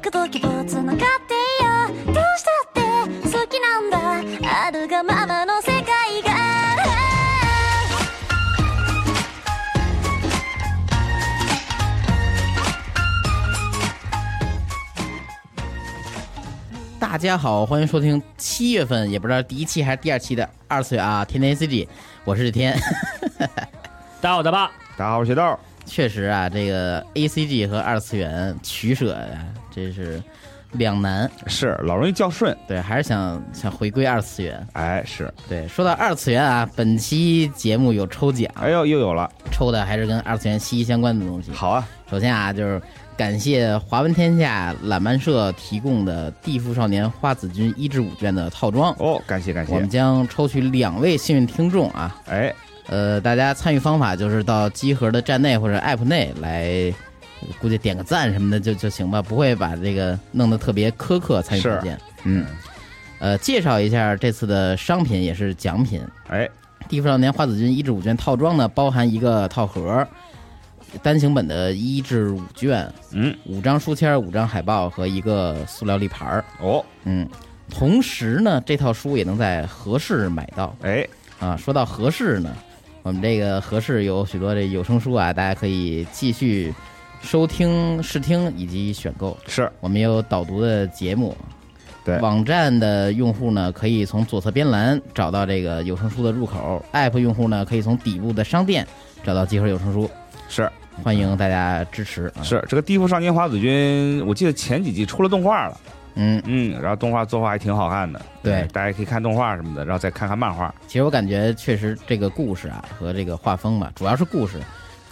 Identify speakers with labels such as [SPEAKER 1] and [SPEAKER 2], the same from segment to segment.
[SPEAKER 1] くと希望つながってよどうしたって好きなんだあるがままの世界が
[SPEAKER 2] 大家好，欢迎收听七月份，也不知道第一期还是第二期的二次元啊，天天 CG，我是天。
[SPEAKER 3] 大家好，我大巴，
[SPEAKER 4] 大家好，我是雪豆。
[SPEAKER 2] 确实啊，这个 ACG 和二次元取舍呀、这是两难。
[SPEAKER 4] 是老容易叫顺，
[SPEAKER 2] 对，还是想想回归二次元。
[SPEAKER 4] 哎，是，
[SPEAKER 2] 对，说到二次元啊，本期节目有抽奖，
[SPEAKER 4] 哎呦，又有了，
[SPEAKER 2] 抽的还是跟二次元息息相关的东西。
[SPEAKER 4] 好啊，
[SPEAKER 2] 首先啊，就是感谢华文天下懒漫社提供的《地缚少年花子君》一至五卷的套装，
[SPEAKER 4] 哦，感谢感
[SPEAKER 2] 我们
[SPEAKER 4] 谢，
[SPEAKER 2] 将抽取两位幸运听众啊。
[SPEAKER 4] 哎，
[SPEAKER 2] 呃，大家参与方法就是到集合的站内或者 App 内来，呃估计点个赞什么的就就行吧，不会把这个弄得特别苛刻参与条件。嗯，呃，介绍一下这次的商品也是奖品，
[SPEAKER 4] 哎，
[SPEAKER 2] 《地缚少年花子君》一至五卷套装呢，包含一个套盒，单行本的一至五卷，
[SPEAKER 4] 嗯，
[SPEAKER 2] 五张书签、五张海报和一个塑料立牌儿。
[SPEAKER 4] 哦，
[SPEAKER 2] 嗯，同时呢，这套书也能在合适买到
[SPEAKER 4] 哎，
[SPEAKER 2] 啊。说到合适呢，我们这个合适有许多这有声书啊，大家可以继续收听、试听以及选购。
[SPEAKER 4] 是，
[SPEAKER 2] 我们也有导读的节目，
[SPEAKER 4] 对，
[SPEAKER 2] 网站的用户呢，可以从左侧边栏找到这个有声书的入口；App 用户呢，可以从底部的商店找到集合有声书。啊
[SPEAKER 4] 是
[SPEAKER 2] 欢迎大家支持啊！，
[SPEAKER 4] 是，这个《地缚少年花子君》，我记得前几季出了动画了，
[SPEAKER 2] 嗯，
[SPEAKER 4] 嗯，然后动画作画还挺好看的，
[SPEAKER 2] 对
[SPEAKER 4] 嗯大家可以看动画什么的，然后再看看漫画，
[SPEAKER 2] 其实我感觉确实这个故事啊和这个画风吧，主要是故事，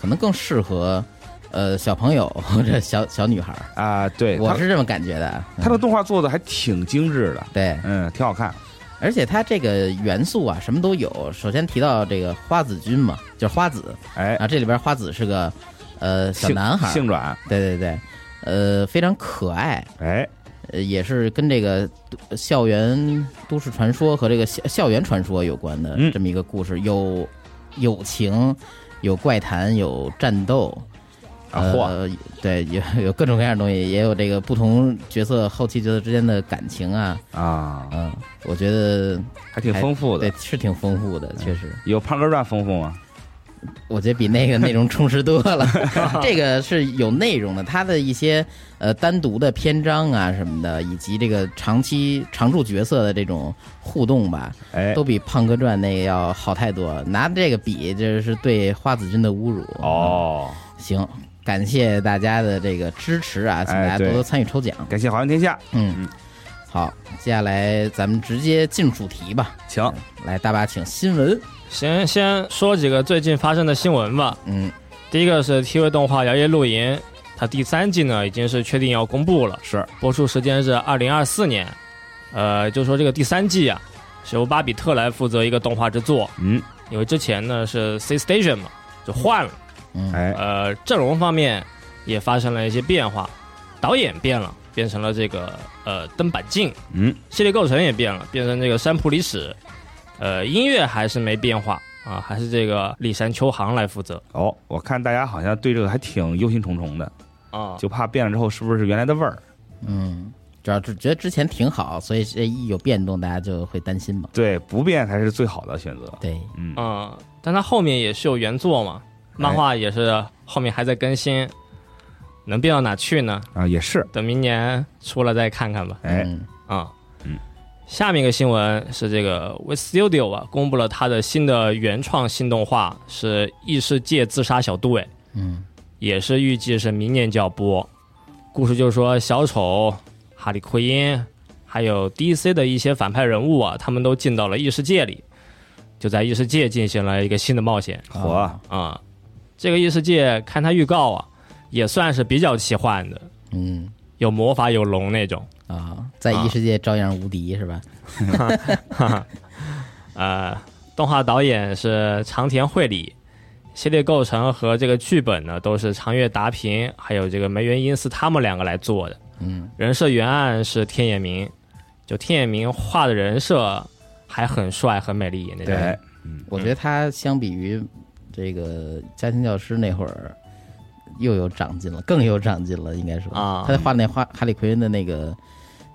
[SPEAKER 2] 可能更适合呃小朋友或者小小女孩儿，
[SPEAKER 4] 啊，对，
[SPEAKER 2] 我
[SPEAKER 4] 他
[SPEAKER 2] 是这么感觉的啊。
[SPEAKER 4] 他
[SPEAKER 2] 嗯
[SPEAKER 4] 的动画做的还挺精致的，
[SPEAKER 2] 对，
[SPEAKER 4] 嗯，挺好看，
[SPEAKER 2] 而且它这个元素啊什么都有。首先提到这个花子君嘛，就是花子，
[SPEAKER 4] 哎
[SPEAKER 2] 然，后这里边花子是个呃啊小
[SPEAKER 4] 性
[SPEAKER 2] 男孩儿，
[SPEAKER 4] 性转，
[SPEAKER 2] 对对对，呃，非常可爱，
[SPEAKER 4] 哎，
[SPEAKER 2] 呃，也是跟这个呃校园都市传说和这个校校园传说有关的
[SPEAKER 4] 嗯
[SPEAKER 2] 这么一个故事，有友情，有怪谈，有战斗，
[SPEAKER 4] 啊嚯，
[SPEAKER 2] 呃，对，有有各种各样的东西，也有这个不同角色后期角色之间的感情啊，
[SPEAKER 4] 啊，
[SPEAKER 2] 嗯、我觉得
[SPEAKER 4] 还挺
[SPEAKER 2] 还
[SPEAKER 4] 丰富的
[SPEAKER 2] 对，是挺丰富的，
[SPEAKER 4] 嗯
[SPEAKER 2] 确实，
[SPEAKER 4] 有胖哥传丰富吗？
[SPEAKER 2] 我觉得比那个内容充实多 了。这个是有内容的，它的一些呃单独的篇章啊什么的，以及这个长期常驻角色的这种互动吧，
[SPEAKER 4] 哎
[SPEAKER 2] 都，比《胖哥传》那个要好太多。拿这个比，这是对花子君的侮辱。，
[SPEAKER 4] 哦，
[SPEAKER 2] 行，感谢大家的这个支持啊，请
[SPEAKER 4] 哎
[SPEAKER 2] 大家多
[SPEAKER 4] 对
[SPEAKER 2] 多参与抽奖。
[SPEAKER 4] 感谢华文天下，
[SPEAKER 2] 嗯，好，接下来咱们直接进主题吧。
[SPEAKER 4] 请。
[SPEAKER 2] 来，大巴请新闻。
[SPEAKER 3] 先先说几个最近发生的新闻吧。
[SPEAKER 2] 嗯，
[SPEAKER 3] 第一个是 TV 动画《摇曳露营》，它第三季呢已经是确定要公布了，
[SPEAKER 4] 是
[SPEAKER 3] 播出时间是二零二四年。呃，就说这个第三季啊，是由巴比特来负责一个动画制作，
[SPEAKER 4] 嗯，
[SPEAKER 3] 因为之前呢是 C Station 嘛，就换了。
[SPEAKER 2] 嗯
[SPEAKER 4] 哎，
[SPEAKER 2] 啊
[SPEAKER 3] 呃，阵容方面也发生了一些变化，导演变了，变成了这个呃登坂静，
[SPEAKER 4] 嗯，
[SPEAKER 3] 系列构成也变了，变成这个山浦里史，呃，音乐还是没变化啊，还是这个立山秋行来负责
[SPEAKER 4] 哦，我看大家好像对这个还挺忧心忡忡的，
[SPEAKER 3] 啊。
[SPEAKER 4] 就怕变了之后是不是原来的味儿？
[SPEAKER 2] 嗯，主要是觉得之前挺好，所以这一有变动，大家就会担心嘛。
[SPEAKER 4] 对，不变才是最好的选择。
[SPEAKER 2] 对，
[SPEAKER 4] 嗯，
[SPEAKER 3] 嗯，但它后面也是有原作嘛，漫画也是后面还在更新，能变到哪去呢？
[SPEAKER 4] 啊，也是，
[SPEAKER 3] 等明年出了再看看吧。
[SPEAKER 4] 哎，
[SPEAKER 2] 嗯
[SPEAKER 3] 啊，
[SPEAKER 4] 嗯，
[SPEAKER 3] 下面一个新闻是这个 w e Studio 啊，公布了他的新的原创新动画是《异世界自杀小队》，
[SPEAKER 2] 嗯
[SPEAKER 3] 也是预计是明年就要播。故事就是说，小丑、哈利奎因，还有 DC 的一些反派人物啊，他们都进到了异世界里，就在异世界进行了一个新的冒险
[SPEAKER 4] 火啊，
[SPEAKER 3] 啊、这个异世界看它预告啊，也算是比较奇幻的，
[SPEAKER 2] 嗯
[SPEAKER 3] 有魔法有龙那种。
[SPEAKER 2] 啊，在异世界照样无敌是吧？
[SPEAKER 3] 呃，动画导演是长田惠里，系列构成和这个剧本呢都是长月达平还有这个梅原英司他们两个来做的。
[SPEAKER 2] 嗯，
[SPEAKER 3] 人设原案是天野明，就天野明画的人设还很帅很美丽那种。
[SPEAKER 4] 对，
[SPEAKER 2] 我觉得他相比于这个家庭教师那会儿，又有长进了，更有长进了，应该说
[SPEAKER 3] 啊
[SPEAKER 2] 他画那画哈利奎恩的那个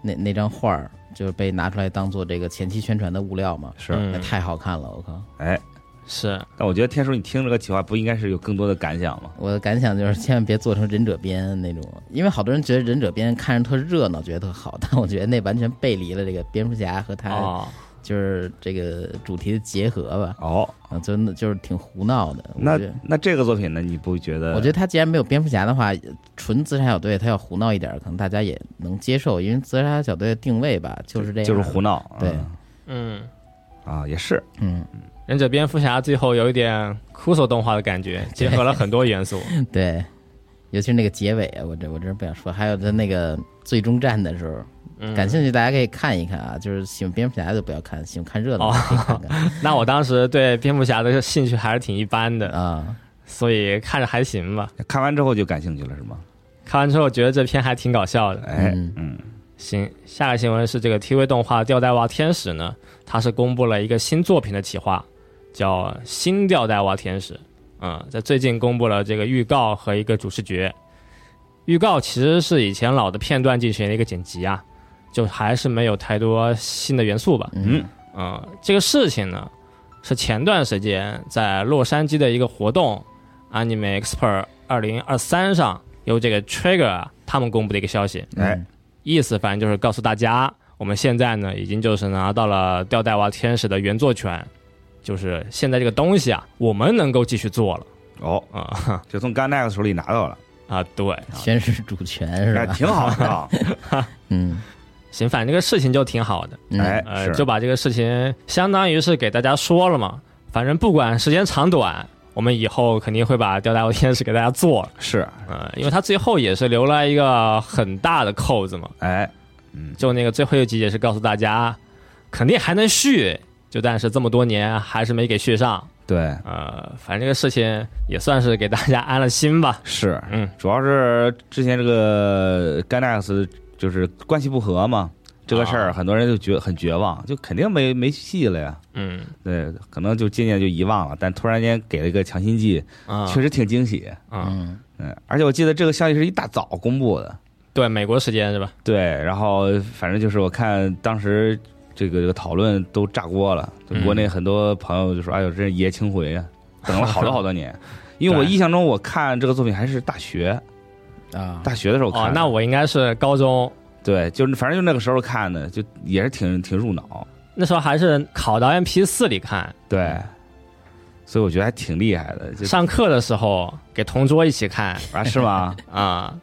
[SPEAKER 2] 那那张画儿，就是被拿出来当做这个前期宣传的物料嘛，
[SPEAKER 4] 是
[SPEAKER 3] 嗯
[SPEAKER 2] 那太好看了，我靠！
[SPEAKER 4] 哎，
[SPEAKER 3] 是
[SPEAKER 4] 但我觉得天叔，你听这个企划不应该是有更多的感想吗？
[SPEAKER 2] 我的感想就是，千万别做成忍者编那种，因为好多人觉得忍者编看着特热闹，觉得特好，但我觉得那完全背离了这个蝙蝠侠和他
[SPEAKER 3] 哦，
[SPEAKER 2] 就是这个主题的结合吧，
[SPEAKER 4] 哦，
[SPEAKER 2] 啊，真的就是挺胡闹的。我
[SPEAKER 4] 那
[SPEAKER 2] 觉得
[SPEAKER 4] 那这个作品呢，你不觉得？
[SPEAKER 2] 我觉得他既然没有蝙蝠侠的话，纯自杀小队他要胡闹一点儿，可能大家也能接受，因为自杀小队的定位吧就是这样，
[SPEAKER 4] 就是胡闹，
[SPEAKER 2] 对
[SPEAKER 4] 嗯
[SPEAKER 3] 嗯，
[SPEAKER 4] 啊，也是，
[SPEAKER 2] 嗯，
[SPEAKER 3] 忍者蝙蝠侠最后有一点酷手动画的感觉，结合了很多元素。
[SPEAKER 2] 对，尤其是那个结尾，我这我真是不想说。还有他那个最终战的时候，
[SPEAKER 3] 嗯
[SPEAKER 2] 感兴趣大家可以看一看啊，就是喜欢蝙蝠侠的就不要看，喜欢看热
[SPEAKER 4] 哦
[SPEAKER 2] 闹的可以看看
[SPEAKER 3] 那我当时对蝙蝠侠的兴趣还是挺一般的，
[SPEAKER 2] 啊。
[SPEAKER 3] 所以看着还行吧。
[SPEAKER 4] 看完之后就感兴趣了是吗？
[SPEAKER 3] 看完之后觉得这片还挺搞笑的。
[SPEAKER 4] 哎，
[SPEAKER 2] 嗯
[SPEAKER 4] 嗯，
[SPEAKER 3] 行，下个新闻是这个 TV 动画《吊带袜天使》呢，它是公布了一个新作品的企划，叫《新吊带袜天使》。嗯，在最近公布了这个预告和一个主视觉。预告其实是以前老的片段进行了一个剪辑啊，就还是没有太多新的元素吧。
[SPEAKER 2] 嗯
[SPEAKER 3] 嗯，这个事情呢，是前段时间在洛杉矶的一个活动 Anime Expert 二零二三上，由这个 Trigger 啊他们公布的一个消息。
[SPEAKER 2] 嗯
[SPEAKER 4] 哎，
[SPEAKER 3] 意思反正就是告诉大家，我们现在呢已经就是拿到了《吊带娃天使》的原作权，就是现在这个东西啊，我们能够继续做了
[SPEAKER 4] 哦，
[SPEAKER 3] 啊
[SPEAKER 4] 就从 Ganex 手里拿到了，
[SPEAKER 3] 啊，对，
[SPEAKER 2] 嗯宣誓主权是
[SPEAKER 4] 哎，
[SPEAKER 2] 吧？
[SPEAKER 4] 挺好的啊，
[SPEAKER 2] 嗯，
[SPEAKER 3] 行，反正这个事情就挺好的，
[SPEAKER 2] 嗯
[SPEAKER 4] 哎，
[SPEAKER 3] 呃，
[SPEAKER 4] 是
[SPEAKER 3] 就把这个事情相当于是给大家说了嘛，反正不管时间长短。我们以后肯定会把《吊带娃天使》给大家做了，
[SPEAKER 4] 是，
[SPEAKER 3] 呃，因为它最后也是留了一个很大的扣子嘛，
[SPEAKER 4] 哎，嗯，
[SPEAKER 3] 就那个最后一集也是告诉大家，肯定还能续，就但是这么多年还是没给续上。
[SPEAKER 4] 对，
[SPEAKER 3] 呃，反正这个事情也算是给大家安了心 吧。
[SPEAKER 4] 是，
[SPEAKER 3] 嗯，
[SPEAKER 4] 主要是之前这个 Ganex 就是关系不和嘛，这个事
[SPEAKER 3] 啊
[SPEAKER 4] 儿很多人就绝很绝望，就肯定没没戏了呀。
[SPEAKER 3] 嗯
[SPEAKER 4] 对，可能就渐渐就遗忘了，但突然间给了一个强心剂，
[SPEAKER 3] 啊，
[SPEAKER 4] 确实挺惊喜。
[SPEAKER 3] 啊，
[SPEAKER 2] 嗯，
[SPEAKER 4] 嗯，而且我记得这个消息是一大早公布的，
[SPEAKER 3] 对，美国时间是吧？
[SPEAKER 4] 对，然后反正就是我看当时这个这个讨论都炸锅了，就
[SPEAKER 3] 嗯
[SPEAKER 4] 国内很多朋友就说：“哎呦，真是爷青回啊，等了好多好 多年。”因为我
[SPEAKER 3] 对
[SPEAKER 4] 印象中我看这个作品还是大学
[SPEAKER 2] 啊，
[SPEAKER 4] 大学的时候看的
[SPEAKER 3] 哦，那我应该是高中
[SPEAKER 4] 对，就是反正就那个时候看的，就也是挺挺入脑，
[SPEAKER 3] 那时候还是考到 MP 四里看，
[SPEAKER 4] 对，所以我觉得还挺厉害的，就
[SPEAKER 3] 上课的时候给同桌一起 看
[SPEAKER 4] 啊是吗？
[SPEAKER 3] 啊，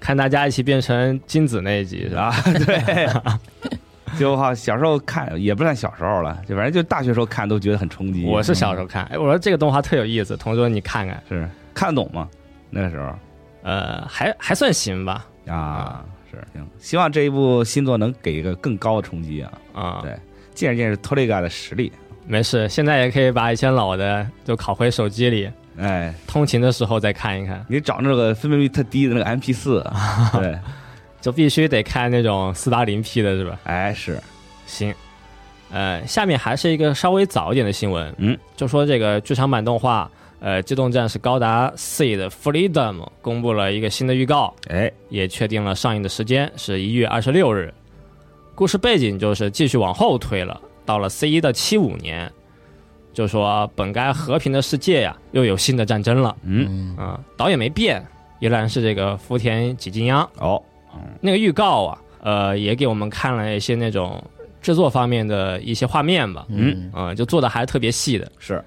[SPEAKER 3] 看大家一起变成金子那一 集是吧？
[SPEAKER 4] 啊，对，就好小时候看也不算小时候了，就反正就大学时候看都觉得很冲击，
[SPEAKER 3] 我是小时候看，哎，我说这个动画特有意思，同桌你看看，
[SPEAKER 4] 嗯是看得懂吗？那个时候。
[SPEAKER 3] 呃，还还算行吧，
[SPEAKER 4] 啊，是行，希望这一部新作能给一个更高的冲击啊，
[SPEAKER 3] 啊，
[SPEAKER 4] 对见识见识托雷嘎的实力。
[SPEAKER 3] 没事，现在也可以把以前老的就拷回手机里，
[SPEAKER 4] 哎，
[SPEAKER 3] 通勤的时候再看一看。
[SPEAKER 4] 你找那个分辨率特低的那个 MP 四，啊 对，
[SPEAKER 3] 就必须得看那种四八零 P 的是吧？
[SPEAKER 4] 哎是，
[SPEAKER 3] 行，呃，下面还是一个稍微早一点的新闻，
[SPEAKER 4] 嗯，
[SPEAKER 3] 就说这个剧场版动画，呃，《机动战士高达 C》的 Freedom 公布了一个新的预告，
[SPEAKER 4] 哎
[SPEAKER 3] 也确定了上映的时间是一月二十六日。故事背景就是继续往后推了，到了 C 一的七五年，就说本该和平的世界呀，又有新的战争了。
[SPEAKER 4] 嗯
[SPEAKER 2] 嗯
[SPEAKER 3] 啊、导演没变，依然是这个福田几金央。
[SPEAKER 4] 哦
[SPEAKER 3] 那个预告啊，呃，也给我们看了一些那种制作方面的一些画面吧，
[SPEAKER 2] 嗯
[SPEAKER 3] 嗯、就做的还特别细的，
[SPEAKER 4] 是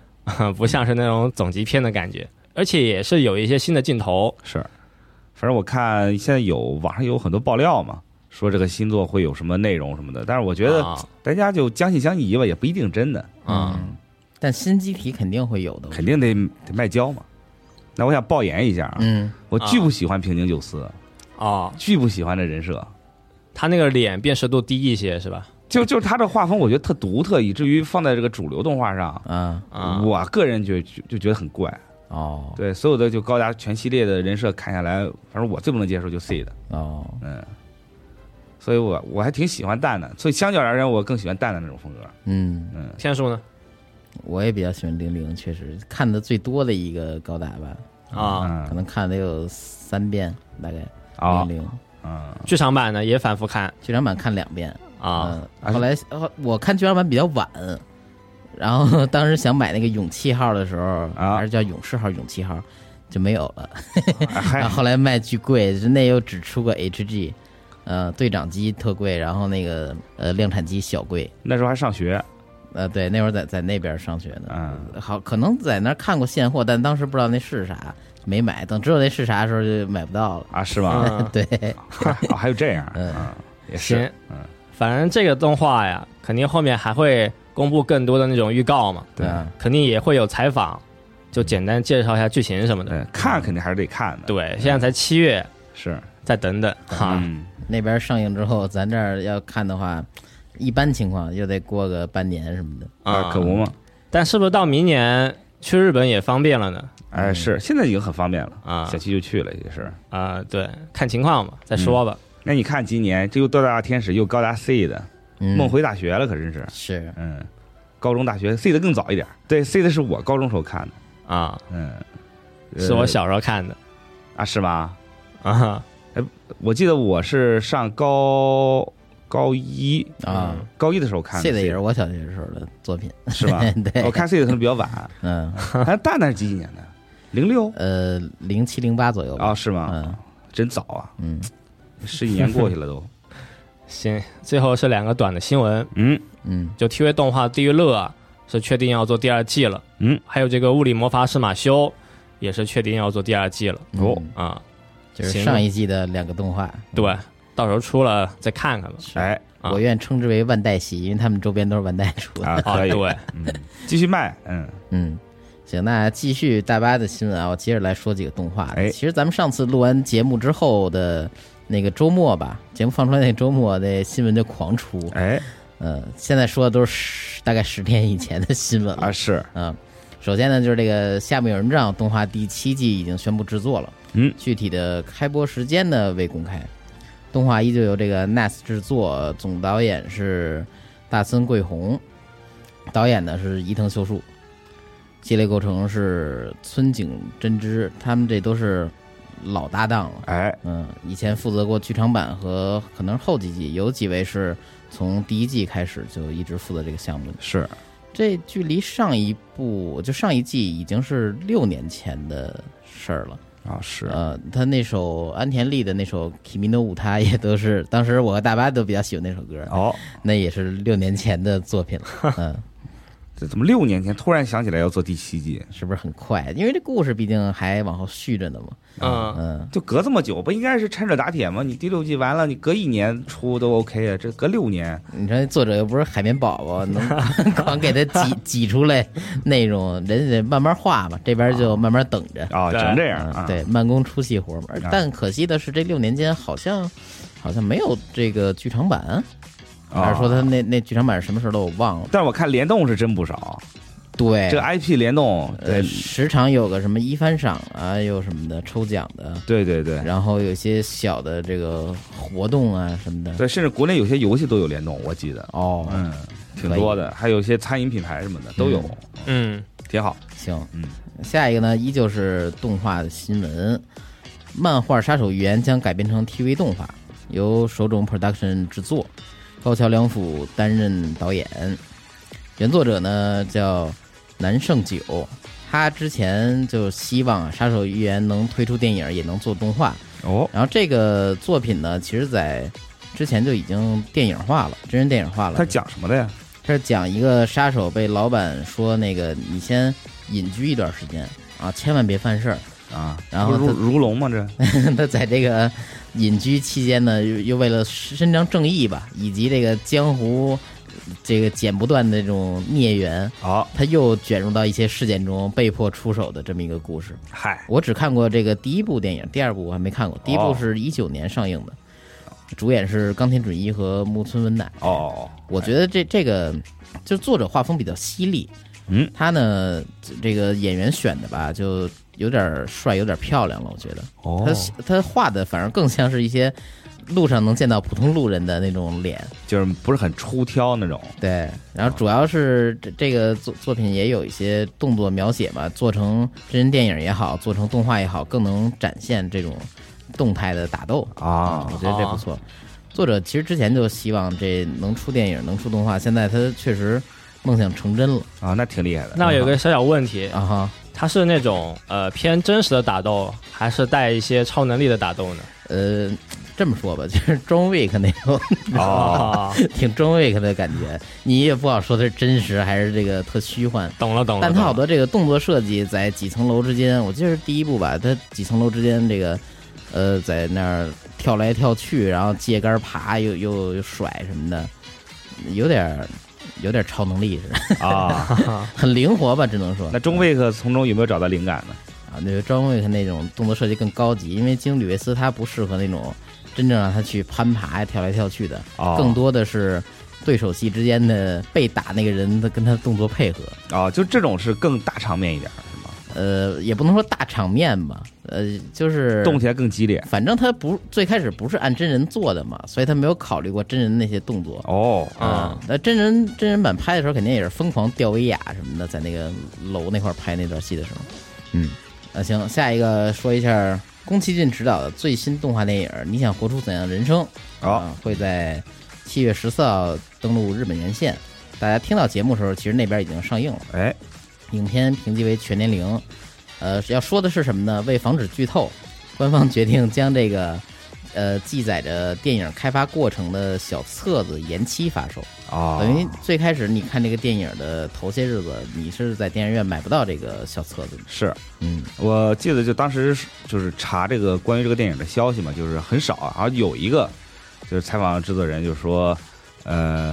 [SPEAKER 3] 不像是那种总集片的感觉，而且也是有一些新的镜头，
[SPEAKER 4] 是，反正我看现在有网上有很多爆料嘛，说这个新作会有什么内容什么的，但是我觉得
[SPEAKER 3] 啊
[SPEAKER 4] 大家就将信将疑吧，也不一定真的，
[SPEAKER 3] 嗯
[SPEAKER 2] 嗯，但新机体肯定会有的，
[SPEAKER 4] 肯定得得卖胶嘛。那我想爆言一下啊，
[SPEAKER 2] 嗯
[SPEAKER 4] 我巨不喜欢平井久司，
[SPEAKER 3] 哦，
[SPEAKER 4] 巨不喜欢这人设。
[SPEAKER 3] 他那个脸辨识度低一些是吧？
[SPEAKER 4] 就就是他这画风，我觉得特独特，以至于放在这个主流动画上，
[SPEAKER 2] 啊
[SPEAKER 3] 啊、
[SPEAKER 4] 我个人觉就就觉得很怪。
[SPEAKER 2] 哦
[SPEAKER 4] 对，所有的就高达全系列的人设看下来，反正我最不能接受就 C 的，
[SPEAKER 2] 哦，
[SPEAKER 4] 嗯，所以我我还挺喜欢蛋蛋，所以相较而言，我更喜欢蛋蛋那种风格。
[SPEAKER 2] 嗯，
[SPEAKER 3] 天数呢？
[SPEAKER 2] 我也比较喜欢零零，确实看的最多的一个高达吧，
[SPEAKER 3] 啊。
[SPEAKER 2] 可
[SPEAKER 4] 嗯
[SPEAKER 2] 能看得有三遍，大概
[SPEAKER 4] 啊
[SPEAKER 2] 零零。
[SPEAKER 4] 嗯，
[SPEAKER 3] 剧场版呢也反复看
[SPEAKER 2] 剧场版看两遍
[SPEAKER 3] 啊，
[SPEAKER 2] 嗯后来后我看剧场版比较晚，然后当时想买那个勇气号的时候，
[SPEAKER 4] 啊
[SPEAKER 2] 还是叫勇士号、勇气号就没有了。然
[SPEAKER 4] 嗨
[SPEAKER 2] 后后来卖巨贵，那又只出过 HG，呃，队长机特贵，然后那个呃量产机小贵。
[SPEAKER 4] 那时候还上学，
[SPEAKER 2] 呃，对，那会儿在在那边上学呢，
[SPEAKER 4] 嗯
[SPEAKER 2] 好，可能在那儿看过现货，但当时不知道那是啥，没买。等知道那是啥的时候就买不到了。
[SPEAKER 4] 啊是吗？
[SPEAKER 3] 嗯
[SPEAKER 2] 对，
[SPEAKER 4] 啊 还有这样，
[SPEAKER 2] 嗯
[SPEAKER 4] 嗯，也是
[SPEAKER 3] 行，，反正这个动画呀，肯定后面还会公布更多的那种预告嘛，
[SPEAKER 4] 对
[SPEAKER 2] 啊
[SPEAKER 3] 肯定也会有采访，就简单介绍一下剧情什么的。
[SPEAKER 4] 对，看肯定还是得看的，，
[SPEAKER 3] 对，现在才七月，
[SPEAKER 4] 是
[SPEAKER 3] 再等啊等哈。
[SPEAKER 4] 嗯
[SPEAKER 2] 那边上映之后，咱这儿要看的话，一般情况又得过个半年什么的。
[SPEAKER 4] 啊，可不嘛，
[SPEAKER 3] 但是不是到明年去日本也方便了呢？
[SPEAKER 4] 哎是，现在已经很方便了，
[SPEAKER 3] 啊
[SPEAKER 4] 小七就去了也是。
[SPEAKER 3] 啊、对，看情况吧，再
[SPEAKER 4] 嗯
[SPEAKER 3] 说吧。
[SPEAKER 4] 那你看今年这又多大天使又高达 C 的，
[SPEAKER 2] 嗯，
[SPEAKER 4] 梦回大学了，可真是，
[SPEAKER 2] 是
[SPEAKER 4] 嗯，高中大学 C 的更早一点儿，对 C 的是我高中时候看的，
[SPEAKER 3] 啊，
[SPEAKER 4] 嗯，呃
[SPEAKER 3] 是我小时候看的
[SPEAKER 4] 啊是吗？呃
[SPEAKER 3] 啊
[SPEAKER 4] 我记得我是上高高一
[SPEAKER 2] 啊，
[SPEAKER 4] 高一的时候看的
[SPEAKER 2] 这个也是我小学时候的作品。？
[SPEAKER 4] 是吧
[SPEAKER 2] 对
[SPEAKER 4] 我看 C 的可能比 较晚，
[SPEAKER 2] 嗯，
[SPEAKER 4] 哎，蛋蛋是几几年的？零 六
[SPEAKER 2] 呃，零七零八左右
[SPEAKER 4] 啊，
[SPEAKER 2] 吧。
[SPEAKER 4] 是吗
[SPEAKER 2] 嗯？
[SPEAKER 4] 真早啊，
[SPEAKER 2] 嗯
[SPEAKER 4] 十几年过去了 都。
[SPEAKER 3] 行，最后是两个短的新闻，
[SPEAKER 4] 嗯
[SPEAKER 2] 嗯
[SPEAKER 3] 就 TV 动画《地狱乐》啊，是确定要做第二季了，
[SPEAKER 4] 嗯，
[SPEAKER 3] 还有这个《物理魔法师马修》也是确定要做第二季了
[SPEAKER 2] 嗯
[SPEAKER 4] 哦
[SPEAKER 3] 啊。
[SPEAKER 2] 就是
[SPEAKER 3] 行
[SPEAKER 2] 上一季的两个动画。
[SPEAKER 3] 对，到时候出了再看看吧。
[SPEAKER 4] 哎
[SPEAKER 3] 啊
[SPEAKER 2] 我愿称之为万代系，因为他们周边都是万代出的。
[SPEAKER 4] 啊，
[SPEAKER 3] 啊，
[SPEAKER 4] 可以，
[SPEAKER 3] 对，
[SPEAKER 4] 嗯，继续卖，嗯
[SPEAKER 2] 嗯，行，那继续大巴的新闻啊，我接着来说几个动画。
[SPEAKER 4] 哎
[SPEAKER 2] 其实咱们上次录完节目之后的那个周末吧，节目放出来那周末，那新闻就狂出。
[SPEAKER 4] 哎
[SPEAKER 2] 嗯，现在说的都是十大概十天以前的新闻了
[SPEAKER 4] 啊。是
[SPEAKER 2] 嗯，首先呢，就是这个《下面有人帐》动画第七季已经宣布制作了，
[SPEAKER 4] 嗯，
[SPEAKER 2] 具体的开播时间呢未公开。动画依旧由这个 NAS 制作，总导演是大森贵弘，导演呢是伊藤秀树，系列构成是村井真之，他们这都是老搭档了。
[SPEAKER 4] 哎
[SPEAKER 2] 嗯，以前负责过剧场版和可能是后几季，有几位是从第一季开始就一直负责这个项目的。
[SPEAKER 4] 是
[SPEAKER 2] 这距离上一部就上一季已经是六年前的事儿了。
[SPEAKER 4] 啊是
[SPEAKER 2] 呃，他那首安田利的那首《Kimino 舞他》也都是当时我和大巴都比较喜欢那首歌，
[SPEAKER 4] 哦，
[SPEAKER 2] 那也是六年前的作品了。 嗯、
[SPEAKER 4] 这怎么六年前突然想起来要做第七季？
[SPEAKER 2] 是不是很快？因为这故事毕竟还往后续着呢嘛。
[SPEAKER 3] 嗯，
[SPEAKER 2] 嗯、
[SPEAKER 4] 就隔这么久，不应该是趁热打铁吗？你第六季完了，你隔一年出都 OK 啊，这隔六年，
[SPEAKER 2] 你说作者又不是海绵宝宝，能 光给他挤挤出来内容，人家得慢慢画嘛，这边就慢慢等着。
[SPEAKER 4] 啊，
[SPEAKER 3] 对
[SPEAKER 4] 只能这样
[SPEAKER 2] 啊
[SPEAKER 4] 啊。，
[SPEAKER 2] 对，慢工出细活嘛。而但可惜的是，这六年间好像好像没有这个剧场版，
[SPEAKER 4] 啊
[SPEAKER 2] 还是说他那那剧场版什么时候都我忘了。
[SPEAKER 4] 但是我看联动是真不少，
[SPEAKER 2] 对，
[SPEAKER 4] 这个 IP 联动，
[SPEAKER 2] 哎呃
[SPEAKER 4] 对
[SPEAKER 2] 时常有个什么一番赏啊，有什么的抽奖的，
[SPEAKER 4] 对对对
[SPEAKER 2] 然后有些小的这个活动啊什么的。
[SPEAKER 4] 对，甚至国内有些游戏都有联动，我记得，
[SPEAKER 2] 哦，
[SPEAKER 4] 嗯，挺多的，还有一些餐饮品牌什么的都有，
[SPEAKER 3] 嗯，
[SPEAKER 4] 挺好。
[SPEAKER 2] 行，
[SPEAKER 4] 嗯，
[SPEAKER 2] 下一个呢，依旧是动画的新闻，漫画《杀手预言》将改编成 TV 动画，由手冢 Production 制作，高桥良辅担任导演，原作者呢叫南胜久，他之前就希望啊《杀手预言》能推出电影，也能做动画。
[SPEAKER 4] 哦，
[SPEAKER 2] 然后这个作品呢，其实在之前就已经电影化了，真人电影化了。
[SPEAKER 4] 它讲什么的呀？
[SPEAKER 2] 这是讲一个杀手被老板说那个你先隐居一段时间啊，千万别犯事儿。
[SPEAKER 4] 啊，
[SPEAKER 2] 然后哎
[SPEAKER 4] 不是
[SPEAKER 2] 它
[SPEAKER 4] 如如龙吗？这
[SPEAKER 2] 他在这个隐居期间呢，又又为了伸张正义吧，以及这个江湖这个剪不断的这种孽缘，
[SPEAKER 4] 好，
[SPEAKER 2] 他又卷入到一些事件中，被迫出手的这么一个故事。
[SPEAKER 4] 嗨，
[SPEAKER 2] 我只看过这个第一部电影，第二部我还没看过。第一部是一九年上映的，主演是冈田准一和木村文乃。
[SPEAKER 4] 哦，
[SPEAKER 2] 我觉得这这个就是作者画风比较犀利，
[SPEAKER 4] 嗯，
[SPEAKER 2] 他呢这个演员选的吧，就有点帅，有点漂亮了。我觉得
[SPEAKER 4] 哦
[SPEAKER 2] 他他画的反而更像是一些路上能见到普通路人的那种脸。
[SPEAKER 4] 就是不是很出挑那种，
[SPEAKER 2] 对，然后主要是这这个作作品也有一些动作描写吧，做成真人电影也好，做成动画也好，更能展现这种动态的打斗
[SPEAKER 4] 啊
[SPEAKER 2] 我觉得这不错。作者其实之前就希望这能出电影，能出动画，现在他确实梦想成真了
[SPEAKER 4] 啊，那挺厉害的。
[SPEAKER 3] 那有个小小问题，
[SPEAKER 2] 啊哈。
[SPEAKER 3] 它是那种呃偏真实的打斗，还是带一些超能力的打斗呢？
[SPEAKER 2] 呃，这么说吧，就是 John Wick 那种，
[SPEAKER 3] 哦，
[SPEAKER 2] 挺 John Wick 的感觉，你也不好说它是真实还是这个特虚幻。
[SPEAKER 3] 懂了懂了。
[SPEAKER 2] 但它好
[SPEAKER 3] 懂了
[SPEAKER 2] 多这个动作设计在几层楼之间，我记得是第一部吧，它几层楼之间这个，呃，在那儿跳来跳去，然后借杆爬又又又甩什么的，有点儿有点儿超能力似的，
[SPEAKER 4] 啊，
[SPEAKER 2] 很灵活吧，只能说。
[SPEAKER 4] 那中卫克从中有没有找到灵感呢？
[SPEAKER 2] 啊，那个 John Wick 那种动作设计更高级，因为经吕维斯他不适合那种真正让他去攀爬、跳来跳去的，
[SPEAKER 4] 哦
[SPEAKER 2] 更多的是对手戏之间的被打那个人的跟他动作配合。
[SPEAKER 4] 啊，就这种是更大场面一点是吗？
[SPEAKER 2] 呃，也不能说大场面吧，呃，就是
[SPEAKER 4] 动起来更激烈
[SPEAKER 2] 反正他不最开始不是按真人做的嘛，所以他没有考虑过真人那些动作。
[SPEAKER 4] 哦
[SPEAKER 3] 啊
[SPEAKER 2] 嗯，那真人真人版拍的时候，肯定也是疯狂吊威亚什么的，在那个楼那块儿拍那段戏的时候，嗯，啊行，下一个说一下宫崎骏执导的最新动画电影《你想活出怎样的人生》
[SPEAKER 4] 哦
[SPEAKER 2] 啊，会在七月十四号登陆日本院线。大家听到节目的时候，其实那边已经上映了。
[SPEAKER 4] 哎
[SPEAKER 2] 影片评级为全年龄。呃，要说的是什么呢？为防止剧透，官方决定将这个呃记载着电影开发过程的小册子延期发售。
[SPEAKER 4] 啊
[SPEAKER 2] 等于最开始你看这个电影的头些日子，你是在电影院买不到这个小册子的。
[SPEAKER 4] 是
[SPEAKER 2] 嗯，
[SPEAKER 4] 我记得就当时是就是查这个关于这个电影的消息嘛，就是很少啊，然后有一个就是采访制作人就说，呃，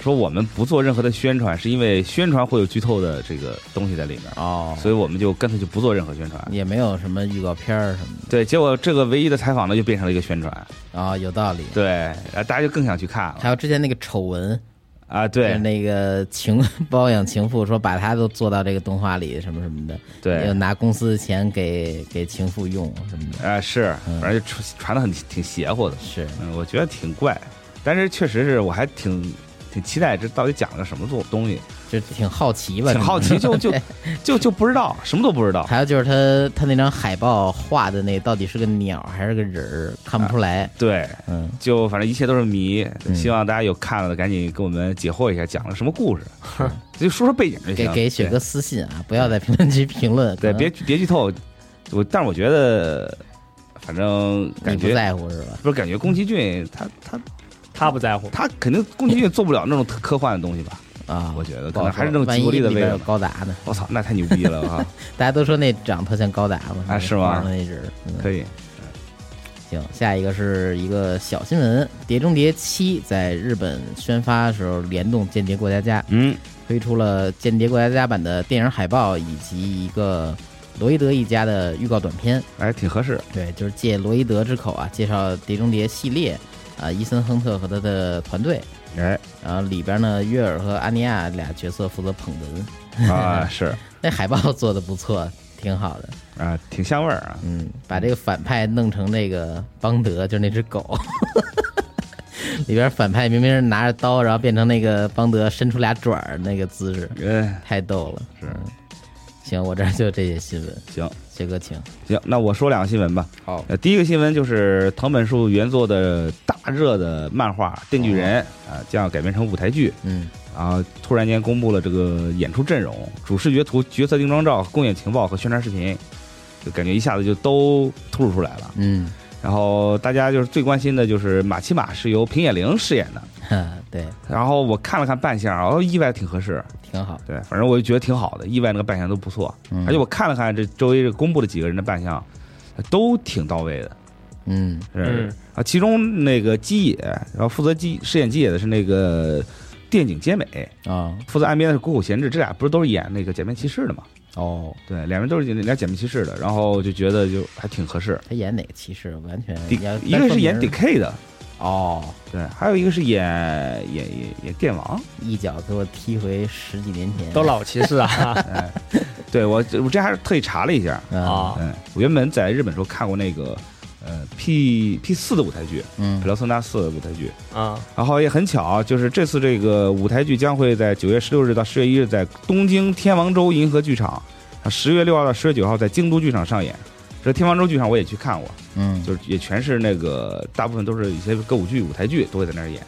[SPEAKER 4] 说我们不做任何的宣传，是因为宣传会有剧透的这个东西在里面，
[SPEAKER 2] 哦
[SPEAKER 4] 所以我们就干脆就不做任何宣传。
[SPEAKER 2] 也没有什么预告片儿什么的
[SPEAKER 4] 对，结果这个唯一的采访呢，就变成了一个宣传，
[SPEAKER 2] 啊、有道理。
[SPEAKER 4] 对，然后大家就更想去看
[SPEAKER 2] 还
[SPEAKER 4] 了
[SPEAKER 2] 有之前那个丑闻，
[SPEAKER 4] 啊，
[SPEAKER 2] 就是
[SPEAKER 4] 对
[SPEAKER 2] 那个情包养情妇说把她都做到这个动画里什么什么的，
[SPEAKER 4] 对
[SPEAKER 2] 又拿公司的钱给给情妇用什么的，
[SPEAKER 4] 啊是，
[SPEAKER 2] 嗯
[SPEAKER 4] 反正就传传的很挺邪乎的，
[SPEAKER 2] 是
[SPEAKER 4] 嗯，我觉得挺怪，但是确实是我还挺挺期待这到底讲了什么做东西。
[SPEAKER 2] 就挺好奇吧，
[SPEAKER 4] 挺好奇，就就
[SPEAKER 2] 对
[SPEAKER 4] 就就不知道，什么都不知道。
[SPEAKER 2] 还有就是他他那张海报画的那到底是个鸟还是个人儿，看不出来，
[SPEAKER 4] 对，
[SPEAKER 2] 嗯，
[SPEAKER 4] 就反正一切都是谜。
[SPEAKER 2] 嗯
[SPEAKER 4] 希望大家有看了的，赶紧给我们解惑一下，讲了什么故事，就说说背景就
[SPEAKER 2] 给嗯
[SPEAKER 4] 行。
[SPEAKER 2] 给雪哥私信啊，不要在评论区评论，
[SPEAKER 4] 对，
[SPEAKER 2] 可能
[SPEAKER 4] 对别别剧透。我但是我觉得，反正
[SPEAKER 2] 你
[SPEAKER 4] 感
[SPEAKER 2] 不
[SPEAKER 4] 觉
[SPEAKER 2] 在嗯乎是吧？
[SPEAKER 4] 不是感觉宫崎骏他他
[SPEAKER 3] 他不在乎。
[SPEAKER 4] 他肯定宫崎骏做不了那种特科幻的东西吧？
[SPEAKER 2] 啊，
[SPEAKER 4] 我觉得
[SPEAKER 2] 不
[SPEAKER 4] 可
[SPEAKER 2] 好
[SPEAKER 4] 能还是那种
[SPEAKER 2] 说万
[SPEAKER 4] 吉卜力
[SPEAKER 2] 一
[SPEAKER 4] 的
[SPEAKER 2] 里
[SPEAKER 4] 味
[SPEAKER 2] 边有
[SPEAKER 4] 道。
[SPEAKER 2] 高达呢？
[SPEAKER 4] 我操，那太牛逼了 哈！
[SPEAKER 2] 大家都说那长特像高达嘛，
[SPEAKER 4] 啊是吗
[SPEAKER 2] 画的那人儿，嗯
[SPEAKER 4] 可以
[SPEAKER 2] 行，下一个是一个小新闻，《碟中谍七》在日本宣发的时候联动《间谍过家家》，
[SPEAKER 4] 嗯
[SPEAKER 2] 推出了《间谍过家家》版的电影海报以及一个罗伊德一家的预告短片。
[SPEAKER 4] 哎，挺合适。
[SPEAKER 2] 对，就是借罗伊德之口啊，介绍《碟中谍》系列啊，伊森·亨特和他的团队。
[SPEAKER 4] 哎
[SPEAKER 2] 然后里边呢，约尔和阿尼亚俩角色负责捧哏。
[SPEAKER 4] 啊是
[SPEAKER 2] 那海报做的不错，挺好的。
[SPEAKER 4] 啊，挺香味儿啊。
[SPEAKER 2] 嗯，把这个反派弄成这个邦德，就是那只狗。 里边反派明明是拿着刀，然后变成那个邦德伸出俩爪儿那个姿势，
[SPEAKER 4] 嗯，
[SPEAKER 2] 太逗了。
[SPEAKER 4] 是
[SPEAKER 2] 嗯行，我这儿就这些新闻，
[SPEAKER 4] 行。
[SPEAKER 2] 薛哥请。
[SPEAKER 4] 行，那我说两个新闻吧。
[SPEAKER 2] 好，
[SPEAKER 4] 呃，第一个新闻就是藤本树原作的大热的漫画《电锯人》
[SPEAKER 2] 哦
[SPEAKER 4] 啊、将要改编成舞台剧，
[SPEAKER 2] 嗯，
[SPEAKER 4] 啊，突然间公布了这个演出阵容、主视觉图、角色定妆照、共演情报和宣传视频，就感觉一下子就都突如出来了。
[SPEAKER 2] 嗯，
[SPEAKER 4] 然后大家就是最关心的就是马奇马是由平野绫饰演的，
[SPEAKER 2] 哈，对，
[SPEAKER 4] 然后我看了看扮相，哦，意外挺合适，
[SPEAKER 2] 挺好。
[SPEAKER 4] 对，反正我就觉得挺好的，意外那个扮相都不错，
[SPEAKER 2] 嗯
[SPEAKER 4] 而且我看了看这周围这公布的几个人的扮相，都挺到位的。
[SPEAKER 2] 嗯
[SPEAKER 4] 是
[SPEAKER 3] 嗯
[SPEAKER 4] 啊，其中那个基野，然后负责基饰演基野的是那个电井兼美，
[SPEAKER 2] 啊
[SPEAKER 4] 负责岸边的是谷口贤治，这俩不是都是演那个假面骑士的嘛？
[SPEAKER 2] 哦，
[SPEAKER 4] 对，两人都是演俩假面骑士的，然后就觉得就还挺合适。
[SPEAKER 2] 他演哪个骑士？完全
[SPEAKER 4] 迪
[SPEAKER 2] 你要
[SPEAKER 4] 一
[SPEAKER 2] 哎单
[SPEAKER 4] 个是演
[SPEAKER 2] 说名儿
[SPEAKER 4] DK 的，
[SPEAKER 2] 哦，
[SPEAKER 4] 对，还有一个是演演演演电王，
[SPEAKER 2] 一脚给我踢回十几年前。
[SPEAKER 3] 都老骑士啊，
[SPEAKER 4] 哎，对我这我这还是特意查了一下，
[SPEAKER 2] 啊，
[SPEAKER 3] 啊，
[SPEAKER 4] 嗯，我原本在日本时候看过那个呃 P P 四的舞台剧，
[SPEAKER 2] 嗯
[SPEAKER 4] 普，莱松纳四的舞台剧，
[SPEAKER 3] 啊，
[SPEAKER 4] 然后也很巧，就是这次这个舞台剧将会在九月十六日到十月一日在东京天王洲银河剧场，十月六号到十月九号在京都剧场上演。这天王洲剧场我也去看过，
[SPEAKER 2] 嗯，
[SPEAKER 4] 就是也全是那个大部分都是一些歌舞剧、舞台剧都会在那儿演，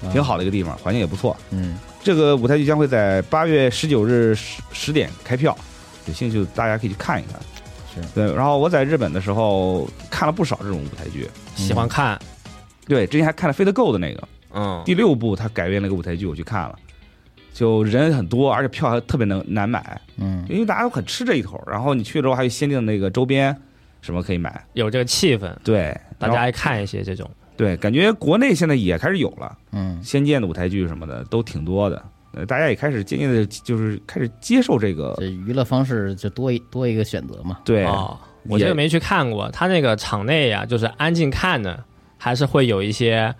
[SPEAKER 2] 啊
[SPEAKER 4] 挺好的一个地方，环境也不错。
[SPEAKER 2] 嗯，
[SPEAKER 4] 这个舞台剧将会在八月十九日十十点开票，有兴趣的大家可以去看一看。
[SPEAKER 2] 是
[SPEAKER 4] 对，然后我在日本的时候看了不少这种舞台剧，
[SPEAKER 3] 喜欢看，
[SPEAKER 4] 对，之前还看了《飞得够》的那个，
[SPEAKER 3] 嗯，
[SPEAKER 4] 第六部他改编了个舞台剧，我去看了，就人很多，而且票还特别能难买，
[SPEAKER 2] 嗯，
[SPEAKER 4] 因为大家都很吃这一头。然后你去了之后还有限定的那个周边，什么可以买，
[SPEAKER 3] 有这个气氛，
[SPEAKER 4] 对，
[SPEAKER 3] 大
[SPEAKER 4] 然
[SPEAKER 3] 家
[SPEAKER 4] 后
[SPEAKER 3] 爱看一些这种，
[SPEAKER 4] 对，感觉国内现在也开始有了，
[SPEAKER 2] 嗯，
[SPEAKER 4] 仙剑的舞台剧什么的都挺多的，呃，大家也开始渐渐的，就是开始接受这个
[SPEAKER 2] 这，娱乐方式就多一多一个选择嘛，
[SPEAKER 4] 对，
[SPEAKER 3] 啊，我这
[SPEAKER 4] 也
[SPEAKER 3] 个没去看过，他那个场内呀、就是安静看的，还是会有一些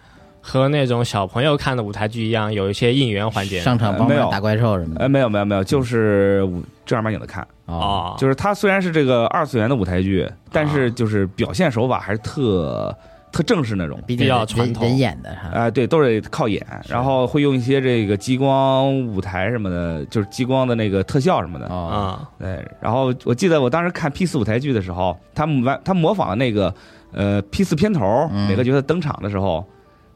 [SPEAKER 3] 和那种小朋友看的舞台剧一样，有一些应援环节
[SPEAKER 2] 上场帮
[SPEAKER 4] 没有
[SPEAKER 2] 忙打怪兽什么的
[SPEAKER 4] 呃，没有没有没有，就是舞正儿八经的看，
[SPEAKER 2] 哦，
[SPEAKER 3] 啊，
[SPEAKER 4] 就是它虽然是这个二次元的舞台剧，但是就是表现手法还是特特正式那种。
[SPEAKER 2] 毕
[SPEAKER 3] 啊比
[SPEAKER 2] 竟
[SPEAKER 3] 较
[SPEAKER 2] 人
[SPEAKER 3] 传统
[SPEAKER 2] 人演的哈，
[SPEAKER 4] 啊、对，都是靠演，然后会用一些这个激光舞台什么的，就是激光的那个特效什么的。
[SPEAKER 2] 哦，
[SPEAKER 3] 啊，
[SPEAKER 4] 对，然后我记得我当时看 P 四舞台剧的时候，他们完他模仿了那个呃 P 四片头、
[SPEAKER 2] 嗯
[SPEAKER 4] 每个角色登场的时候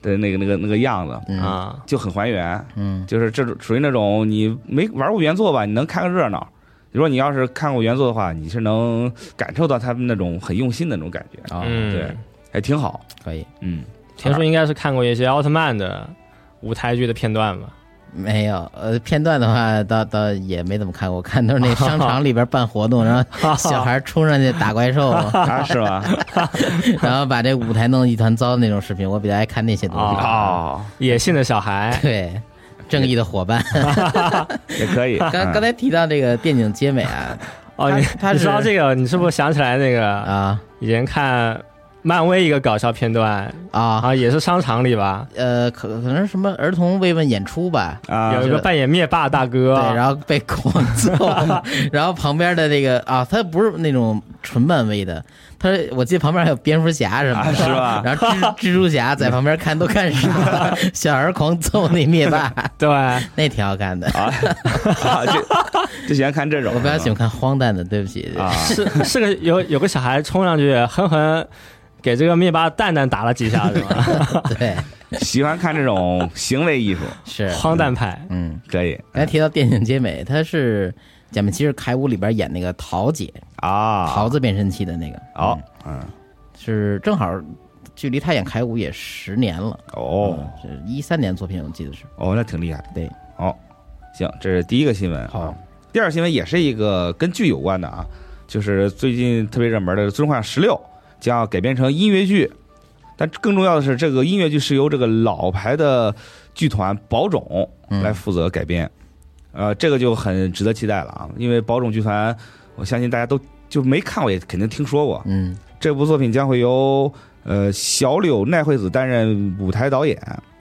[SPEAKER 4] 的那个那个那个样子，
[SPEAKER 2] 嗯
[SPEAKER 3] 啊，
[SPEAKER 4] 就很还原，
[SPEAKER 2] 嗯
[SPEAKER 4] 就是这种属于那种你没玩过原作吧，你能看个热闹。如果你要是看过原作的话，你是能感受到他们那种很用心的那种感觉，
[SPEAKER 2] 哦，
[SPEAKER 3] 嗯，
[SPEAKER 4] 对，还挺好。
[SPEAKER 2] 可以，
[SPEAKER 4] 嗯，
[SPEAKER 3] 听说应该是看过一些奥特曼的舞台剧的片段吧？
[SPEAKER 2] 没有，呃，片段的话倒倒也没怎么看过，看都是那 商场里边办活动，然后小孩冲上去打怪兽，
[SPEAKER 4] 啊，是吧？
[SPEAKER 2] 然后把这舞台弄得一团糟的那种视频，我比较爱看那些东西。
[SPEAKER 3] 啊
[SPEAKER 4] 哦，
[SPEAKER 3] 野性的 小孩，
[SPEAKER 2] 对，正义的伙 伴。
[SPEAKER 4] 也可以。嗯
[SPEAKER 2] 刚刚才提到这个电影街美啊
[SPEAKER 3] 哦，
[SPEAKER 2] 他
[SPEAKER 3] 你
[SPEAKER 2] 他
[SPEAKER 3] 你
[SPEAKER 2] 是
[SPEAKER 3] 说到这个，你是不是想起来那个
[SPEAKER 2] 啊
[SPEAKER 3] 以前看漫威一个搞笑片段
[SPEAKER 2] 啊，
[SPEAKER 3] 啊，也是商场里吧，
[SPEAKER 2] 呃，可可能是什么儿童慰问演出吧。
[SPEAKER 4] 啊
[SPEAKER 3] 有一个扮演灭霸大哥，
[SPEAKER 2] 对，然后被狂 揍，然后旁边的那个啊，他不是那种纯漫威的，他我记得旁边还有蝙蝠侠什么
[SPEAKER 4] 啊，
[SPEAKER 2] 的，
[SPEAKER 4] 是吧？
[SPEAKER 2] 然后蜘蜘蛛侠在旁边看都看傻 了，小孩狂揍那灭霸，
[SPEAKER 3] 对
[SPEAKER 2] 那挺好看的。
[SPEAKER 4] 啊， 啊就就喜欢看这种。
[SPEAKER 2] 我比较喜欢
[SPEAKER 4] 是
[SPEAKER 2] 看荒诞的，对不起。
[SPEAKER 4] 吧啊，
[SPEAKER 3] 是 是个有有个小孩冲上去狠狠给这个灭霸蛋蛋打了几下，是吧？
[SPEAKER 2] 对，
[SPEAKER 4] 喜欢看这种行为艺术，
[SPEAKER 2] 是，
[SPEAKER 3] 荒诞派
[SPEAKER 2] 嗯。
[SPEAKER 4] 可以
[SPEAKER 2] 刚才提到电影街美，她是假面骑士凯五里边演那个桃姐，
[SPEAKER 4] 啊。哦
[SPEAKER 2] 桃子变身器的那个，
[SPEAKER 4] 好
[SPEAKER 2] 嗯，是正好距离她演凯五也十年了，
[SPEAKER 4] 哦
[SPEAKER 2] 是一三年作品，我记得是。
[SPEAKER 4] 哦，那挺厉害的。
[SPEAKER 2] 嗯对，
[SPEAKER 4] 好，行，这是第一个新闻。
[SPEAKER 2] 好，
[SPEAKER 4] 第二新闻也是一个跟剧有关的啊，就是最近特别热门的《最终幻想十六》将要改编成音乐剧，但更重要的是，这个音乐剧是由这个老牌的剧团宝冢来负责改编，呃，这个就很值得期待了啊，因为宝冢剧团，我相信大家都就没看过也肯定听说过，
[SPEAKER 2] 嗯
[SPEAKER 4] 这部作品将会由呃小柳奈惠子担任舞台导演，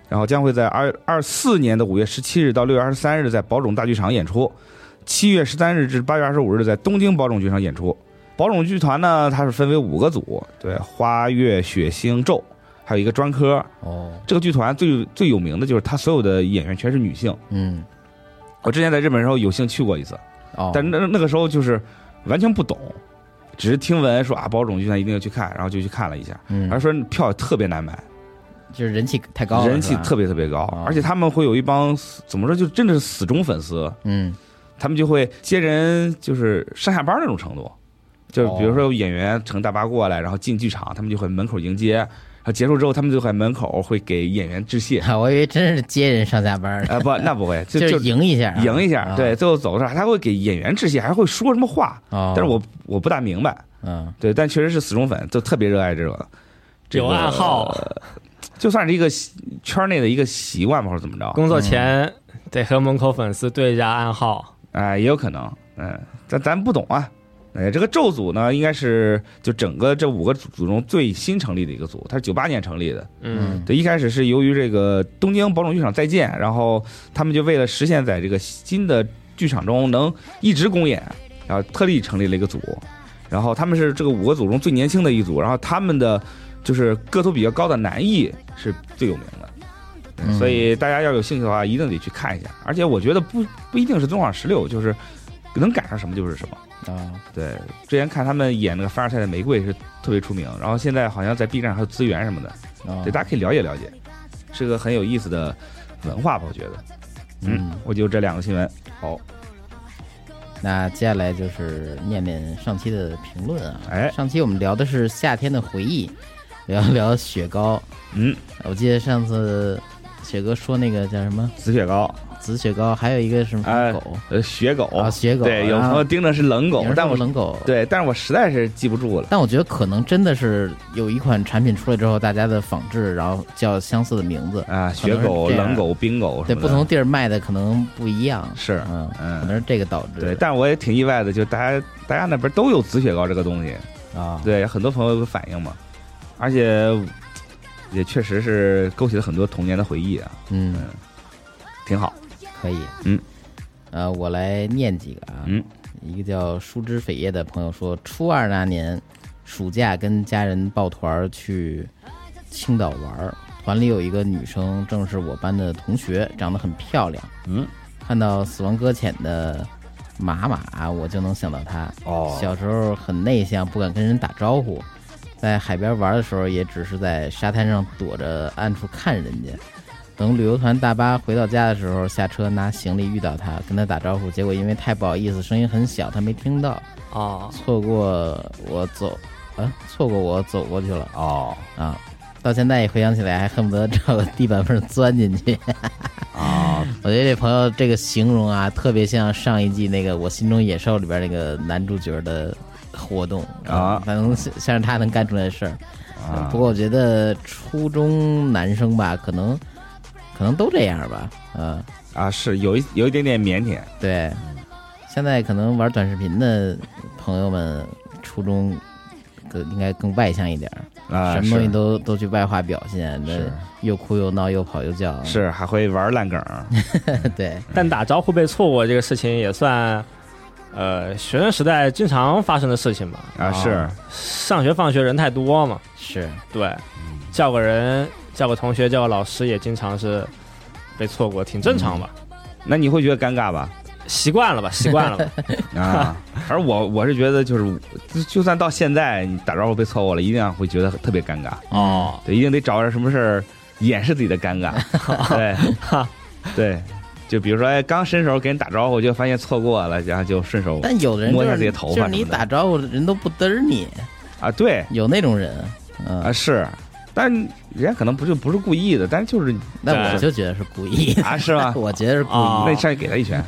[SPEAKER 4] 然后将会在二二四年的五月十七日到六月二十三日在宝冢大剧场演出，七月十三日至八月二十五日在东京宝冢剧场演出。宝冢剧团呢，它是分为五个组，对，花月、血腥、咒，还有一个专科。
[SPEAKER 2] 哦
[SPEAKER 4] 这个剧团最最有名的就是它所有的演员全是女性。
[SPEAKER 2] 嗯
[SPEAKER 4] 我之前在日本的时候有幸去过一次，
[SPEAKER 2] 哦，
[SPEAKER 4] 但是那那个时候就是完全不懂，只是听闻说啊宝冢剧团一定要去看，然后就去看了一下。
[SPEAKER 2] 嗯
[SPEAKER 4] 而，说票特别难买，
[SPEAKER 2] 就是人气太高了，
[SPEAKER 4] 人气
[SPEAKER 2] 是吧
[SPEAKER 4] 特别特别高，
[SPEAKER 2] 啊
[SPEAKER 4] 而且他们会有一帮怎么说，就真的是死忠粉丝，
[SPEAKER 2] 嗯，
[SPEAKER 4] 他们就会接人就是上下班那种程度，就是比如说有演员乘大巴过来，然后进剧场，他们就会门口迎接，然后结束之后，他们就会门口会给演员致谢
[SPEAKER 2] 啊，我以为真是接人上下班呢，
[SPEAKER 4] 啊不，那不会，就
[SPEAKER 2] 就。
[SPEAKER 4] 就是
[SPEAKER 2] 赢一下啊，
[SPEAKER 4] 赢一下，
[SPEAKER 2] 啊
[SPEAKER 4] 对，最后走的时候他会给演员致谢，还会说什么话，
[SPEAKER 2] 哦，
[SPEAKER 4] 但是我我不大明白，
[SPEAKER 2] 嗯
[SPEAKER 4] 对，但确实是死忠粉，就特别热爱这个，这个
[SPEAKER 3] 有暗号，
[SPEAKER 2] 呃
[SPEAKER 4] 就算是一个习圈内的一个习惯吧，或者怎么着，
[SPEAKER 3] 工作
[SPEAKER 2] 嗯
[SPEAKER 3] 前得和门口粉丝对一下暗号，
[SPEAKER 4] 哎、也有可能，嗯，咱咱不懂啊。哎，这个咒组呢，应该是就整个这五个组组中最新成立的一个组，它是九八年成立的。
[SPEAKER 3] 嗯，
[SPEAKER 2] 嗯
[SPEAKER 4] 对，一开始是由于这个东京宝冢剧场再建，然后他们就为了实现在这个新的剧场中能一直公演，然后特地成立了一个组，然后他们是这个五个组中最年轻的一组，然后他们的就是个头比较高的男艺是最有名的。
[SPEAKER 2] 嗯
[SPEAKER 4] 所以大家要有兴趣的话，一定得去看一下。而且我觉得不不一定是《中广十六》，就是能赶上什么就是什么。
[SPEAKER 2] 啊，
[SPEAKER 4] 对，之前看他们演那个《凡尔赛的玫瑰》是特别出名，然后现在好像在 B 站还有资源什么的，
[SPEAKER 2] 啊
[SPEAKER 4] 对，大家可以了解了解，是个很有意思的文化吧，我觉得。
[SPEAKER 2] 嗯，
[SPEAKER 4] 嗯我就这两个新闻。好，
[SPEAKER 2] 那接下来就是念念上期的评论啊。
[SPEAKER 4] 哎
[SPEAKER 2] 上期我们聊的是夏天的回忆，聊聊雪糕。
[SPEAKER 4] 嗯，
[SPEAKER 2] 我记得上次雪哥说那个叫什么
[SPEAKER 4] 紫雪糕，
[SPEAKER 2] 紫雪糕，还有一个什么
[SPEAKER 4] 哎
[SPEAKER 2] 狗，
[SPEAKER 4] 呃，雪狗，
[SPEAKER 2] 啊雪狗
[SPEAKER 4] 对，有
[SPEAKER 2] 啊
[SPEAKER 4] 朋友盯着是冷狗
[SPEAKER 2] 有人，
[SPEAKER 4] 但
[SPEAKER 2] 说
[SPEAKER 4] 我
[SPEAKER 2] 冷狗。
[SPEAKER 4] 对，但是我实在是记不住了。
[SPEAKER 2] 但我觉得可能真的是有一款产品出来之后，大家的仿制，然后叫相似的名字，
[SPEAKER 4] 啊，
[SPEAKER 2] 可能
[SPEAKER 4] 雪
[SPEAKER 2] 是
[SPEAKER 4] 狗、
[SPEAKER 2] 这样
[SPEAKER 4] 冷狗、冰狗
[SPEAKER 2] 对
[SPEAKER 4] 什么
[SPEAKER 2] 不
[SPEAKER 4] 的，
[SPEAKER 2] 同地儿卖的可能不一样。
[SPEAKER 4] 是
[SPEAKER 2] 嗯，
[SPEAKER 4] 嗯
[SPEAKER 2] 可能是这个导致的。
[SPEAKER 4] 对，但我也挺意外的，就大家大家那边都有紫雪糕这个东西，
[SPEAKER 2] 啊，
[SPEAKER 4] 对，很多朋友有反映嘛，而且也确实是勾起了很多童年的回忆啊，
[SPEAKER 2] 嗯，
[SPEAKER 4] 挺好。
[SPEAKER 2] 可以，
[SPEAKER 4] 嗯，
[SPEAKER 2] 呃，我来念几个啊，
[SPEAKER 4] 嗯，
[SPEAKER 2] 一个叫树枝扉叶的朋友说，初二那年暑假跟家人抱团儿去青岛玩儿，团里有一个女生，正是我班的同学，长得很漂亮，
[SPEAKER 4] 嗯，
[SPEAKER 2] 看到《死亡搁浅》的玛玛，我就能想到她。
[SPEAKER 4] 哦
[SPEAKER 2] 小时候很内向，不敢跟人打招呼，在海边玩的时候也只是在沙滩上躲着暗处看人家。等旅游团大巴回到家的时候，下车拿行李遇到她，跟她打招呼，结果因为太不好意思，声音很小，她没听到，
[SPEAKER 3] 啊，
[SPEAKER 2] 错过我走，啊，错过我走过去了
[SPEAKER 4] 哦
[SPEAKER 2] 啊。到现在一回想起来，还恨不得找个地板缝钻进去。
[SPEAKER 4] 啊，
[SPEAKER 2] 我觉得这朋友这个形容啊，特别像上一季那个《我心中野兽》里边那个男主角的活动
[SPEAKER 4] 啊
[SPEAKER 2] 反正像像是他能干出来的事儿。嗯
[SPEAKER 4] 啊
[SPEAKER 2] 不过我觉得初中男生吧，可能可能都这样吧，嗯、
[SPEAKER 4] 啊，是有一有一点点腼腆，
[SPEAKER 2] 对。现在可能玩短视频的朋友们，初中更应该更外向一点儿，
[SPEAKER 4] 啊，
[SPEAKER 2] 什么东西
[SPEAKER 4] 是
[SPEAKER 2] 都都去外化表现，那
[SPEAKER 4] 是
[SPEAKER 2] 又哭又闹又跑又叫，
[SPEAKER 4] 是还会玩烂梗儿， 啊
[SPEAKER 2] 对，
[SPEAKER 3] 但打招呼被错过这个事情也算，呃，学生时代经常发生的事情嘛。
[SPEAKER 4] 啊是
[SPEAKER 3] 上学放学人太多嘛，
[SPEAKER 2] 是
[SPEAKER 3] 对，叫个人、叫个同学、叫个老师也经常是被错过，挺正常吧？
[SPEAKER 4] 那你会觉得尴尬吧？
[SPEAKER 3] 习惯了吧，习惯了吧。
[SPEAKER 4] 啊，反正我我是觉得就是，就就算到现在你打招呼被错过了，一定会觉得特别尴尬，
[SPEAKER 2] 哦，
[SPEAKER 4] 对，一定得找点什么事儿掩饰自己的尴尬，对，对，就比如说哎，刚伸手给人打招呼，就发现错过了，然后就顺手
[SPEAKER 2] 但有的人
[SPEAKER 4] 摸
[SPEAKER 2] 就
[SPEAKER 4] 一下
[SPEAKER 2] 是
[SPEAKER 4] 自己头发
[SPEAKER 2] 就是
[SPEAKER 4] 什
[SPEAKER 2] 你
[SPEAKER 4] 么的
[SPEAKER 2] 打招呼人都不嘚儿你，
[SPEAKER 4] 啊，对
[SPEAKER 2] 有那种人，嗯，
[SPEAKER 4] 啊是，但人家可能不就不是故意的，但是就是
[SPEAKER 2] 那我就觉得是故意的，？
[SPEAKER 4] 啊是 吗
[SPEAKER 2] 我觉得是故
[SPEAKER 3] 啊
[SPEAKER 2] 意
[SPEAKER 4] 那你上去给他一拳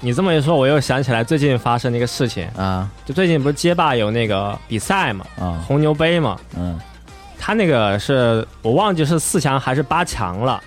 [SPEAKER 3] 你这么一说，我又想起来最近发生的一个事情，
[SPEAKER 2] 的啊
[SPEAKER 3] 就最近不是街霸有那个比赛嘛，
[SPEAKER 2] 啊
[SPEAKER 3] 红牛杯嘛，
[SPEAKER 2] 嗯
[SPEAKER 3] 他那个是我忘记是四强还是八强了，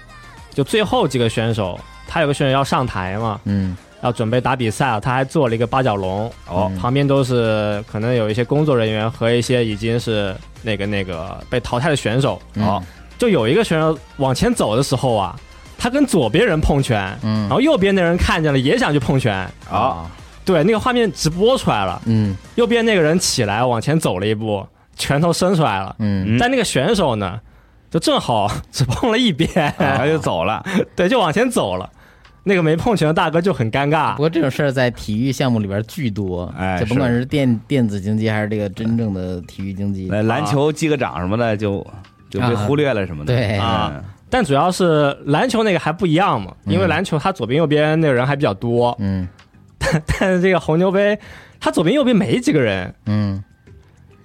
[SPEAKER 3] 就最后几个选手，他有个选手要上台嘛，
[SPEAKER 2] 嗯
[SPEAKER 3] 要准备打比赛啊了，他还做了一个八角笼，
[SPEAKER 4] 哦
[SPEAKER 3] 旁边都是可能有一些工作人员和一些已经是那个那个被淘汰的选手。
[SPEAKER 2] 嗯哦
[SPEAKER 3] 嗯
[SPEAKER 4] 好
[SPEAKER 3] 就有一个选手往前走的时候啊，他跟左边人碰拳，
[SPEAKER 2] 嗯
[SPEAKER 3] 然后右边的人看见了也想去碰拳，
[SPEAKER 4] 好
[SPEAKER 3] 对，那个画面直播出来了，
[SPEAKER 2] 嗯
[SPEAKER 3] 右边那个人起来往前走了一步，拳头伸出来了，
[SPEAKER 2] 嗯
[SPEAKER 3] 但那个选手呢，就正好 只碰了一边，
[SPEAKER 2] 啊
[SPEAKER 4] 他就走了，
[SPEAKER 3] 对，就往前走了。那个没碰拳的大哥就很尴尬
[SPEAKER 2] 不，过这种事儿在体育项目里边巨多，
[SPEAKER 4] 哎
[SPEAKER 2] 就甭管是电电子竞技还是这个真正的体育竞技，
[SPEAKER 4] 那呃篮球击个掌什么的就就被
[SPEAKER 2] 啊
[SPEAKER 4] 忽略了什么的，
[SPEAKER 2] 对啊
[SPEAKER 4] 嗯
[SPEAKER 3] 但主要是篮球那个还不一样嘛，因为篮球他左边右边那个人还比较多，
[SPEAKER 2] 嗯
[SPEAKER 3] 但是这个红牛杯他左边右边没几个人，
[SPEAKER 2] 嗯，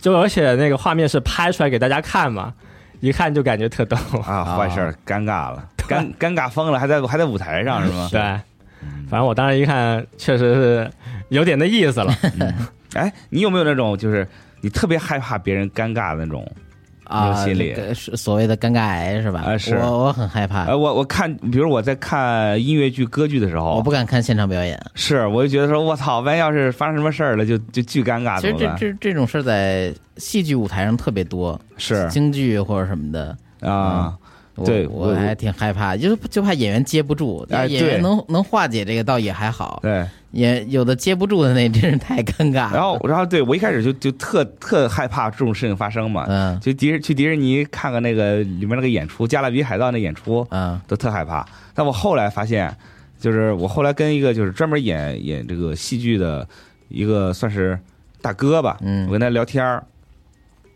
[SPEAKER 3] 就而且那个画面是拍出来给大家看嘛，一看就感觉特逗。
[SPEAKER 4] 啊坏事儿尴尬了， 尴尴尬疯了，还在还在舞台上是吗？
[SPEAKER 3] 对，反正我当时一看，确实是有点那意思 了。
[SPEAKER 4] 哎，你有没有那种就是你特别害怕别人尴尬的那种？
[SPEAKER 2] 啊，
[SPEAKER 4] 有心理
[SPEAKER 2] 这个是所谓的尴尬癌是吧？
[SPEAKER 4] 啊是
[SPEAKER 2] 我我很害怕，
[SPEAKER 4] 呃，我我看，比如我在看音乐剧、歌剧的时候，
[SPEAKER 2] 我不敢看现场表演。
[SPEAKER 4] 是，我就觉得说，我操，万一要是发生什么事儿了，就就巨尴尬，
[SPEAKER 2] 其
[SPEAKER 4] 怎
[SPEAKER 2] 实
[SPEAKER 4] 么
[SPEAKER 2] 这
[SPEAKER 4] 办？
[SPEAKER 2] 这这种事儿在戏剧舞台上特别多，
[SPEAKER 4] 是
[SPEAKER 2] 京剧或者什么的，
[SPEAKER 4] 啊，
[SPEAKER 2] 我
[SPEAKER 4] 对
[SPEAKER 2] 我
[SPEAKER 4] 我
[SPEAKER 2] 还挺害怕，就是就怕演员接不住。
[SPEAKER 4] 哎
[SPEAKER 2] 演员
[SPEAKER 4] 对
[SPEAKER 2] 能能化解这个倒也还好，
[SPEAKER 4] 对，
[SPEAKER 2] 也有的接不住的那真是太尴尬了。
[SPEAKER 4] 然后然后对我一开始就就特特害怕这种事情发生嘛，
[SPEAKER 2] 嗯
[SPEAKER 4] 就迪士去迪士尼看看那个里面那个演出《加勒比海盗》那演出，
[SPEAKER 2] 嗯
[SPEAKER 4] 都特害怕。但我后来发现，就是我后来跟一个就是专门演演这个戏剧的一个算是大哥吧，
[SPEAKER 2] 嗯
[SPEAKER 4] 我跟他聊天儿，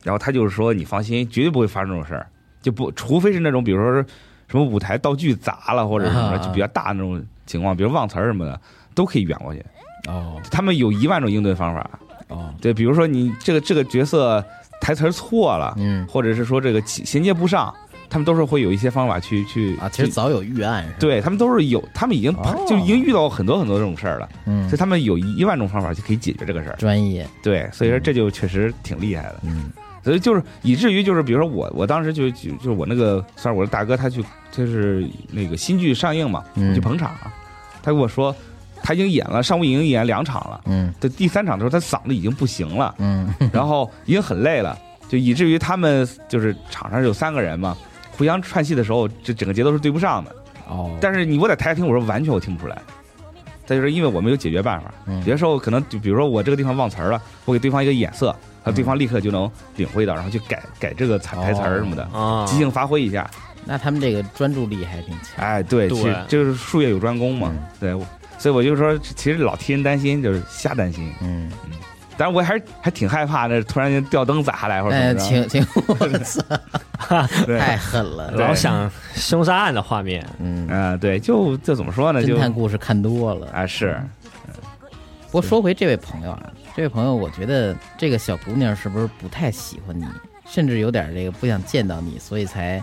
[SPEAKER 4] 然后他就是说你放心，绝对不会发生这种事儿，就不除非是那种比如说是什么舞台道具砸了或者什么
[SPEAKER 2] 啊
[SPEAKER 4] 的就比较大那种情况，比如忘词儿什么的都可以圆过去。
[SPEAKER 2] 哦
[SPEAKER 4] 他们有一万种应对方法，
[SPEAKER 2] 哦
[SPEAKER 4] 对，比如说你这个这个角色台词儿错了，
[SPEAKER 2] 嗯
[SPEAKER 4] 或者是说这个衔衔接不上，他们都是会有一些方法去去
[SPEAKER 2] 啊，其实
[SPEAKER 4] 去
[SPEAKER 2] 早有预案是吧？
[SPEAKER 4] 对他们都是有，他们已经、
[SPEAKER 2] 哦
[SPEAKER 4] 就已经遇到很多很多这种事儿了，
[SPEAKER 2] 嗯
[SPEAKER 4] 所以，他们有一万种方法就可以解决这个事儿。
[SPEAKER 2] 专业
[SPEAKER 4] 对，所以说这就确实挺厉害的。
[SPEAKER 2] 嗯
[SPEAKER 4] 所以就是以至于就是比如说我我当时就就就是我那个算是我的大哥，他去就是那个新剧上映嘛，
[SPEAKER 2] 嗯
[SPEAKER 4] 去捧场，啊他跟我说他已经演了上午已经演两场了，
[SPEAKER 2] 嗯
[SPEAKER 4] 这第三场的时候他嗓子已经不行了，
[SPEAKER 2] 嗯
[SPEAKER 4] 然后已经很累了，就以至于他们就是场上有三个人嘛，互相串戏的时候，这整个节奏是对不上的。
[SPEAKER 2] 哦，
[SPEAKER 4] 但是你我在台下听，我说完全我听不出来。再就是因为我们有解决办法，
[SPEAKER 2] 嗯
[SPEAKER 4] 有些时候可能就比如说我这个地方忘词儿了，我给对方一个眼色，然后对方立刻就能领会
[SPEAKER 2] 嗯
[SPEAKER 4] 到，然后去改改这个台台词儿什么的，
[SPEAKER 2] 哦
[SPEAKER 3] 啊，
[SPEAKER 4] 即兴发挥一下。
[SPEAKER 2] 那他们这个专注力还挺强。
[SPEAKER 4] 哎，对，
[SPEAKER 3] 对
[SPEAKER 4] 其实就是术业有专攻嘛
[SPEAKER 2] 嗯，
[SPEAKER 4] 对。我所以我就说，其实老替人担心，就是瞎担心。
[SPEAKER 2] 嗯，
[SPEAKER 4] 但是我还是还挺害怕，那突然间吊灯砸下来或者
[SPEAKER 2] 那
[SPEAKER 4] 怎么着，
[SPEAKER 2] 请请 我操，
[SPEAKER 4] 对，
[SPEAKER 2] 哎太狠 了。
[SPEAKER 3] 老想凶杀案的画面，
[SPEAKER 2] 嗯，
[SPEAKER 4] 啊、对，就就怎么说呢，
[SPEAKER 2] 侦
[SPEAKER 4] 就
[SPEAKER 2] 探故事看多了。
[SPEAKER 4] 啊是，
[SPEAKER 2] 不过说回这位朋友啊，这位朋友，我觉得这个小姑娘是不是不太喜欢你，甚至有点这个不想见到你，所以才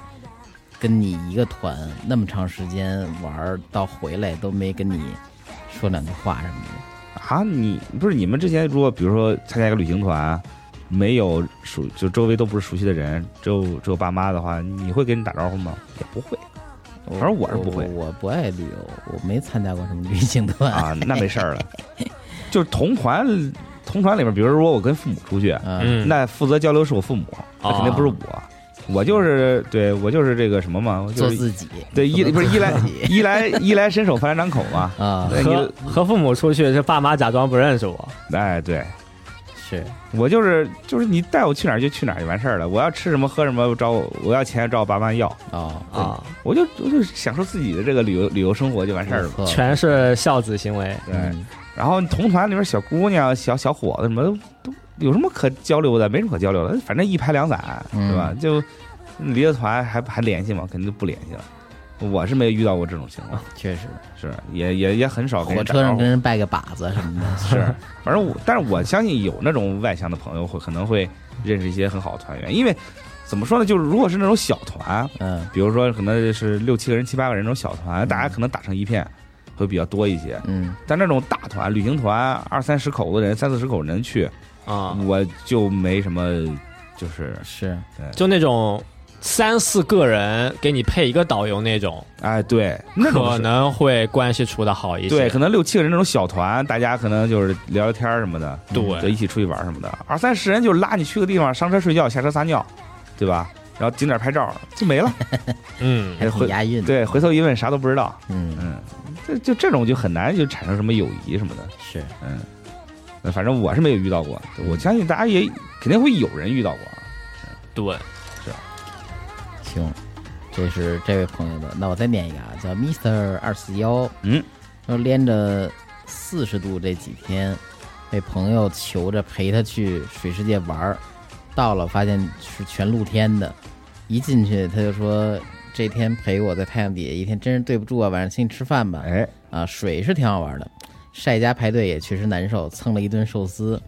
[SPEAKER 2] 跟你一个团那么长时间玩儿到回来都没跟你说两句话什么的。
[SPEAKER 4] 啊，你不是你们之前如果比如说参加一个旅行团，没有熟就周围都不是熟悉的人，只有只有爸妈的话，你会跟人打招呼吗？也不会
[SPEAKER 2] 我
[SPEAKER 4] 反正我是不会
[SPEAKER 2] 我我不爱旅游，我没参加过什么旅行团
[SPEAKER 4] 啊，那没 事儿了。就是同团同团里面，比如说我跟父母出去，
[SPEAKER 2] 嗯哦
[SPEAKER 3] 嗯，
[SPEAKER 4] 那负责交流是我父母，那肯定
[SPEAKER 3] 哦
[SPEAKER 4] 不是我，我就是对我就是这个什么嘛，我
[SPEAKER 2] 做
[SPEAKER 4] 就是
[SPEAKER 2] 自己，
[SPEAKER 4] 对一不是一 来
[SPEAKER 2] 做自己
[SPEAKER 4] 一来一来伸手饭来张口嘛，
[SPEAKER 2] 啊，
[SPEAKER 4] 对
[SPEAKER 3] 和和父母出去，这爸妈假装不认识我，
[SPEAKER 4] 哎对，
[SPEAKER 2] 是
[SPEAKER 4] 我就是就是你带我去哪儿就去哪儿就完事儿了。我要吃什么喝什么找我，我要钱找我爸妈要，
[SPEAKER 2] 哦
[SPEAKER 3] 啊，
[SPEAKER 4] 我就我就享受自己的这个旅游旅游生活就完事儿了。
[SPEAKER 2] 不错
[SPEAKER 3] 全是孝子行为。
[SPEAKER 4] 对，
[SPEAKER 2] 嗯
[SPEAKER 4] 然后同团里面小姑娘、小小伙子什么的都有什么可交流的？没什么可交流的，反正一拍两散，
[SPEAKER 2] 嗯
[SPEAKER 4] 对吧？就离了团还还联系吗？肯定就不联系了。我是没遇到过这种情况，
[SPEAKER 2] 确实，
[SPEAKER 4] 是也也也很少跟
[SPEAKER 2] 哦火
[SPEAKER 4] 人打
[SPEAKER 2] 车
[SPEAKER 4] 招
[SPEAKER 2] 上
[SPEAKER 4] 呼
[SPEAKER 2] 跟人拜个把子什么的，
[SPEAKER 4] 是，反正我，但是我相信有那种外向的朋友会可能会认识一些很好的团员，因为怎么说呢，就是如果是那种小团，
[SPEAKER 2] 嗯
[SPEAKER 4] 比如说可能是六七个人、七八个人那种小团，大家可能打成一片会比较多一些。
[SPEAKER 2] 嗯
[SPEAKER 4] 但那种大团、旅行团，二三十口子人、三四十口人去，
[SPEAKER 3] 啊，
[SPEAKER 4] 我就没什么，就是
[SPEAKER 2] 是
[SPEAKER 3] 就那种三四个人给你配一个导游那种，
[SPEAKER 4] 哎，对，那种
[SPEAKER 3] 可
[SPEAKER 4] 是
[SPEAKER 3] 能会关系处的好一些。
[SPEAKER 4] 对，可能六七个人那种小团，大家可能就是聊聊天儿什么的，嗯
[SPEAKER 3] 对
[SPEAKER 4] 就一起出去玩儿什么的。二三十人就拉你去个地方，上车睡觉，下车撒尿，对吧？然后景点拍照就 没了。
[SPEAKER 3] 嗯，
[SPEAKER 4] 哎
[SPEAKER 2] 还挺押韵的，
[SPEAKER 4] 对，回头一问啥都不知道。
[SPEAKER 2] 嗯
[SPEAKER 4] 嗯，这就这种就很难就产生什么友谊什么的。
[SPEAKER 2] 是
[SPEAKER 4] 嗯，呃反正我是没有遇到过，我相信大家也肯定会有人遇到过。
[SPEAKER 3] 对，
[SPEAKER 2] 行，这是这位朋友的，那我再念一个啊，叫 Mister 二四幺，
[SPEAKER 4] 嗯，
[SPEAKER 2] 说连着四十度这几天，被朋友求着陪他去水世界玩儿，到了发现是全露天的，一进去他就说这天陪我在太阳底下一天真是对不住啊，晚上请你吃饭吧，
[SPEAKER 4] 哎，
[SPEAKER 2] 啊，水是挺好玩的，晒家排队也确实难受，蹭了一顿寿司，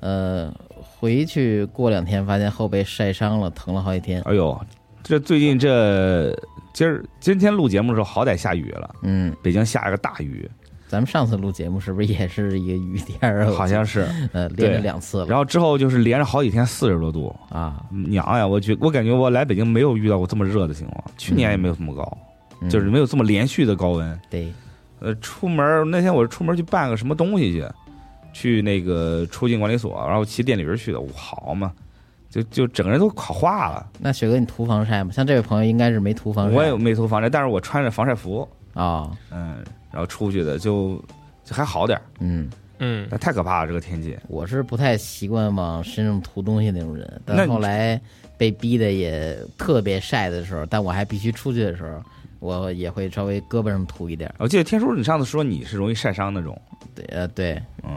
[SPEAKER 2] 呃，回去过两天发现后背晒伤了，疼了好几天。
[SPEAKER 4] 哎呦，这最近这今儿今天录节目的时候，好歹下雨了，
[SPEAKER 2] 嗯，
[SPEAKER 4] 北京下了个大雨，
[SPEAKER 2] 咱们上次录节目是不是也是一个雨天儿啊？我
[SPEAKER 4] 好像是。
[SPEAKER 2] 呃连着
[SPEAKER 4] 对
[SPEAKER 2] 两次了
[SPEAKER 4] 然后之后就是连着好几天四十多度，
[SPEAKER 2] 啊，
[SPEAKER 4] 娘呀！我觉我感觉我来北京没有遇到过这么热的情况，去年也没有这么高，
[SPEAKER 2] 嗯
[SPEAKER 4] 就是没有这么连续的高温。
[SPEAKER 2] 对，
[SPEAKER 4] 呃，出门儿那天我是出门去办个什么东西去，去那个出境管理所，然后骑电驴儿去的。我好嘛，就就整个人都烤化了。
[SPEAKER 2] 那雪哥，你涂防晒吗？像这位朋友应该是没涂防晒。
[SPEAKER 4] 我也没涂防晒，但是我穿着防晒服，
[SPEAKER 2] 哦，
[SPEAKER 4] 嗯，然后出去的就就还好点儿，
[SPEAKER 2] 嗯，
[SPEAKER 3] 嗯，
[SPEAKER 4] 但太可怕了这个天气。
[SPEAKER 2] 我是不太习惯往身上涂东西那种人，
[SPEAKER 4] 那
[SPEAKER 2] 但
[SPEAKER 4] 你
[SPEAKER 2] 后来被逼的也特别晒的时候，但我还必须出去的时候，我也会稍微胳膊上涂一点儿。
[SPEAKER 4] 我记得天叔，你上次说你是容易晒伤那种，
[SPEAKER 2] 对，呃，对，
[SPEAKER 4] 嗯，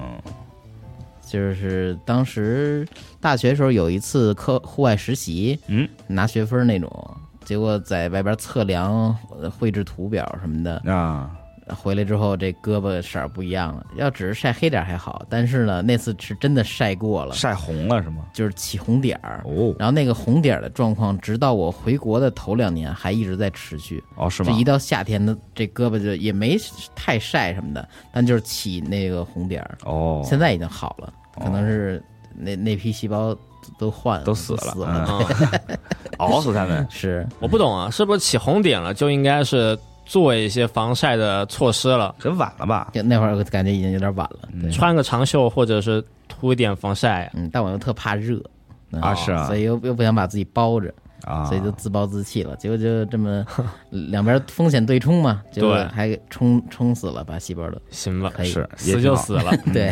[SPEAKER 2] 就是当时大学时候有一次课户外实习，
[SPEAKER 4] 嗯，
[SPEAKER 2] 拿学分那种，结果在外边测量、呃绘制图表什么的，
[SPEAKER 4] 啊，
[SPEAKER 2] 回来之后这胳膊色儿不一样了。要只是晒黑点儿还好，但是呢，那次是真的晒过了，
[SPEAKER 4] 晒红了是吗？
[SPEAKER 2] 就是起红点儿。
[SPEAKER 4] 哦
[SPEAKER 2] 然后那个红点儿的状况，直到我回国的头两年还一直在持续。
[SPEAKER 4] 哦，是
[SPEAKER 2] 这
[SPEAKER 4] 吗？
[SPEAKER 2] 一到夏天的这胳膊就也没太晒什么的，但就是起那个红点儿。
[SPEAKER 4] 哦，
[SPEAKER 2] 现在已经好了，可能
[SPEAKER 4] 哦
[SPEAKER 2] 是那那批细胞都换了，
[SPEAKER 4] 都
[SPEAKER 2] 都
[SPEAKER 4] 死了
[SPEAKER 2] 了，。
[SPEAKER 4] 嗯
[SPEAKER 3] 啊，
[SPEAKER 4] 熬死他们
[SPEAKER 2] 是
[SPEAKER 3] 我不懂啊，是不是起红点了就应该是做一些防晒的措施了？
[SPEAKER 4] 很晚了吧？
[SPEAKER 2] 就那会儿我感觉已经有点晚
[SPEAKER 4] 嗯
[SPEAKER 2] 了，对，
[SPEAKER 3] 穿个长袖或者是涂一点防晒，
[SPEAKER 2] 嗯，但我又特怕热，嗯
[SPEAKER 4] 啊是啊
[SPEAKER 2] 所以又又不想把自己包着，
[SPEAKER 4] 啊，
[SPEAKER 2] 所以就自暴自弃了，结果就这么 两边风险对冲 嘛，结果
[SPEAKER 3] 对
[SPEAKER 2] 还冲冲死了，把细胞都
[SPEAKER 3] 行吧，
[SPEAKER 2] 可以，
[SPEAKER 4] 是
[SPEAKER 3] 死
[SPEAKER 4] 也挺
[SPEAKER 3] 就
[SPEAKER 4] 好
[SPEAKER 3] 死 了。
[SPEAKER 2] 对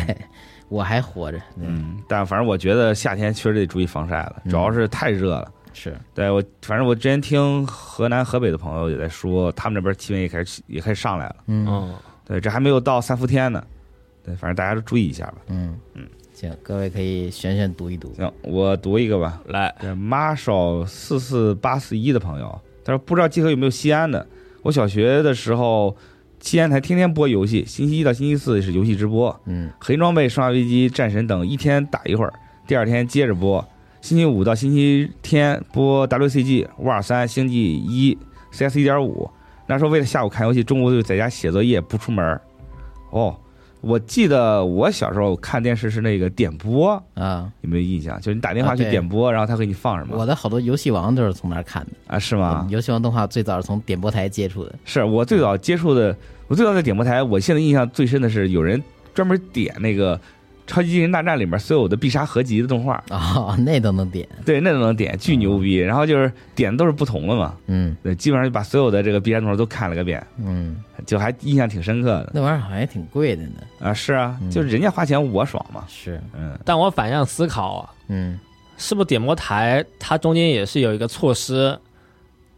[SPEAKER 2] 我还活着，嗯，
[SPEAKER 4] 嗯，但反正我觉得夏天确实得注意防晒了，主要是太热了。
[SPEAKER 2] 是，
[SPEAKER 4] 对我，反正我之前听河南、河北的朋友也在说，他们那边气温也开始也开始上来了。
[SPEAKER 2] 嗯
[SPEAKER 3] 嗯，
[SPEAKER 4] 对，这还没有到三伏天呢。对，反正大家都注意一下吧。
[SPEAKER 2] 嗯嗯，行，各位可以选选读一读，
[SPEAKER 4] 行，我读一个吧。
[SPEAKER 3] 来，
[SPEAKER 4] 这 Marshall 四四八四一的朋友，他说不知道集合有没有西安的。我小学的时候，西安台天天播游戏，星期一到星期四是游戏直播，
[SPEAKER 2] 嗯
[SPEAKER 4] 黑装备、生化危机、战神等一天打一会儿，第二天接着播。星期五到星期天播 WCG、五二三、星际一、CS 一点五。那时候为了下午看游戏，中午就在家写作业，不出门儿。哦，我记得我小时候看电视是那个点播，
[SPEAKER 2] 啊，
[SPEAKER 4] 有没有印象？就是你打电话
[SPEAKER 2] 啊
[SPEAKER 4] 去
[SPEAKER 2] 对
[SPEAKER 4] 点播，然后他给你放什么？
[SPEAKER 2] 我的好多游戏王都是从那儿看的。
[SPEAKER 4] 啊，是
[SPEAKER 2] 嗯
[SPEAKER 4] 吗？
[SPEAKER 2] 游戏王动画最早是从点播台接触的，
[SPEAKER 4] 是我最早接触的，我最早在点播台，我现在印象最深的是有人专门点那个《超级机器人大战》里面所有的必杀合集的动画，
[SPEAKER 2] 哦， 那都能点，
[SPEAKER 4] 对，那都能点，巨牛逼。然后就是点的都是不同的嘛，
[SPEAKER 2] 嗯
[SPEAKER 4] 对，基本上就把所有的这个必杀动画都看了个遍，
[SPEAKER 2] 嗯，
[SPEAKER 4] 就还印象挺深刻的
[SPEAKER 2] 那玩意儿好像也挺贵的呢，
[SPEAKER 4] 啊。是啊，
[SPEAKER 2] 嗯
[SPEAKER 4] 就是人家花钱我爽嘛，
[SPEAKER 2] 是，
[SPEAKER 4] 嗯，
[SPEAKER 3] 但我反向思考啊，
[SPEAKER 2] 嗯，
[SPEAKER 3] 是不是点播台它中间也是有一个措施，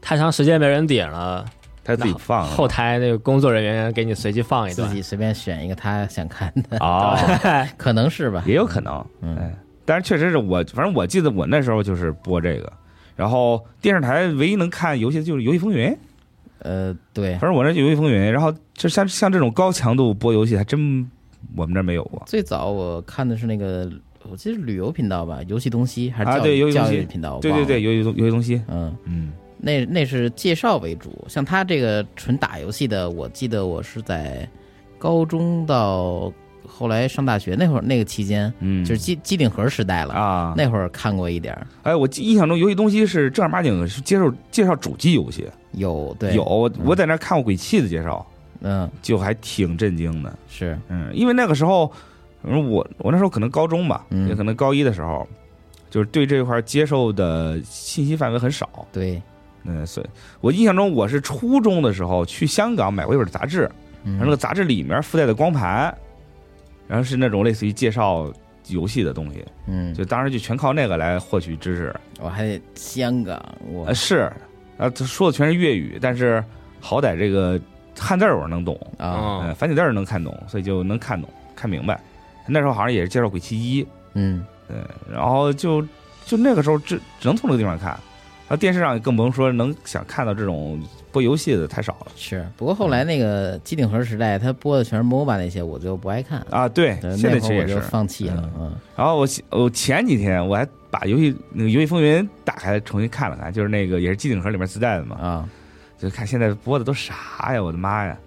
[SPEAKER 3] 太长时间没人点了，
[SPEAKER 4] 他自己放
[SPEAKER 3] 后
[SPEAKER 4] 了
[SPEAKER 3] 台那个工作人员给你随机放一
[SPEAKER 2] 自
[SPEAKER 3] 段。
[SPEAKER 2] 己随便选一个他想看的，
[SPEAKER 4] 哦，
[SPEAKER 2] 可能是吧，
[SPEAKER 4] 也有可能，
[SPEAKER 2] 嗯
[SPEAKER 4] 哎，但是确实是我，反正我记得我那时候就是播这个。然后电视台唯一能看游戏的就是《游戏风云》，
[SPEAKER 2] 呃，对
[SPEAKER 4] 反，正我这《游戏风云》，然后就像像这种高强度播游戏，还真我们这儿没有过。
[SPEAKER 2] 最早我看的是那个，我记得是旅游频道吧，游戏东西还是
[SPEAKER 4] 啊
[SPEAKER 2] 教
[SPEAKER 4] 对游
[SPEAKER 2] 育
[SPEAKER 4] 戏东
[SPEAKER 2] 教
[SPEAKER 4] 西
[SPEAKER 2] 育频道，我
[SPEAKER 4] 对
[SPEAKER 2] 忘
[SPEAKER 4] 对
[SPEAKER 2] 了
[SPEAKER 4] 对，，游戏东游戏东西，
[SPEAKER 2] 嗯，
[SPEAKER 4] 嗯，
[SPEAKER 2] 那那是介绍为主，像他这个纯打游戏的，我记得我是在高中到后来上大学那会儿那个期间，
[SPEAKER 4] 嗯
[SPEAKER 2] 就是机机顶盒时代了。
[SPEAKER 4] 啊，
[SPEAKER 2] 那会儿看过一点儿，
[SPEAKER 4] 哎，我记印象中游戏东西是正儿八经是接受介绍主机游戏，
[SPEAKER 2] 有对
[SPEAKER 4] 有我我在那儿看过《鬼泣》的介绍，
[SPEAKER 2] 嗯
[SPEAKER 4] 就还挺震惊的，
[SPEAKER 2] 是
[SPEAKER 4] 嗯，因为那个时候，嗯我我那时候可能高中吧，
[SPEAKER 2] 嗯
[SPEAKER 4] 也可能高一的时候，就是对这块儿接受的信息范围很少，
[SPEAKER 2] 对，
[SPEAKER 4] 嗯，所以我印象中我是初中的时候去香港买过一本杂志，然后那
[SPEAKER 2] 嗯
[SPEAKER 4] 个杂志里面附带的光盘，然后是那种类似于介绍游戏的东西，
[SPEAKER 2] 嗯，
[SPEAKER 4] 就当时就全靠那个来获取知识。
[SPEAKER 2] 我还得香港，我
[SPEAKER 4] 呃，是，啊，他说的全是粤语，但是好歹这个汉字儿我能懂，
[SPEAKER 2] 啊
[SPEAKER 4] 嗯，
[SPEAKER 3] 嗯，
[SPEAKER 4] 繁体字儿能看懂，所以就能看懂、看明白。那时候好像也是介绍《鬼泣一》，
[SPEAKER 2] 嗯
[SPEAKER 4] 嗯，然后就就那个时候只只能从这个地方看，然后电视上更甭说能想看到这种播游戏的太少了
[SPEAKER 2] 是，不过后
[SPEAKER 4] 嗯
[SPEAKER 2] 来那个机顶盒时代，他播的全是 MOBA 那些，我就不爱看，
[SPEAKER 4] 啊。对，
[SPEAKER 2] 对
[SPEAKER 4] 现在
[SPEAKER 2] 呃那
[SPEAKER 4] 其
[SPEAKER 2] 会
[SPEAKER 4] 实
[SPEAKER 2] 儿
[SPEAKER 4] 也
[SPEAKER 2] 我
[SPEAKER 4] 是
[SPEAKER 2] 就。放弃了，嗯
[SPEAKER 4] 然后我前我前几天我还把游戏那个《游戏风云》打开重新看了看，就是那个也是机顶盒里面自带的嘛，
[SPEAKER 2] 啊
[SPEAKER 4] 就看现在播的都啥呀，我的 妈呀！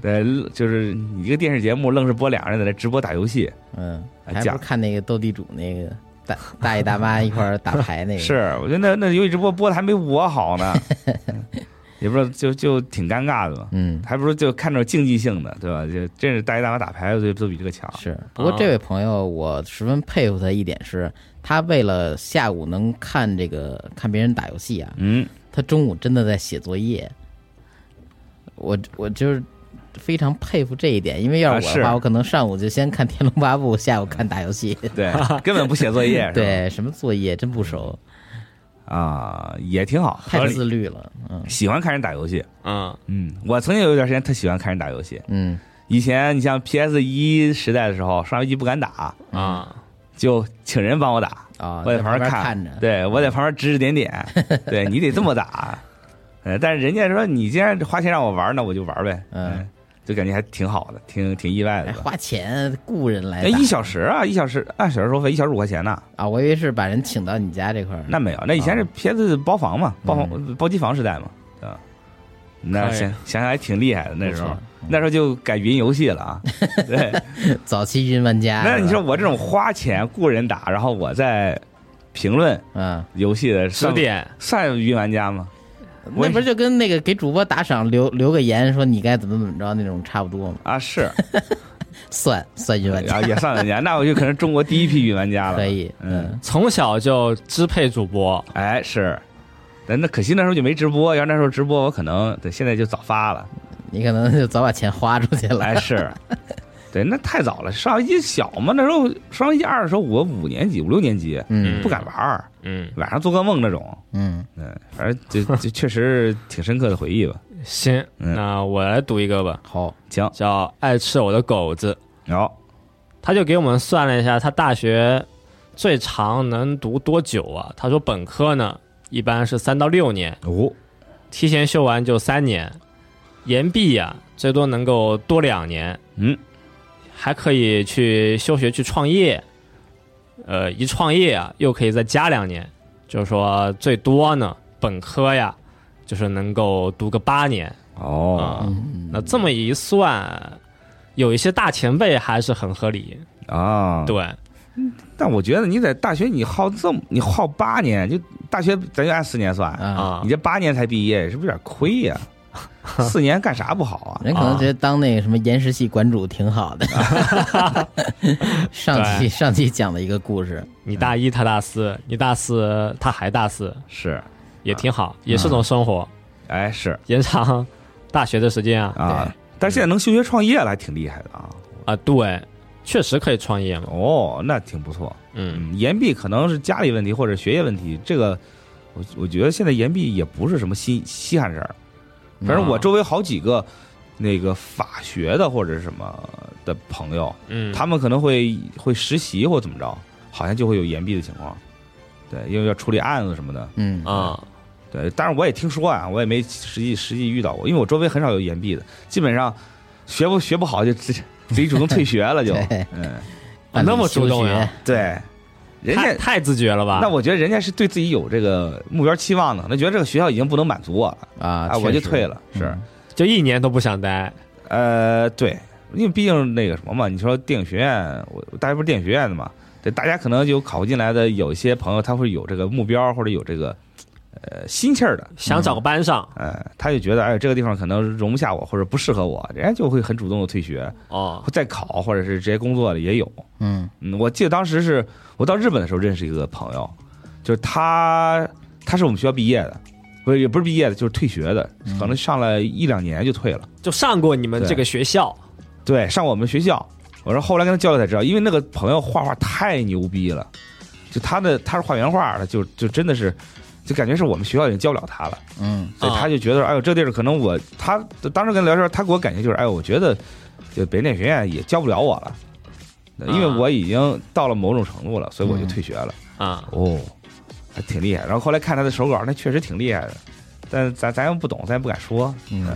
[SPEAKER 4] 对，就是你一个电视节目愣是播俩人在那直播打游戏，
[SPEAKER 2] 嗯，
[SPEAKER 4] 哎
[SPEAKER 2] 还不
[SPEAKER 4] 讲
[SPEAKER 2] 是看那个斗地主那个大大 嗯爷大妈一块儿打牌那个，
[SPEAKER 4] 是我觉得那那游戏直播播的还没我好呢。也不知道就就挺尴尬的嘛。
[SPEAKER 2] 嗯，
[SPEAKER 4] 还不如就看着竞技性的，对吧？就真是大爷大妈打牌都都比这个强。
[SPEAKER 2] 是。不过这
[SPEAKER 4] 啊
[SPEAKER 2] 位朋友，我十分佩服他一点是，他为了下午能看这个看别人打游戏啊，
[SPEAKER 4] 嗯，
[SPEAKER 2] 他中午真的在写作业。我我就是非常佩服这一点，因为要
[SPEAKER 4] 啊
[SPEAKER 2] 是我的话，
[SPEAKER 4] 是
[SPEAKER 2] 我可能上午就先看《天龙八部》，下午看打游 戏。
[SPEAKER 4] 对，根本不写 作业，是吧
[SPEAKER 2] 对，什么作业真不熟，
[SPEAKER 4] 啊，也挺好，合
[SPEAKER 2] 太
[SPEAKER 4] 理。
[SPEAKER 2] 自律了。嗯
[SPEAKER 4] 喜欢看人打游戏，
[SPEAKER 3] 嗯，
[SPEAKER 4] 嗯，我曾经有一段时间特喜欢看人打游戏。
[SPEAKER 2] 嗯，
[SPEAKER 4] 以前你像 PS 一时代的时候，刷游戏不敢打，
[SPEAKER 3] 啊，
[SPEAKER 4] 就请人帮我打，
[SPEAKER 2] 啊，
[SPEAKER 4] 我在
[SPEAKER 2] 在
[SPEAKER 4] 旁
[SPEAKER 2] 边
[SPEAKER 4] 边
[SPEAKER 2] 看着。
[SPEAKER 4] 对我在旁边指指 点点，对你得这么打。呃，但是人家说你既然花钱让我玩，那我就玩呗。
[SPEAKER 2] 嗯，
[SPEAKER 4] 就感觉还挺好的，挺挺意外
[SPEAKER 2] 哎，
[SPEAKER 4] 的。
[SPEAKER 2] 花钱雇人来
[SPEAKER 4] 哎，
[SPEAKER 2] 打
[SPEAKER 4] 一小时啊，一小时按小时收费，一小时五块钱呢。
[SPEAKER 2] 啊，我以为是把人请到你家这块儿。
[SPEAKER 4] 那没有，那以前是
[SPEAKER 2] 啊嗯
[SPEAKER 4] PS 包房嘛，包房包机房时代嘛，对吧？那
[SPEAKER 3] 可以
[SPEAKER 4] 想想想还挺厉害的那时
[SPEAKER 2] 不
[SPEAKER 4] 候
[SPEAKER 2] 错，
[SPEAKER 4] 那时候就改云游戏了 啊。对，
[SPEAKER 2] 早期云玩家，
[SPEAKER 4] 那你
[SPEAKER 2] 是
[SPEAKER 4] 说
[SPEAKER 2] 吧
[SPEAKER 4] 我这种花钱雇人打，然后我在评论
[SPEAKER 2] 嗯，
[SPEAKER 4] 游戏的
[SPEAKER 3] 十
[SPEAKER 4] 算
[SPEAKER 3] 点
[SPEAKER 4] 算云玩家吗？我
[SPEAKER 2] 那
[SPEAKER 4] 也
[SPEAKER 2] 不是就跟那个给主播打赏留留个言，说你该怎么怎么着那种差不多吗？
[SPEAKER 4] 啊，是
[SPEAKER 2] 算算云玩家
[SPEAKER 4] 啊，也算玩家，那我就可能中国第一批云玩家了。
[SPEAKER 2] 可，以，
[SPEAKER 4] 嗯，
[SPEAKER 3] 从小就支配主播，
[SPEAKER 4] 哎，是。但那可惜那时候就没直播，要是那时候直播，我可能对现在就早发了。
[SPEAKER 2] 你可能就早把钱花出去了。
[SPEAKER 4] 哎， 是，对，那太早了。上学期小嘛，那时候上学期二的时候，我五年级、五六年级，
[SPEAKER 2] 嗯
[SPEAKER 4] 不敢玩儿，
[SPEAKER 3] 嗯，
[SPEAKER 4] 晚上做噩梦那种。
[SPEAKER 2] 嗯，
[SPEAKER 4] 嗯，反正就就确实挺深刻的回忆吧。
[SPEAKER 3] 行，
[SPEAKER 4] 嗯
[SPEAKER 3] 那我来读一个吧，
[SPEAKER 2] 好，
[SPEAKER 4] 行，
[SPEAKER 3] 叫《爱吃我的狗子》，
[SPEAKER 4] 然后
[SPEAKER 3] 他就给我们算了一下，他大学最长能读多久啊？他说本科呢，一般是三到六年，
[SPEAKER 4] 哦，
[SPEAKER 3] 提前修完就三年，延毕呀、最多能够多两年，
[SPEAKER 4] 嗯，
[SPEAKER 3] 还可以去休学去创业，呃，一创业啊，又可以再加两年，就是说最多呢，本科呀，就是能够读个八年啊、
[SPEAKER 4] 哦
[SPEAKER 3] 那这么一算，有一些大前辈还是很合理，
[SPEAKER 4] 啊，
[SPEAKER 3] 对，
[SPEAKER 4] 但我觉得你在大学你耗这么你耗八年，就大学咱就按四年算，
[SPEAKER 2] 啊，
[SPEAKER 3] 啊
[SPEAKER 4] 你，这八年才毕业，是不是有点亏呀、四年干啥不好啊？
[SPEAKER 2] 人可能觉得当那个什么岩石系馆主挺好的。
[SPEAKER 4] 啊
[SPEAKER 2] 上期上期讲的一个故事，
[SPEAKER 3] 你大一他大四，你大四他还大四，
[SPEAKER 4] 是，
[SPEAKER 3] 也挺
[SPEAKER 4] 啊
[SPEAKER 3] 好，也是种生活，
[SPEAKER 4] 哎是
[SPEAKER 3] 延长大学的时间啊
[SPEAKER 4] 啊，但是现在能休学创业了，还挺厉害的啊。
[SPEAKER 3] 啊，对，确实可以创业嘛，
[SPEAKER 4] 哦，那挺不错。
[SPEAKER 3] 嗯，
[SPEAKER 4] 嗯，延毕可能是家里问题或者学业问题，这个我我觉得现在延毕也不是什么稀稀罕事儿。反正我周围好几个那个法学的或者什么的朋友，
[SPEAKER 3] 嗯，
[SPEAKER 4] 他们可能会会实习或怎么着，好像就会有延毕的情况。对，因为要处理案子什么的。
[SPEAKER 2] 嗯，
[SPEAKER 3] 啊，
[SPEAKER 4] 对，当然我也听说啊，我也没实际实际遇到过，因为我周围很少有延毕的，基本上学不学不好就自己自己主动退学了就
[SPEAKER 2] 对，
[SPEAKER 4] 嗯，
[SPEAKER 3] 啊那么主动呀
[SPEAKER 2] 办理休学
[SPEAKER 4] 对，人
[SPEAKER 3] 太
[SPEAKER 4] 家
[SPEAKER 3] 太自觉了吧？
[SPEAKER 4] 那我觉得人家是对自己有这个目标期望的，那觉得这个学校已经不能满足我了，
[SPEAKER 2] 啊
[SPEAKER 4] 啊，，我就
[SPEAKER 2] 确实
[SPEAKER 4] 退了，是，
[SPEAKER 3] 就一年都不想待，
[SPEAKER 4] 呃，对，因为毕竟那个什么嘛，你说电影学院，我我大学不是电影学院的嘛，对，大家可能就考进来的有一些朋友，他会有这个目标或者有这个呃心气儿的，
[SPEAKER 3] 想找个班上、
[SPEAKER 4] 呃，他就觉得哎这个地方可能容不下我或者不适合我，人家就会很主动的退学，
[SPEAKER 3] 哦，
[SPEAKER 4] 再考或者是直接工作的也有。
[SPEAKER 2] 嗯
[SPEAKER 4] 嗯，我记得当时是我到日本的时候认识一个朋友，就是他，他是我们学校毕业的，不是也不是毕业的，就是退学的，可能上了一两年就退了。
[SPEAKER 3] 就上过你们
[SPEAKER 4] 对
[SPEAKER 3] 这个学校
[SPEAKER 4] 对，上我们学校，我说后来跟他交流才知道，因为那个朋友画画太牛逼了，就他的他是画原画的，就就真的是。就感觉是我们学校已经教不了他了，
[SPEAKER 2] 嗯
[SPEAKER 4] 所以
[SPEAKER 3] 啊
[SPEAKER 4] 他就觉得，哎呦，这地儿可能我他当时跟他聊天，他给我感觉就是，哎呦，我觉得就北电学院也教不了我了，因为
[SPEAKER 3] 啊
[SPEAKER 4] 我已经到了某种程度了，所以我就退学了。
[SPEAKER 3] 啊，
[SPEAKER 2] 嗯
[SPEAKER 4] 哦，还挺厉害。然后后来看他的手稿，那确实挺厉害的，但咱咱又不懂，咱也不敢说。
[SPEAKER 2] 嗯，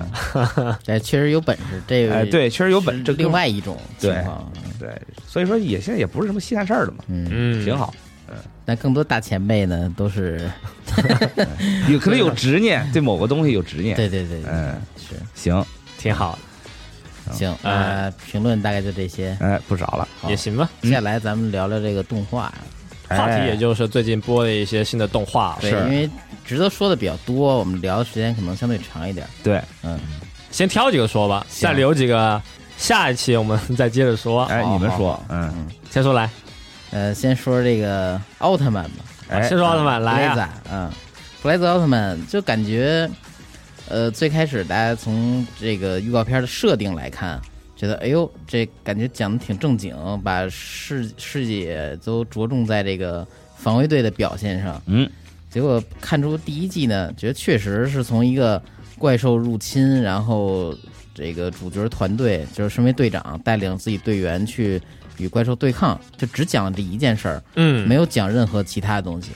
[SPEAKER 2] 这确实有本事，这
[SPEAKER 4] 哎，对，确实有本
[SPEAKER 2] 是
[SPEAKER 4] 这
[SPEAKER 2] 另
[SPEAKER 4] 哥们儿
[SPEAKER 2] 外一种情况，
[SPEAKER 4] 对，所以说也现在也不是什么稀罕事儿了嘛，
[SPEAKER 2] 嗯，
[SPEAKER 3] 嗯，
[SPEAKER 4] 挺，好。
[SPEAKER 2] 但更多大前辈呢都 是，
[SPEAKER 4] 有可能有执念，对某个东西有执念。
[SPEAKER 2] 对对对，
[SPEAKER 4] 嗯，哎
[SPEAKER 2] 是
[SPEAKER 4] 行，
[SPEAKER 3] 挺好，
[SPEAKER 2] 行，那评论大概就这些，
[SPEAKER 4] 哎，不少了。
[SPEAKER 2] 好
[SPEAKER 3] 也行
[SPEAKER 4] 嗯
[SPEAKER 3] 吧。
[SPEAKER 2] 接下来咱们聊聊这个动画，
[SPEAKER 3] 话题
[SPEAKER 4] 哎
[SPEAKER 3] 也就是最近播的一些新的动画，
[SPEAKER 2] 对，
[SPEAKER 4] 是
[SPEAKER 2] 因为值得说的比较多，我们聊的时间可能相对长一点。
[SPEAKER 4] 对，
[SPEAKER 2] 嗯，
[SPEAKER 3] 先挑几个说吧，再留几个，下一期我们 再接着说。
[SPEAKER 4] 哎，你们
[SPEAKER 2] 好
[SPEAKER 4] 说，嗯，
[SPEAKER 3] 先说来，
[SPEAKER 2] 呃，先说这个奥特曼吧，
[SPEAKER 4] 哎，
[SPEAKER 3] 先说奥特曼来
[SPEAKER 2] 布
[SPEAKER 3] 呀、
[SPEAKER 2] 莱泽，嗯，布莱泽奥特曼就感觉，呃，最开始大家从这个预告片的设定来看，觉得哎呦，这感觉讲的挺正经，把世世界都着重在这个防卫队的表现上。
[SPEAKER 4] 嗯，
[SPEAKER 2] 结果看出第一季呢，觉得确实是从一个怪兽入侵，然后这个主角团队就是身为队长带领自己队员去与怪兽对抗，就只讲了这一件事儿，
[SPEAKER 3] 嗯，
[SPEAKER 2] 没有讲任何其他的东西。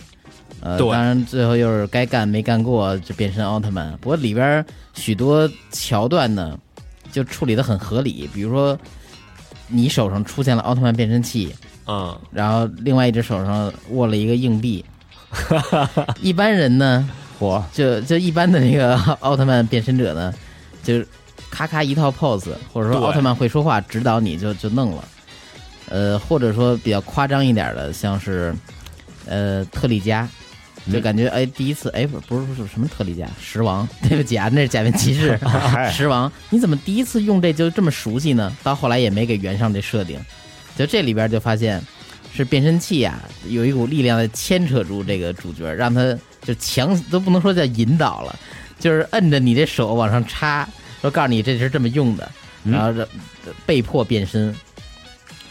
[SPEAKER 2] 呃，
[SPEAKER 3] 对
[SPEAKER 2] 当然最后又是该干没干过就变身奥特曼。不过里边儿许多桥段呢，就处理的很合理，比如说你手上出现了奥特曼变身器，
[SPEAKER 3] 嗯，
[SPEAKER 2] 然后另外一只手上握了一个硬 币。一般人呢，
[SPEAKER 4] 我
[SPEAKER 2] 就就一般的那个 奥特曼变身者呢，就是咔咔一套 pose，或者说
[SPEAKER 3] 对
[SPEAKER 2] 奥特曼会说话指导你就就弄了。呃，或者说比较夸张一点的，像是呃特利迦，就感觉哎第一次哎不不是不是什么特利迦，石王， 对不起啊， 那是假面骑士
[SPEAKER 4] 嗨，
[SPEAKER 2] 石王，你怎么第一次用这就这么熟悉呢？到后来也没给原上这设定，就这里边就发现是变身器呀、有一股力量在牵扯住这个主角，让他就强都不能说叫引导了，就是摁着你这手往上插，说告诉你这是这么用的，然后这这被迫变身，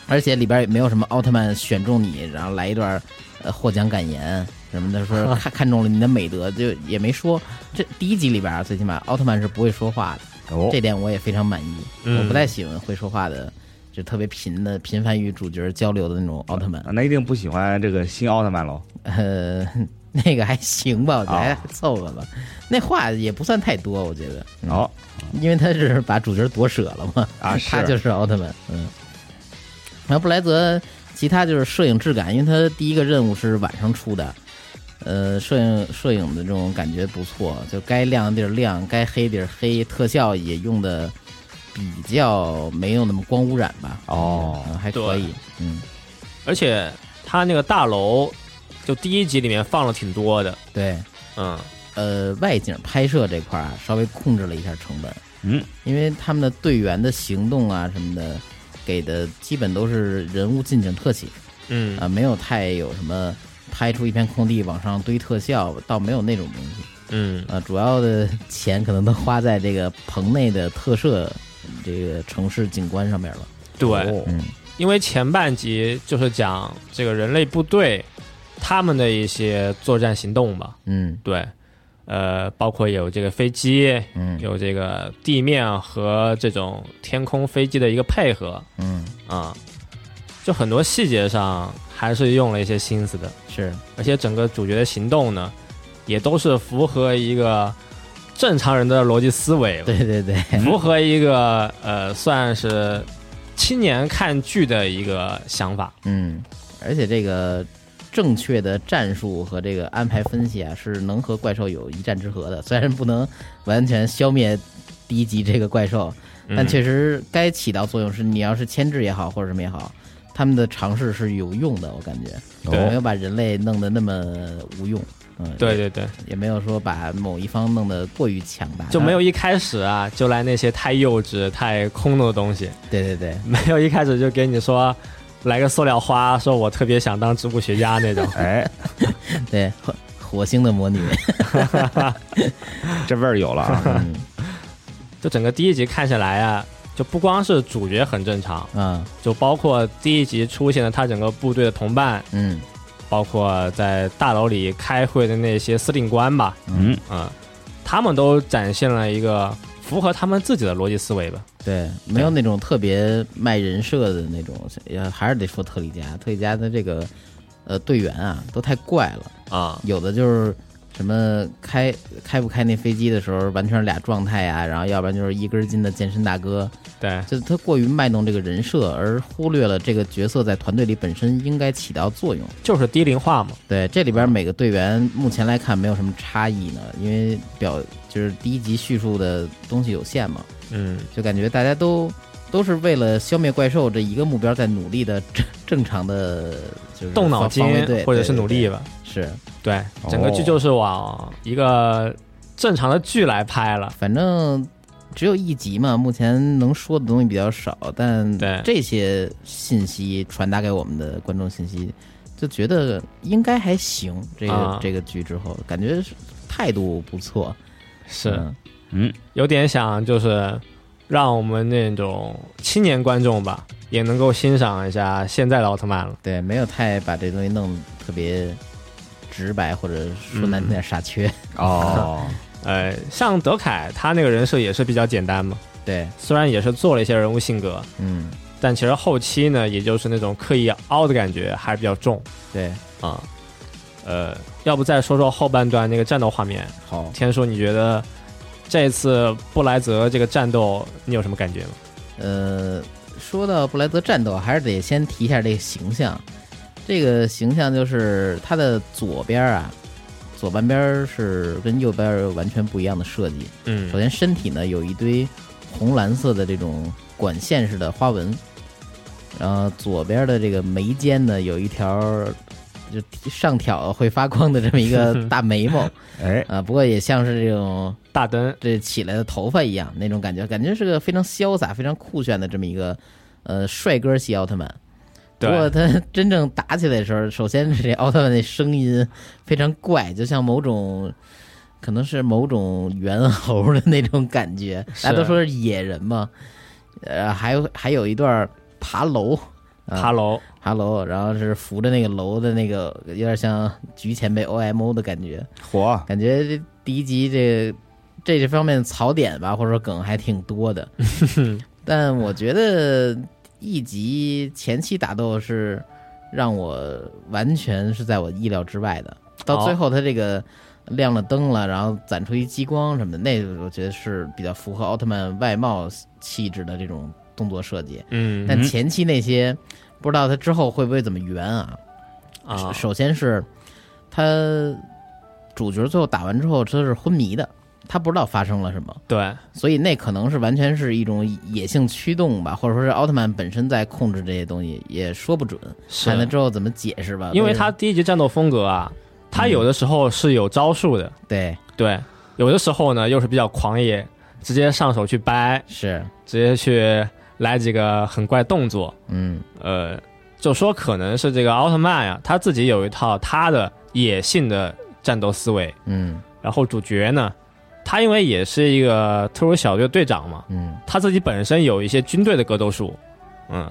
[SPEAKER 2] 而且里边也没有什么奥特曼选中你，然后来一段呃获奖感言什么的，说看看中了你的美德，就也没说。这第一集里边啊，最起码奥特曼是不会说话的，
[SPEAKER 4] 哦
[SPEAKER 2] 这点我也非常满意。
[SPEAKER 3] 嗯
[SPEAKER 2] 我不太喜欢会说话的，就特别频的频繁与主角交流的那种奥特曼。
[SPEAKER 4] 啊那一定不喜欢这个新奥特曼喽。
[SPEAKER 2] 呃， 那个还行吧，我觉得还
[SPEAKER 4] 哦
[SPEAKER 2] 凑合吧。那话也不算太多，我觉得。嗯
[SPEAKER 4] 好，
[SPEAKER 2] 因为他是把主角夺舍了嘛，
[SPEAKER 4] 啊
[SPEAKER 2] 他
[SPEAKER 4] 是
[SPEAKER 2] 就是奥特曼，嗯。然后布莱泽其他就是摄影质感，因为他第一个任务是晚上出的，呃，摄影摄影的这种感觉不错，就该亮的地儿亮，该黑地儿黑，特效也用的比较没有那么光污染吧，
[SPEAKER 4] 哦
[SPEAKER 2] 嗯还可以
[SPEAKER 3] 对，
[SPEAKER 2] 嗯，
[SPEAKER 3] 而且他那个大楼，就第一集里面放了挺多的，
[SPEAKER 2] 对，
[SPEAKER 3] 嗯，
[SPEAKER 2] 呃，外景拍摄这块儿啊，稍微控制了一下成本，
[SPEAKER 4] 嗯，
[SPEAKER 2] 因为他们的队员的行动啊什么的，给的基本都是人物近景特写
[SPEAKER 3] 嗯
[SPEAKER 2] 啊、没有太有什么拍出一片空地往上堆特效，倒没有那种东西
[SPEAKER 3] 嗯
[SPEAKER 2] 啊、主要的钱可能都花在这个棚内的特摄这个城市景观上面了。
[SPEAKER 3] 对，
[SPEAKER 4] 哦。
[SPEAKER 2] 嗯，
[SPEAKER 3] 因为前半集就是讲这个人类部队他们的一些作战行动吧，
[SPEAKER 2] 嗯
[SPEAKER 3] 对，呃，包括有这个飞机，
[SPEAKER 2] 嗯
[SPEAKER 3] 有这个地面和这种天空飞机的一个配合
[SPEAKER 2] 嗯，
[SPEAKER 3] 啊、就很多细节上还是用了一些心思的，
[SPEAKER 2] 是
[SPEAKER 3] 而且整个主角的行动呢，也都是符合一个正常人的逻辑思维，
[SPEAKER 2] 对对对，
[SPEAKER 3] 符合一个呃算是青年看剧的一个想法，
[SPEAKER 2] 嗯，而且这个。正确的战术和这个安排分析啊，是能和怪兽有一战之和的。虽然不能完全消灭第一级这个怪兽，但
[SPEAKER 3] 嗯
[SPEAKER 2] 确实该起到作用是，你要是牵制也好，或者什么也好，他们的尝试是有用的，我感觉
[SPEAKER 3] 对
[SPEAKER 2] 没有把人类弄得那么无用，嗯，
[SPEAKER 3] 对，对对，
[SPEAKER 2] 也没有说把某一方弄得过于强大，
[SPEAKER 3] 就没有一开始啊就来那些太幼稚、太空的东 西，
[SPEAKER 2] 对对对，
[SPEAKER 3] 没有一开始就给你说来个塑料花，说我特别想当植物学家那 种
[SPEAKER 4] 哎，
[SPEAKER 2] 对火火星的 魔女，
[SPEAKER 4] 这味儿有了啊！
[SPEAKER 2] 嗯
[SPEAKER 3] 就整个第一集看下来啊，就不光是主角很正常，
[SPEAKER 2] 啊
[SPEAKER 3] 就包括第一集出现的他整个部队的同伴，
[SPEAKER 2] 嗯
[SPEAKER 3] 包括在大楼里开会的那些司令官吧，
[SPEAKER 4] 嗯，
[SPEAKER 3] 嗯，他们都展现了一个符合他们自己的逻辑思维吧。
[SPEAKER 2] 对，没有那种特别卖人设的那种，呃还是得说特利迦，特利迦的这个呃队员啊都太怪了。
[SPEAKER 3] 啊、
[SPEAKER 2] 有的就是什么开开不开那飞机的时候，完全是俩状态啊，然后要不然就是一根筋的健身大哥，
[SPEAKER 3] 对，
[SPEAKER 2] 就是他过于卖弄这个人设，而忽略了这个角色在团队里本身应该起到作用。
[SPEAKER 3] 就是低龄化嘛。
[SPEAKER 2] 对，这里边每个队员目前来看没有什么差异呢，因为表就是第一集叙述的东西有限嘛，
[SPEAKER 3] 嗯，
[SPEAKER 2] 就感觉大家都。都是为了消灭怪兽这一个目标在努力的正正常的就是
[SPEAKER 3] 动脑筋
[SPEAKER 2] 方位对
[SPEAKER 3] 或者是努力
[SPEAKER 2] 吧。
[SPEAKER 3] 吧。
[SPEAKER 2] 是，
[SPEAKER 3] 对，整个剧就是往一个正常的剧来拍了。
[SPEAKER 2] 反正只有一集嘛，目前能说的东西比较少，但
[SPEAKER 3] 对
[SPEAKER 2] 这些信息传达给我们的观众信息，就觉得应该还行。这个、
[SPEAKER 3] 啊
[SPEAKER 2] 这个剧之后，感觉是态度不错，
[SPEAKER 3] 是，
[SPEAKER 2] 嗯
[SPEAKER 4] 嗯，
[SPEAKER 3] 有点想就是让我们那种青年观众吧，也能够欣赏一下现在的奥特曼了。
[SPEAKER 2] 对，没有太把这东西弄得特别直白，或者说难
[SPEAKER 3] 嗯
[SPEAKER 2] 听点傻缺。
[SPEAKER 4] 哦，
[SPEAKER 3] 呃，像德凯他那个人设也是比较简单嘛，
[SPEAKER 2] 对，
[SPEAKER 3] 虽然也是做了一些人物性格，
[SPEAKER 2] 嗯，
[SPEAKER 3] 但其实后期呢，也就是那种刻意凹的感觉还是比较重
[SPEAKER 2] 对，
[SPEAKER 3] 啊、呃，要不再说说后半段那个战斗画面，
[SPEAKER 2] 好，
[SPEAKER 3] 天叔，你觉得这次布莱泽这个战斗你有什么感觉吗？
[SPEAKER 2] 呃，说到布莱泽战斗，还是得先提一下这个形象。这个形象就是它的左边啊，左半边是跟右边儿完全不一样的设计。
[SPEAKER 3] 嗯
[SPEAKER 2] 首先，身体呢有一堆红蓝色的这种管线式的花纹，然后左边的这个眉间呢有一条儿就上挑会发光的这么一个大眉毛
[SPEAKER 4] 哎，
[SPEAKER 2] 啊，不过也像是这种
[SPEAKER 3] 大灯，
[SPEAKER 2] 这起来的头发一样那种感觉，感觉是个非常潇洒、非常酷炫的这么一个呃帅哥系奥特曼。不
[SPEAKER 3] 对
[SPEAKER 2] 过他 真正打起来的时候，首先是这奥特曼那声音非常怪，就像某种可能是某种猿猴的那种感觉。
[SPEAKER 3] 是
[SPEAKER 2] 大家都说是野人嘛，呃，还有还有一段爬楼。啊
[SPEAKER 3] 爬楼，
[SPEAKER 2] 爬楼，然后是扶着那个楼的那个，有点像菊前辈 OMO 的感觉。
[SPEAKER 4] 火，啊
[SPEAKER 2] 感觉这第一集这这这方面槽点吧，或者说梗还挺多的。但我觉得一集前期打斗是让我完全是在我意料之外的，到最后他这个。亮了灯了，然后攒出一激光什么的，那个我觉得是比较符合奥特曼外貌气质的这种动作设计。
[SPEAKER 3] 嗯
[SPEAKER 2] 但前期那些不知道他之后会不会怎么圆啊？
[SPEAKER 3] 啊
[SPEAKER 2] 首，首先是他主角最后打完之后，他是昏迷的，他不知道发生了什么，
[SPEAKER 3] 对，
[SPEAKER 2] 所以那可能是完全是一种野性驱动吧，或者说是奥特曼本身在控制这些东西，也说不准。
[SPEAKER 3] 是
[SPEAKER 2] 看他之后怎么解释吧，
[SPEAKER 3] 因为他
[SPEAKER 2] 他
[SPEAKER 3] 第一集战斗风格啊，
[SPEAKER 2] 嗯
[SPEAKER 3] 他有的时候是有招数的，
[SPEAKER 2] 对
[SPEAKER 3] 对，有的时候呢又是比较狂野，直接上手去掰，
[SPEAKER 2] 是
[SPEAKER 3] 直接去来几个很怪动作，
[SPEAKER 2] 嗯
[SPEAKER 3] 呃，就说可能是这个奥特曼呀、他自己有一套他的野性的战斗思维，
[SPEAKER 2] 嗯
[SPEAKER 3] 然后主角呢，他因为也是一个特殊小队队长嘛，
[SPEAKER 2] 嗯
[SPEAKER 3] 他自己本身有一些军队的格斗术，嗯，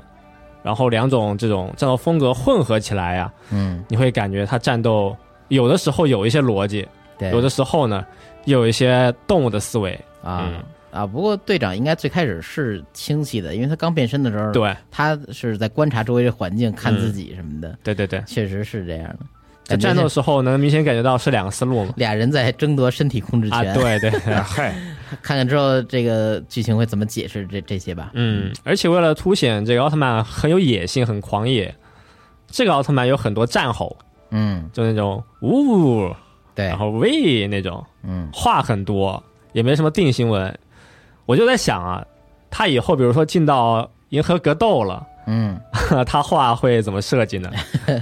[SPEAKER 3] 然后两种这种战斗风格混合起来呀、啊
[SPEAKER 2] 嗯，
[SPEAKER 3] 你会感觉他战斗有的时候有一些逻辑，
[SPEAKER 2] 对，
[SPEAKER 3] 有的时候呢有一些动物的思维。
[SPEAKER 2] 啊。
[SPEAKER 3] 嗯
[SPEAKER 2] 啊，不过队长应该最开始是清晰的，因为他刚变身的时候，
[SPEAKER 3] 对
[SPEAKER 2] 他是在观察周围的环境，看自
[SPEAKER 3] 嗯
[SPEAKER 2] 己什么的，
[SPEAKER 3] 对对对，
[SPEAKER 2] 确实是这样的。
[SPEAKER 3] 在
[SPEAKER 2] 感觉
[SPEAKER 3] 战斗
[SPEAKER 2] 是
[SPEAKER 3] 时候能明显感觉到是两个思路嘛。
[SPEAKER 2] 俩人在争夺身体控制权，
[SPEAKER 3] 啊，对对，
[SPEAKER 4] 哎嗨，
[SPEAKER 2] 看看之后这个剧情会怎么解释这这些吧。
[SPEAKER 3] 嗯，而且为了凸显这个奥特曼很有野性、很狂野，这个奥特曼有很多战吼，
[SPEAKER 2] 嗯，
[SPEAKER 3] 就那种呜，
[SPEAKER 2] 对
[SPEAKER 3] 然，后喂那种，
[SPEAKER 2] 嗯
[SPEAKER 3] 话很多，也没什么定心文。我就在想啊，他以后比如说进到银河格斗了，
[SPEAKER 2] 嗯，
[SPEAKER 3] 他画会怎么设计 呢？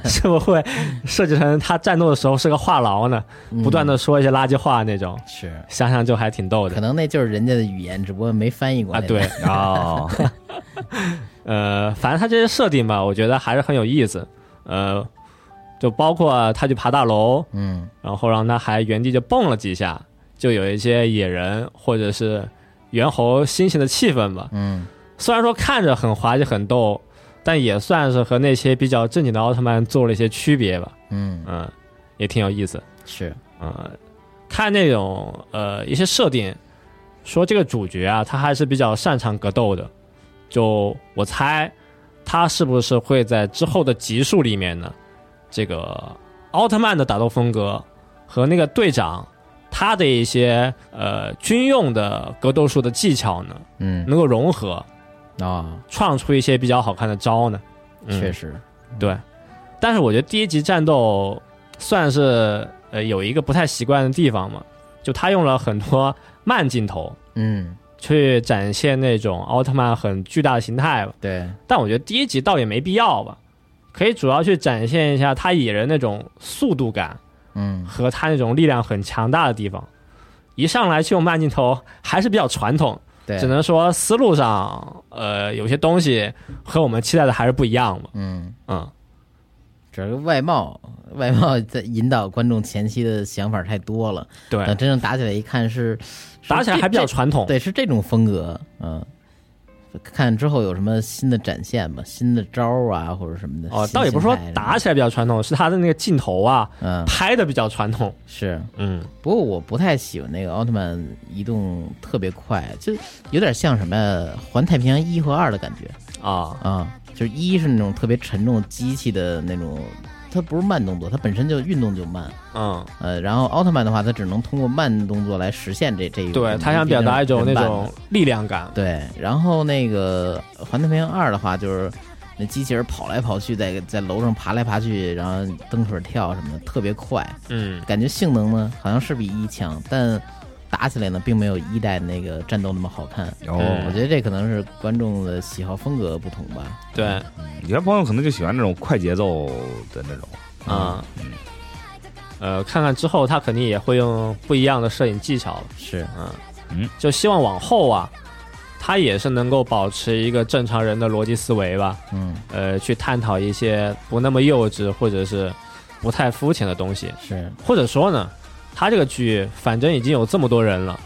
[SPEAKER 3] 是不是会设计成他战斗的时候是个话痨呢？
[SPEAKER 2] 嗯
[SPEAKER 3] 不断的说一些垃圾话那种，
[SPEAKER 2] 是，
[SPEAKER 3] 想想就还挺逗
[SPEAKER 2] 可
[SPEAKER 3] 的
[SPEAKER 2] 能那就是人家的语言，只不过没翻译过
[SPEAKER 3] 啊。
[SPEAKER 2] 来
[SPEAKER 3] 对，
[SPEAKER 4] 哦，
[SPEAKER 3] 呃，反正他这些设定吧，我觉得还是很有意思。呃，就包括他去爬大楼，
[SPEAKER 2] 嗯
[SPEAKER 3] 然后让他还原地就蹦了几下，就有一些野人或者是猿猴新鲜的气氛吧。
[SPEAKER 2] 嗯，
[SPEAKER 3] 虽然说看着很滑稽很逗，但也算是和那些比较正经的奥特曼做了一些区别吧。
[SPEAKER 2] 嗯，
[SPEAKER 3] 嗯，也挺有意思。
[SPEAKER 2] 是，
[SPEAKER 3] 嗯，看那种呃一些设定，说这个主角啊，他还是比较擅长格斗的。就我猜，他是不是会在之后的集数里面呢？这个奥特曼的打斗风格和那个队长他的一些呃军用的格斗术的技巧呢，
[SPEAKER 2] 嗯
[SPEAKER 3] 能够融合，
[SPEAKER 2] 哦，
[SPEAKER 3] 创出一些比较好看的招呢。嗯
[SPEAKER 2] 确实，
[SPEAKER 3] 对，但是我觉得第一集战斗算是呃有一个不太习惯的地方嘛，就他用了很多慢镜头
[SPEAKER 2] 嗯，
[SPEAKER 3] 去展现那种奥特曼很巨大的形态吧。
[SPEAKER 2] 对，
[SPEAKER 3] 但我觉得第一集倒也没必要吧，可以主要去展现一下他蚁人那种速度感
[SPEAKER 2] 嗯，
[SPEAKER 3] 和他那种力量很强大的地方。一上来去用慢镜头还是比较传统，
[SPEAKER 2] 对，
[SPEAKER 3] 只能说思路上，呃，有些东西和我们期待的还是不一样嘛。
[SPEAKER 2] 嗯，
[SPEAKER 3] 嗯，
[SPEAKER 2] 主要是外貌，外貌在引导观众前期的想法太多了，
[SPEAKER 3] 对，
[SPEAKER 2] 等真正打起来一看是，是
[SPEAKER 3] 打起来
[SPEAKER 2] 这
[SPEAKER 3] 还比较
[SPEAKER 2] 这
[SPEAKER 3] 传统。
[SPEAKER 2] 对，是这种风格，嗯。看之后有什么新的展现吧，新的招儿啊，或者什么的。
[SPEAKER 3] 哦，
[SPEAKER 2] 新
[SPEAKER 3] 倒也不是说
[SPEAKER 2] 形态什么的
[SPEAKER 3] 打起来比较传统，是他的那个镜头啊，
[SPEAKER 2] 嗯，
[SPEAKER 3] 拍的比较传统。
[SPEAKER 2] 是。
[SPEAKER 3] 嗯，
[SPEAKER 2] 不过我不太喜欢那个奥特曼移动特别快，就有点像什么呀《环太平洋一》和二的感觉
[SPEAKER 3] 啊，
[SPEAKER 2] 啊。就是一是那种特别沉重的机器的那种，它不是慢动作，它本身就运动就慢。
[SPEAKER 3] 嗯，
[SPEAKER 2] 呃，然后奥特曼的话，它只能通过慢动作来实现这这一
[SPEAKER 3] 对他想表达一种那种力量感。
[SPEAKER 2] 对，然后那个《环太平洋二》的话，就是那机器人跑来跑去，在在楼上爬来爬去，然后蹬腿跳什么的，特别快。
[SPEAKER 3] 嗯，
[SPEAKER 2] 感觉性能呢好像是比一强，但打起来呢并没有一代那个战斗那么好看。
[SPEAKER 4] 哦
[SPEAKER 2] 我觉得这可能是观众的喜好风格不同吧。
[SPEAKER 3] 对，
[SPEAKER 4] 有些朋友可能就喜欢那种快节奏的那种，
[SPEAKER 2] 嗯
[SPEAKER 3] 啊，呃，看看之后他肯定也会用不一样的摄影技巧了。
[SPEAKER 2] 是，
[SPEAKER 3] 嗯
[SPEAKER 4] 嗯，
[SPEAKER 3] 就希望往后啊，他也是能够保持一个正常人的逻辑思维吧。
[SPEAKER 2] 嗯，
[SPEAKER 3] 呃，去探讨一些不那么幼稚或者是不太肤浅的东西。
[SPEAKER 2] 是，嗯
[SPEAKER 3] 或者说呢，他这个剧反正已经有这么多人了，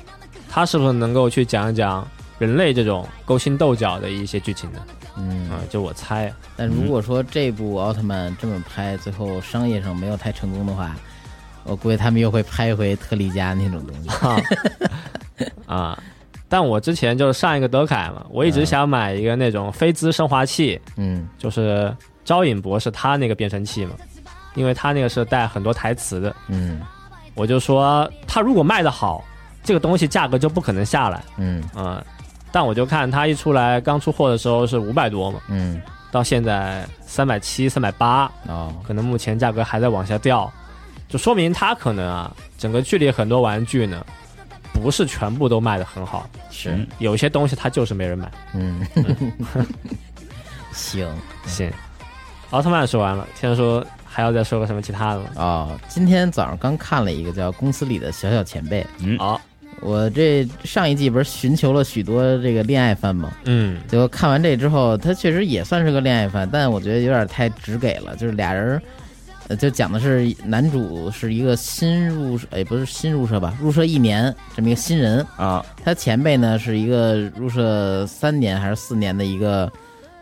[SPEAKER 3] 他是不是能够去讲一讲人类这种勾心斗角的一些剧情呢？
[SPEAKER 2] 嗯。
[SPEAKER 3] 啊、就我猜，
[SPEAKER 2] 但如果说这部奥特曼这么拍，最后商业上没有太成功的话，我估计他们又会拍回特利迦那种东西。
[SPEAKER 3] 哈 啊，但我之前就是上一个德凯嘛，我一直想买一个那种飞兹升华器，
[SPEAKER 2] 嗯，
[SPEAKER 3] 就是招引博士他那个变声器嘛，因为他那个是带很多台词的，
[SPEAKER 2] 嗯
[SPEAKER 3] 我就说他如果卖得好，这个东西价格就不可能下来，
[SPEAKER 2] 嗯
[SPEAKER 3] 嗯。但我就看他一出来，刚出货的时候是五百多嘛，
[SPEAKER 2] 嗯，
[SPEAKER 3] 到现在三百七、三百八，
[SPEAKER 2] 哦，
[SPEAKER 3] 可能目前价格还在往下掉，就说明它可能啊，整个剧里很多玩具呢，不是全部都卖得很好，
[SPEAKER 2] 是，
[SPEAKER 3] 有些东西它就是没人买。
[SPEAKER 2] 嗯，行。
[SPEAKER 3] 行，奥特曼说完了，现在说还要再说个什么其他的吗？
[SPEAKER 2] 哦，今天早上刚看了一个叫《公司里的小小前辈》，
[SPEAKER 3] 好、
[SPEAKER 2] 我这上一季不是寻求了许多这个恋爱番吗？
[SPEAKER 3] 嗯
[SPEAKER 2] 结果看完这之后，它确实也算是个恋爱番，但我觉得有点太直给了，就是俩人儿。呃，就讲的是男主是一个新入社，哎，不是新入社吧，入社一年这么一个新人，
[SPEAKER 4] 啊，
[SPEAKER 2] 他前辈呢是一个入社三年还是四年的一个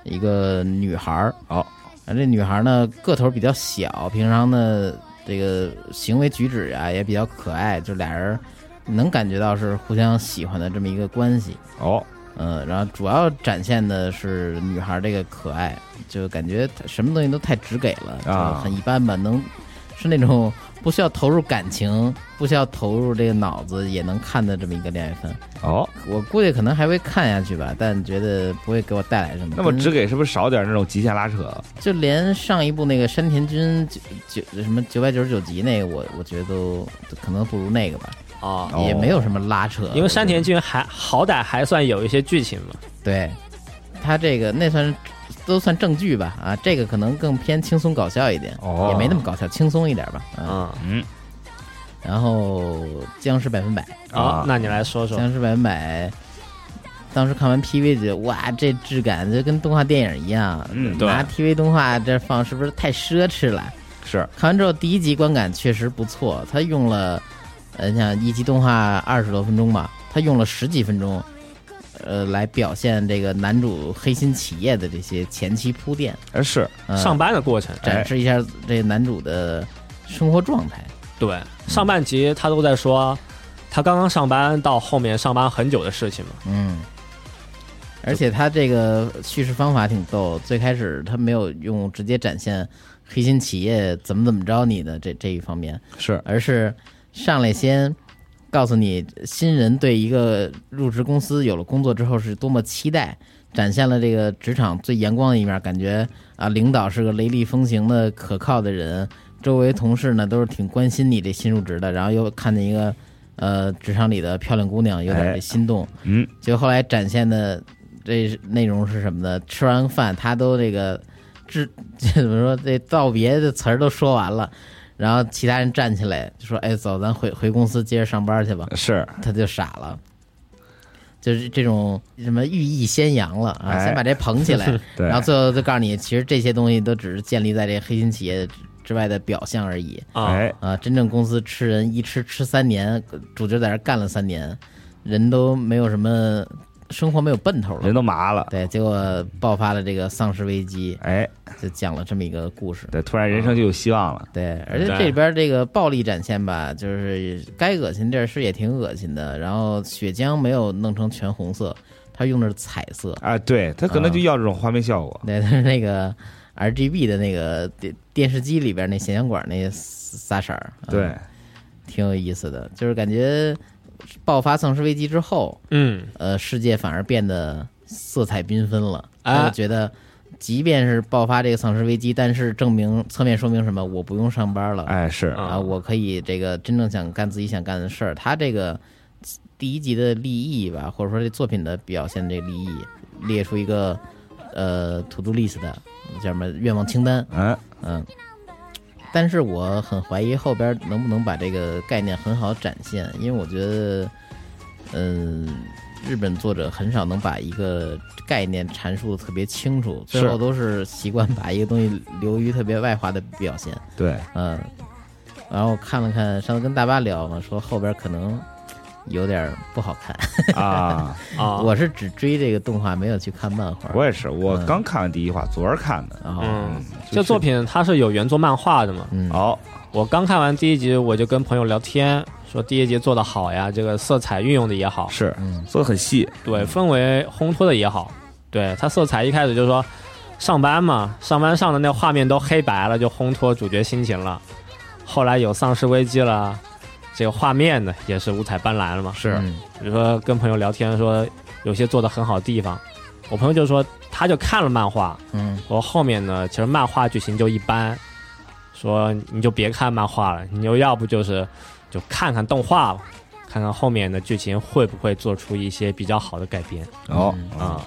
[SPEAKER 2] 一个女孩儿。
[SPEAKER 4] 哦，
[SPEAKER 2] 这女孩儿呢个头比较小，平常呢这个行为举止啊也比较可爱，就俩人能感觉到是互相喜欢的这么一个关系。
[SPEAKER 4] 哦，
[SPEAKER 2] 嗯，然后主要展现的是女孩儿这个可爱，就感觉她什么东西都太直给了，
[SPEAKER 4] 啊
[SPEAKER 2] 就很一般吧。能是那种不需要投入感情，不需要投入这个脑子也能看的这么一个恋爱番。
[SPEAKER 4] 哦，
[SPEAKER 2] 我估计可能还会看下去吧，但觉得不会给我带来什么。
[SPEAKER 4] 那么
[SPEAKER 2] 跟
[SPEAKER 4] 只给是不是少点那种极限拉扯？
[SPEAKER 2] 就连上一部那个山田君九九什么九百九十九集那个，我我觉得都可能不如那个吧，
[SPEAKER 3] 啊、
[SPEAKER 4] 哦
[SPEAKER 2] 也没有什么拉扯。
[SPEAKER 3] 因为山田君还好歹还算有一些剧情嘛。
[SPEAKER 2] 对他这个那算是都算正剧吧啊，这个可能更偏轻松搞笑一点，
[SPEAKER 4] 哦
[SPEAKER 2] 也没那么搞笑，轻松一点吧。啊，
[SPEAKER 3] 嗯
[SPEAKER 4] 嗯，
[SPEAKER 2] 然后僵尸百分百，
[SPEAKER 3] 好、
[SPEAKER 4] 啊
[SPEAKER 3] 那你来说说。
[SPEAKER 2] 僵尸百分百，当时看完 PV 觉得哇，这质感就跟动画电影一样。
[SPEAKER 4] 嗯
[SPEAKER 3] 对
[SPEAKER 2] 拿 TV 动画这放是不是太奢侈了？
[SPEAKER 4] 是，
[SPEAKER 2] 看完之后，第一集观感确实不错，他用了，呃，你想一集动画二十多分钟吧，他用了十几分钟，呃，来表现这个男主黑心企业的这些前期铺垫，
[SPEAKER 4] 哎是，
[SPEAKER 2] 呃、
[SPEAKER 3] 上哎班的过程，
[SPEAKER 2] 展示一下这男主的生活状态。
[SPEAKER 3] 对，上半集他都在说，他刚刚上班到后面上班很久的事情嘛。
[SPEAKER 2] 嗯，而且他这个叙事方法挺逗，最开始他没有用直接展现黑心企业怎么怎么着你的这这一方面，
[SPEAKER 4] 是，
[SPEAKER 2] 而是上来先告诉你新人对一个入职公司有了工作之后是多么期待，展现了这个职场最阳光的一面，感觉啊，领导是个雷厉风行的可靠的人，周围同事呢都是挺关心你这新入职的，然后又看见一个呃职场里的漂亮姑娘，有点这心动，
[SPEAKER 4] 嗯，
[SPEAKER 2] 就后来展现的这内容是什么呢？吃完饭他都这个这 怎么说？这道别的词儿都说完了，然后其他人站起来就说：“哎，走，咱回回公司接着上班去吧。
[SPEAKER 4] 是”
[SPEAKER 2] 他就傻了，就是这种什么寓意先扬了啊，
[SPEAKER 4] 哎
[SPEAKER 2] 先把这捧起来，
[SPEAKER 4] 对
[SPEAKER 2] 然后最后就告诉你，其实这些东西都只是建立在这黑心企业之外的表象而已
[SPEAKER 3] 啊，
[SPEAKER 4] 哎，
[SPEAKER 2] 啊。真正公司吃人一吃吃三年，主角在这儿干了三年，人都没有什么生活没有奔头了
[SPEAKER 4] 人。都麻了，
[SPEAKER 2] 对，结果爆发了这个丧尸危机，
[SPEAKER 4] 哎，
[SPEAKER 2] 就讲了这么一个故事。
[SPEAKER 4] 对，突然人生就有希望了，
[SPEAKER 2] 对，而且
[SPEAKER 3] 对
[SPEAKER 2] 这里边这个暴力展现吧，就是该恶心地儿是也挺恶心的。然后血浆没有弄成全红色，它用的是彩色，
[SPEAKER 4] 啊，对
[SPEAKER 2] 嗯
[SPEAKER 4] 他可能就要这种画面效果，
[SPEAKER 2] 对，它 是那个 R G B 的那个电电视机里边那显像管那仨色儿，嗯
[SPEAKER 4] 对，
[SPEAKER 2] 挺有意思的。就是感觉爆发丧尸危机之后，
[SPEAKER 3] 嗯，
[SPEAKER 2] 呃，世界反而变得色彩缤纷了。
[SPEAKER 3] 哎
[SPEAKER 2] 他就觉得，即便是爆发这个丧尸危机，但是证明侧面说明什么？我不用上班了，
[SPEAKER 4] 哎，是
[SPEAKER 3] 啊
[SPEAKER 2] 啊，我可以这个真正想干自己想干的事儿。他这个第一集的立意吧，或者说这作品的表现这立意，列出一个呃 to do list 的叫什么愿望清单，
[SPEAKER 4] 嗯，
[SPEAKER 2] 嗯。但是我很怀疑后边能不能把这个概念很好展现，因为我觉得，嗯、日本作者很少能把一个概念阐述的特别清楚，最
[SPEAKER 4] 是
[SPEAKER 2] 后都是习惯把一个东西流于特别外化的表现。
[SPEAKER 4] 对，
[SPEAKER 2] 嗯，然后我看了看，上次跟大巴聊嘛，说后边可能有点不好看。
[SPEAKER 4] 啊，
[SPEAKER 3] 啊，
[SPEAKER 2] 我是只追这个动画，没有去看漫画。
[SPEAKER 4] 我也是，我
[SPEAKER 2] 嗯
[SPEAKER 4] 刚看完第一话，昨儿看的，
[SPEAKER 2] 然后
[SPEAKER 3] 嗯，
[SPEAKER 4] 就是
[SPEAKER 3] 这作品它是有原作漫画的嘛？
[SPEAKER 2] 嗯
[SPEAKER 4] 哦，
[SPEAKER 3] 我刚看完第一集，我就跟朋友聊天，说第一集做的好呀，这个色彩运用的也好，
[SPEAKER 4] 是
[SPEAKER 2] 嗯
[SPEAKER 4] 做的很细，
[SPEAKER 3] 对氛围烘托的也好，对它色彩一开始就说上班嘛，上班上的那画面都黑白了，就烘托主角心情了。后来有丧尸危机了，这个画面呢也是五彩斑斓了嘛。
[SPEAKER 4] 是
[SPEAKER 2] 嗯
[SPEAKER 3] 比如说跟朋友聊天说有些做的很好的地方，我朋友就说他就看了漫画，
[SPEAKER 2] 嗯
[SPEAKER 3] 我后面呢，其实漫画剧情就一般，说你就别看漫画了，你就要不就是就看看动画吧，看看后面的剧情会不会做出一些比较好的改编
[SPEAKER 4] 哦
[SPEAKER 2] 嗯
[SPEAKER 4] 啊，
[SPEAKER 3] 啊、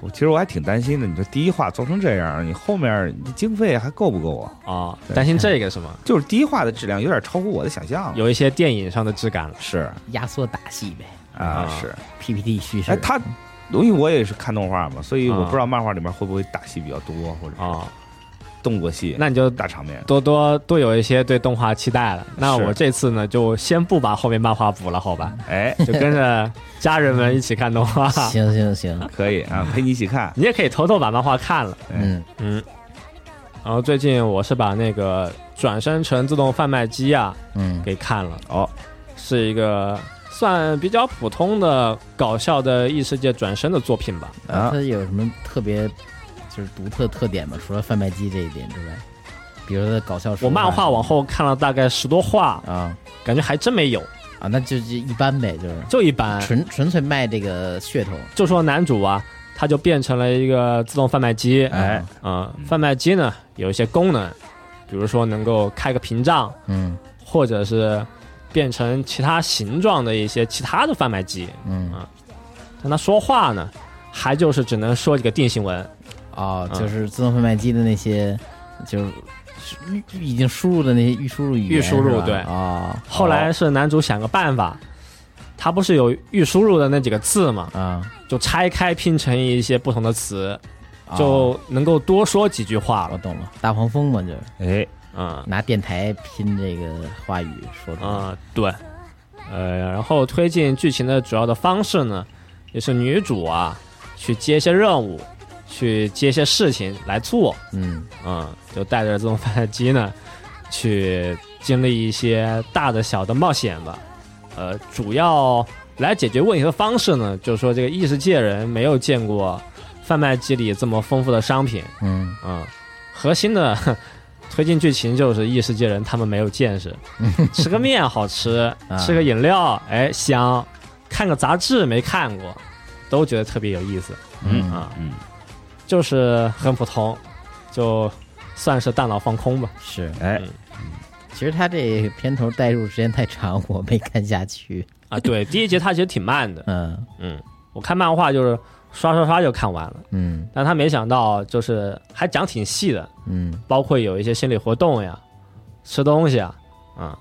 [SPEAKER 4] 我其实我还挺担心的，你说第一话做成这样，你后面你经费还够不够啊？
[SPEAKER 3] 啊！
[SPEAKER 4] 对
[SPEAKER 3] 担心这个是吗？
[SPEAKER 4] 就是第一话的质量有点超乎我的想象了，
[SPEAKER 3] 有一些电影上的质感了
[SPEAKER 4] 是
[SPEAKER 2] 压缩打戏呗
[SPEAKER 4] 啊
[SPEAKER 3] 啊
[SPEAKER 4] 是，
[SPEAKER 2] ，PPT 叙事。
[SPEAKER 4] 哎，他，因为我也是看动画嘛，所以我不知道漫画里面会不会打戏比较多，或者
[SPEAKER 3] 啊，
[SPEAKER 4] 动作戏、
[SPEAKER 3] 那你就
[SPEAKER 4] 大场面。
[SPEAKER 3] 多多多有一些对动画期待了。那
[SPEAKER 4] 是
[SPEAKER 3] 我这次呢，就先不把后面漫画补了，好吧？
[SPEAKER 4] 哎，
[SPEAKER 3] 就跟着家人们一起看动
[SPEAKER 4] 啊
[SPEAKER 3] 画，
[SPEAKER 2] 行行行，
[SPEAKER 4] 可以啊，陪你一起看。
[SPEAKER 3] 你也可以偷偷把漫画看了。
[SPEAKER 2] 嗯
[SPEAKER 3] 嗯，然后最近我是把那个转生成自动贩卖机啊
[SPEAKER 2] 嗯
[SPEAKER 3] 给看了，
[SPEAKER 4] 哦，
[SPEAKER 3] 是一个算比较普通的搞笑的异世界转生的作品吧。
[SPEAKER 2] 啊，它有什么特别就是独特特点吗？除了贩卖机这一点之外，比如说它搞笑手法。
[SPEAKER 3] 我漫画往后看了大概十多话，
[SPEAKER 2] 啊
[SPEAKER 3] 感觉还真没有，
[SPEAKER 2] 啊，那就就一般呗，就是
[SPEAKER 3] 就一般。
[SPEAKER 2] 纯纯粹卖这个噱头。
[SPEAKER 3] 就说男主啊，他就变成了一个自动贩卖机，
[SPEAKER 4] 哎，
[SPEAKER 3] 嗯，贩卖机呢有一些功能，比如说能够开个屏障，
[SPEAKER 2] 嗯
[SPEAKER 3] 或者是变成其他形状的一些其他的贩卖机。
[SPEAKER 2] 嗯
[SPEAKER 3] 啊但他说话呢，还就是只能说几个定型文，
[SPEAKER 2] 哦，
[SPEAKER 3] 嗯
[SPEAKER 2] 就是自动贩卖机的那些，就是预已经输入的那些预输入语言
[SPEAKER 3] 预输入
[SPEAKER 2] 是吧
[SPEAKER 3] 对
[SPEAKER 2] 啊
[SPEAKER 3] 后来是男主想个办法，他不是有预输入的那几个字嘛，
[SPEAKER 2] 啊，
[SPEAKER 3] 就拆开拼成一些不同的词，
[SPEAKER 2] 啊
[SPEAKER 3] 就能够多说几句话
[SPEAKER 2] 我
[SPEAKER 3] 了。
[SPEAKER 2] 懂了，大黄蜂嘛，就是
[SPEAKER 4] 哎，
[SPEAKER 3] 嗯
[SPEAKER 2] 拿电台拼这个话语说出来
[SPEAKER 3] 嗯，对，呃，然后推进剧情的主要的方式呢，也是女主啊去接一些任务，去接一些事情来做，
[SPEAKER 2] 嗯
[SPEAKER 3] 嗯，就带着自动贩卖机呢，去经历一些大的、小的冒险吧。呃，主要来解决问题的方式呢，就是说这个异世界人没有见过贩卖机里这么丰富的商品，
[SPEAKER 2] 嗯
[SPEAKER 3] 嗯，核心的 推进剧情就是异世界人他们没有 见识，吃个面好吃，
[SPEAKER 2] 啊
[SPEAKER 3] 吃个饮料哎香，看个杂志没看过，都觉得特别有意思。
[SPEAKER 2] 嗯
[SPEAKER 3] 啊，
[SPEAKER 4] 嗯，
[SPEAKER 3] 就是很普通，就算是大脑放空吧。
[SPEAKER 2] 是，
[SPEAKER 4] 哎，
[SPEAKER 2] 其实他这片头代入时间太长，我没看下去，
[SPEAKER 3] 啊，对，第一集它其实挺慢的，
[SPEAKER 2] 嗯
[SPEAKER 3] 嗯，我看漫画就是刷刷刷就看完了，
[SPEAKER 2] 嗯
[SPEAKER 3] 但他没想到就是还讲挺细的，
[SPEAKER 2] 嗯，
[SPEAKER 3] 包括有一些心理活动呀、吃东西啊，嗯，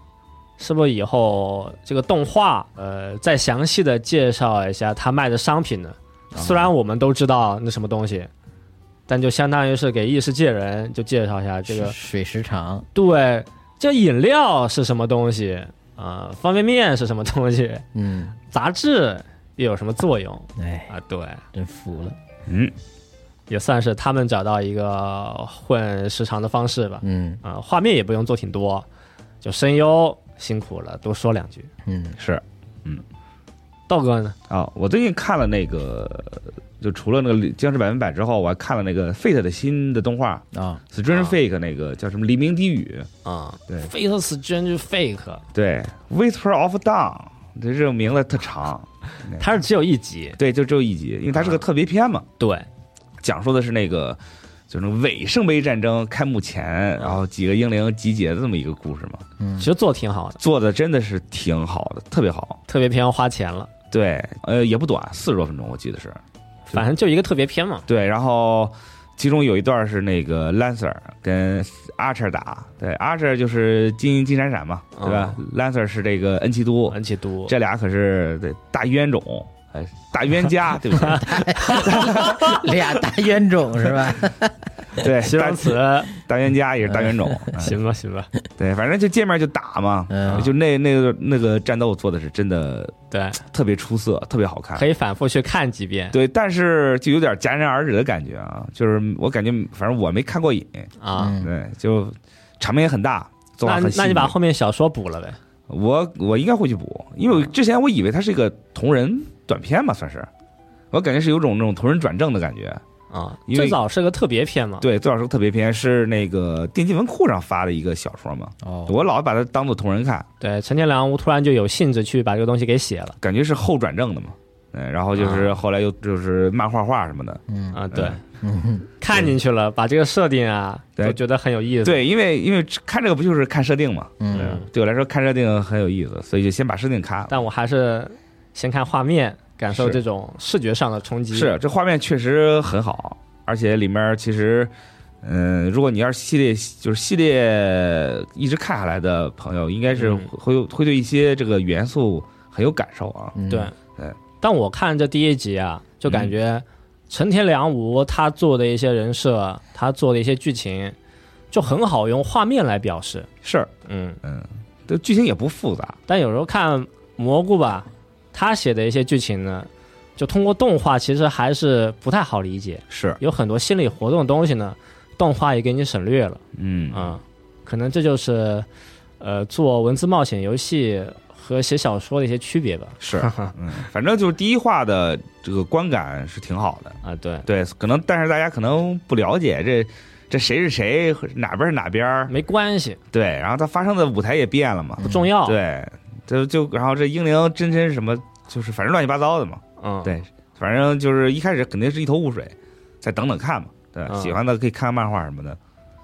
[SPEAKER 3] 是不是以后这个动画呃再详细的介绍一下他卖的商品呢？虽然我们都知道那什么东西，但就相当于是给异世界人就介绍一下这个
[SPEAKER 2] 水时长，
[SPEAKER 3] 对，这饮料是什么东西啊、方便面是什么东西？
[SPEAKER 2] 嗯，
[SPEAKER 3] 杂志又有什么作用
[SPEAKER 2] 哎，
[SPEAKER 3] 啊？对，
[SPEAKER 2] 真服了，
[SPEAKER 4] 嗯，
[SPEAKER 3] 也算是他们找到一个混时长的方式吧。
[SPEAKER 2] 嗯
[SPEAKER 3] 啊、画面也不用做挺多，就声优辛苦了，多说两句。
[SPEAKER 2] 嗯
[SPEAKER 4] 是
[SPEAKER 3] 道哥呢？
[SPEAKER 4] 啊，我最近看了那个，就除了那个《僵尸百分百》之后，我还看了那个 Fate 的新的动画
[SPEAKER 2] 啊，
[SPEAKER 4] 《Strange
[SPEAKER 3] 啊
[SPEAKER 4] Fake》，那个叫什么《黎明低语》。
[SPEAKER 3] 啊、
[SPEAKER 4] 对
[SPEAKER 3] f a c e Strange Fake，
[SPEAKER 4] 对，《Whisper of Dawn》，这这个名字特长，
[SPEAKER 3] 它是只有一集。
[SPEAKER 4] 对，就只有一集，因为它是个特别篇嘛。
[SPEAKER 3] 对，
[SPEAKER 4] 嗯讲述的是那个就是那个伪圣杯战争开幕前，然后几个英灵集结的这么一个故事嘛，
[SPEAKER 2] 嗯
[SPEAKER 3] 其实做挺好的，
[SPEAKER 4] 做的真的是挺好的，特别好。
[SPEAKER 3] 特别篇花钱了，
[SPEAKER 4] 对，呃，也不短，四十多分钟我记得是。
[SPEAKER 3] 反正就一个特别篇嘛。
[SPEAKER 4] 对，然后其中有一段是那个 Lancer 跟 Archer 打，对，Archer 就是金金闪闪嘛，对吧、l a n c e r 是这个恩奇都，
[SPEAKER 3] 文起嗯都，
[SPEAKER 4] 这俩可是对大冤种，哎，大冤 家，对不对？
[SPEAKER 2] 俩大冤种是吧？
[SPEAKER 4] 对，
[SPEAKER 3] 形
[SPEAKER 4] 大
[SPEAKER 3] 容词，哎
[SPEAKER 4] 大冤家也是大冤 种，哎
[SPEAKER 3] 行吧行吧，
[SPEAKER 4] 对，反正就见面就打嘛，
[SPEAKER 2] 嗯
[SPEAKER 4] 就那那个那个战斗做的是真的
[SPEAKER 3] 对，
[SPEAKER 4] 特别出色，特别好看
[SPEAKER 3] 可。以反复去看几遍
[SPEAKER 4] 啊对，但是就有点戛然而止的感觉啊，就是我感觉反正我没看过瘾，
[SPEAKER 3] 啊。
[SPEAKER 2] 嗯
[SPEAKER 4] 对，就场面也很大，做
[SPEAKER 3] 那
[SPEAKER 4] 法很
[SPEAKER 3] 那你
[SPEAKER 4] 细腻
[SPEAKER 3] 把后面小说补了呗？
[SPEAKER 4] 我我应该会去补，因为我之前我以为它是一个同人短片嘛，算是，我感觉是有种那种同人转正的感觉。
[SPEAKER 3] 啊，
[SPEAKER 4] 因为
[SPEAKER 3] 最早是个特别篇嘛。
[SPEAKER 4] 对，最好是个特别篇，是那个电竞文库上发的一个小说嘛，
[SPEAKER 2] 哦，
[SPEAKER 4] 我老把它当做同人看，
[SPEAKER 3] 对，陈天良突然就有兴致去把这个东西给写了
[SPEAKER 4] 感觉是后转正的嘛。嗯，然后就是后来又就是漫画画什么的，
[SPEAKER 2] 嗯
[SPEAKER 3] 啊。对，
[SPEAKER 2] 嗯
[SPEAKER 3] 看进去了，把这个设定啊，
[SPEAKER 4] 对
[SPEAKER 3] 都觉得很有意思。，
[SPEAKER 4] 对，因为因为看这个不就是看设定嘛，
[SPEAKER 2] 嗯，
[SPEAKER 4] 对我来说看设定很有意思，所以就先把设定看了。
[SPEAKER 3] 但我还是先看画面，感受
[SPEAKER 4] 是
[SPEAKER 3] 这种视觉上的冲击。
[SPEAKER 4] 是，这画面确实很好，而且里面其实，嗯，如果你要是系列就是系列一直看下来的朋友，应该是
[SPEAKER 3] 嗯
[SPEAKER 4] 会、有会对一些这个元素很有感受啊。
[SPEAKER 2] 嗯
[SPEAKER 3] 对
[SPEAKER 4] 对。嗯
[SPEAKER 3] 但我看这第一集啊，就感觉陈天良吾他做的一些人设，他做的一些剧情，就很好用画面来表示。
[SPEAKER 4] 是，
[SPEAKER 3] 嗯，
[SPEAKER 4] 这剧情也不复杂，
[SPEAKER 3] 但有时候看蘑菇吧，他写的一些剧情呢，就通过动画其实还是不太好理解，
[SPEAKER 4] 是，
[SPEAKER 3] 有很多心理活动的东西呢，动画也给你省略了
[SPEAKER 4] 嗯
[SPEAKER 3] 啊、可能这就是呃做文字冒险游戏和写小说的一些区别吧。
[SPEAKER 4] 是，嗯，反正就是第一话的这个观感是挺好的，
[SPEAKER 3] 啊，对，
[SPEAKER 4] 对，可能但是大家可能不了解这。这谁是谁，哪边是哪边儿
[SPEAKER 3] 没关系，
[SPEAKER 4] 对，然后它发生的舞台也变了嘛，
[SPEAKER 3] 不重要。，
[SPEAKER 4] 嗯对，这就然后这英灵真真是什么，就是反正乱七八糟的嘛，
[SPEAKER 3] 嗯，
[SPEAKER 4] 对反正就是一开始肯定是一头雾水，再等等看嘛。对，
[SPEAKER 3] 嗯
[SPEAKER 4] 喜欢的可以看看漫画什么的，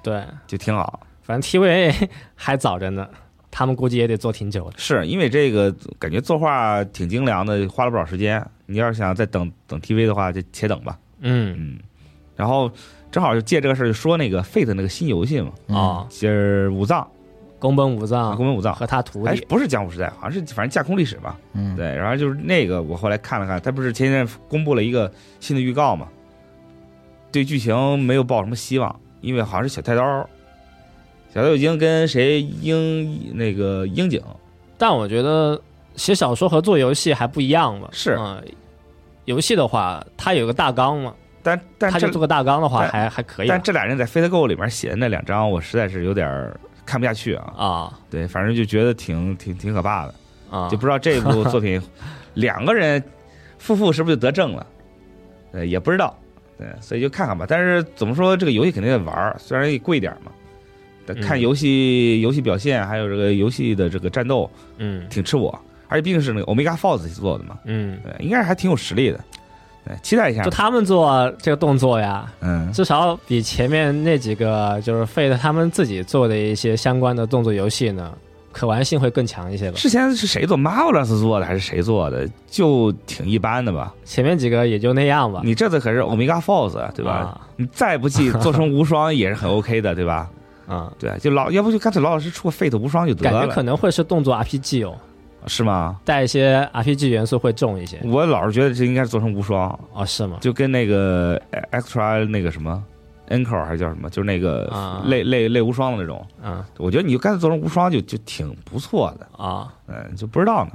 [SPEAKER 3] 对，
[SPEAKER 4] 就挺好。
[SPEAKER 3] 反正 TVA 还早着呢，他们估计也得做挺久的。
[SPEAKER 4] 是因为这个感觉作画挺精良的，花了不少时间。你要是想再等等 TV 的话，就且等吧。
[SPEAKER 3] 嗯，
[SPEAKER 4] 嗯，然后正好就借这个事儿就说那个 Fate 那个新游戏嘛，
[SPEAKER 3] 哦，
[SPEAKER 4] 就是武藏，
[SPEAKER 3] 宫本武藏
[SPEAKER 4] 嗯宫本武藏。
[SPEAKER 3] 和他徒
[SPEAKER 4] 哎
[SPEAKER 3] 弟，
[SPEAKER 4] 不是江湖时代，好像是反正架空历史吧。
[SPEAKER 2] 嗯，
[SPEAKER 4] 对，然后就是那个，我后来看了看，他不是前一阵公布了一个新的预告嘛？对剧情没有抱什么希望，因为好像是小太刀，小太刀已经跟谁英那个樱井
[SPEAKER 3] 但我觉得写小说和做游戏还不一样吧？
[SPEAKER 4] 是
[SPEAKER 3] 嗯，游戏的话，它有个大纲嘛，
[SPEAKER 4] 但但
[SPEAKER 3] 他
[SPEAKER 4] 这
[SPEAKER 3] 就做个大纲的话，
[SPEAKER 4] 但
[SPEAKER 3] 还还可以吧
[SPEAKER 4] 但这俩人在《飞 a 购》里面写的那两章，我实在是有点儿看不下去啊。
[SPEAKER 3] 啊
[SPEAKER 4] 对，反正就觉得挺挺挺可怕的，
[SPEAKER 3] 啊，
[SPEAKER 4] 就不知道这部作品两个人夫妇是不是就得正 了？呃，也不知道，对，所以就看看吧。但是怎么说，这个游戏肯定得玩儿，虽然也贵点儿嘛，但看
[SPEAKER 3] 嗯
[SPEAKER 4] 游戏、游戏表现，还有这个游戏的这个战斗，
[SPEAKER 3] 嗯
[SPEAKER 4] 挺吃我。而且毕竟是那个 Omega Force 做的嘛，
[SPEAKER 3] 嗯，
[SPEAKER 4] 对，应该是还挺有实力的，对，期待一下
[SPEAKER 3] 就。他们做这个动作呀，
[SPEAKER 4] 嗯，
[SPEAKER 3] 至少比前面那几个就是 Fate 他们自己做的一些相关的动作游戏呢，可玩性会更强一些吧。
[SPEAKER 4] 之前是谁做 Marvelous 做的还是谁做的，就挺一般的吧。
[SPEAKER 3] 前面几个也就那样吧，
[SPEAKER 4] 你这次可是 Omega Force 对吧？
[SPEAKER 3] 啊
[SPEAKER 4] 你再不济做成无双也是很 OK 的对吧？
[SPEAKER 3] 啊、
[SPEAKER 4] 对，就老要不就干脆老老实出个 Fate 无双就得
[SPEAKER 3] 感觉
[SPEAKER 4] 了，
[SPEAKER 3] 可能会是动作 RPG 哦，
[SPEAKER 4] 是吗？
[SPEAKER 3] 带一些 RPG 元素会重一些。
[SPEAKER 4] 我老是觉得这应该是做成无双，
[SPEAKER 3] 哦，是吗？
[SPEAKER 4] 就跟那个呃 Extra 那个什么 Encore 还是叫什么，就是那个
[SPEAKER 3] 啊
[SPEAKER 4] 类类类无双的那种。
[SPEAKER 3] 嗯
[SPEAKER 4] 我觉得你就干脆做成无双就就挺不错的，
[SPEAKER 3] 啊，
[SPEAKER 4] 嗯，就不知道呢，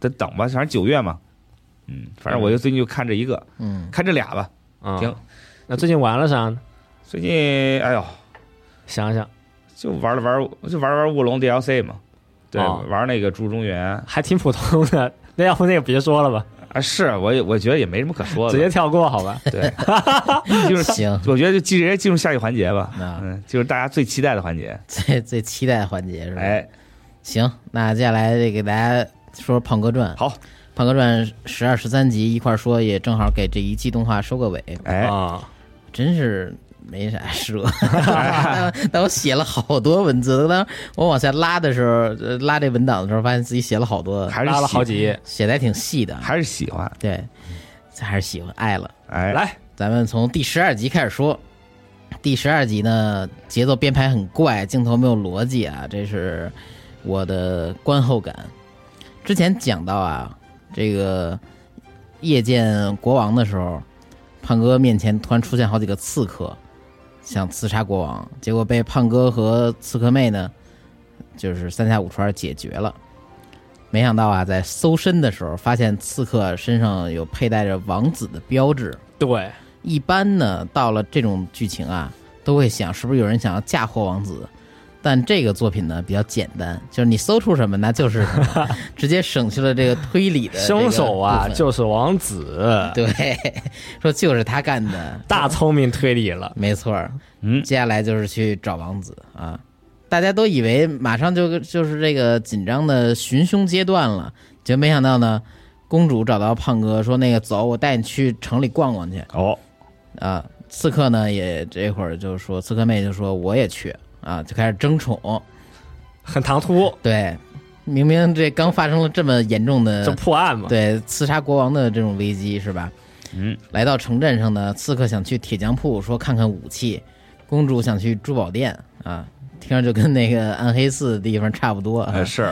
[SPEAKER 4] 得等吧，反正九月嘛，嗯，反正我就最近就看这一个，
[SPEAKER 2] 嗯，
[SPEAKER 4] 看这俩吧。
[SPEAKER 3] 嗯
[SPEAKER 4] 行。
[SPEAKER 3] 那最近玩了啥呢？
[SPEAKER 4] 最近哎呦，
[SPEAKER 3] 想想
[SPEAKER 4] 就玩了玩，就玩了玩卧龙 DLC 嘛，对，
[SPEAKER 3] 哦
[SPEAKER 4] 玩那个猪中原
[SPEAKER 3] 还挺普通 的，那要不那个别说了吧，
[SPEAKER 4] 啊，是我也我觉得也没什么可说的，
[SPEAKER 3] 直接跳过 好吧？
[SPEAKER 4] 对，就是
[SPEAKER 2] 行，
[SPEAKER 4] 我觉得就直接进入下一环节吧，
[SPEAKER 2] 啊
[SPEAKER 4] 嗯，就是大家最期待的环节，
[SPEAKER 2] 最最期待的环节是吧？
[SPEAKER 4] 哎，
[SPEAKER 2] 行，那接下来得给大家说说《胖哥传》。
[SPEAKER 4] 好
[SPEAKER 2] 《胖哥传》十二、十三集一块儿说，也正好给这一季动画收个尾。
[SPEAKER 4] 哎，
[SPEAKER 2] 哦
[SPEAKER 3] 啊，
[SPEAKER 2] 真是没啥说， 但但我写了好多文字。当我往下拉的时候，呃拉这文档的时候，发现自己写了好多，
[SPEAKER 4] 还是
[SPEAKER 3] 拉了
[SPEAKER 4] 喜
[SPEAKER 3] 好几，页，
[SPEAKER 2] 写的还挺细的。
[SPEAKER 4] 还是喜欢，
[SPEAKER 2] 对，这还是喜欢爱了。
[SPEAKER 4] 哎，
[SPEAKER 3] 来
[SPEAKER 2] 咱们从第十二集开始说。第十二集呢，节奏编排很怪，镜头没有逻辑啊，这是我的观后感。之前讲到啊，这个夜见国王的时候，胖哥面前突然出现好几个刺客，想刺杀国王，结果被胖哥和刺客妹呢，就是三下五除二解决了。没想到啊，在搜身的时候，发现刺客身上有佩戴着王子的标志，
[SPEAKER 4] 呃
[SPEAKER 3] 对，
[SPEAKER 2] 一般呢，到了这种剧情啊，都会想是不是有人想要嫁祸王子。但这个作品呢比较简单，就是你搜出什么那就是什么，直接省去了这个推理的这个
[SPEAKER 3] 凶手啊
[SPEAKER 2] 部分
[SPEAKER 3] 就是王
[SPEAKER 4] 嗯
[SPEAKER 3] 子，
[SPEAKER 2] 对，说就是他干的，
[SPEAKER 3] 大聪明推理了，
[SPEAKER 2] 没错儿。
[SPEAKER 4] 嗯
[SPEAKER 2] 接下来就是去找王子啊，大家都以为马上就就是这个紧张的寻凶阶段了，结果没想到呢，公主找到胖哥说那个走，我带你去城里逛逛去。
[SPEAKER 4] 哦，
[SPEAKER 2] 啊，刺客呢也这会儿就说，刺客妹就说我也去啊，就开始争宠。
[SPEAKER 3] 很唐突，
[SPEAKER 2] 对，明明这刚发生了这么严重的
[SPEAKER 3] 这破案嘛，
[SPEAKER 2] 对刺杀国王的这种危机是吧？
[SPEAKER 4] 嗯，
[SPEAKER 2] 来到城镇上呢，刺客想去铁匠铺说看看武器，公主想去珠宝店啊，听着就跟那个暗黑寺的地方差不多啊。
[SPEAKER 4] 哎 是，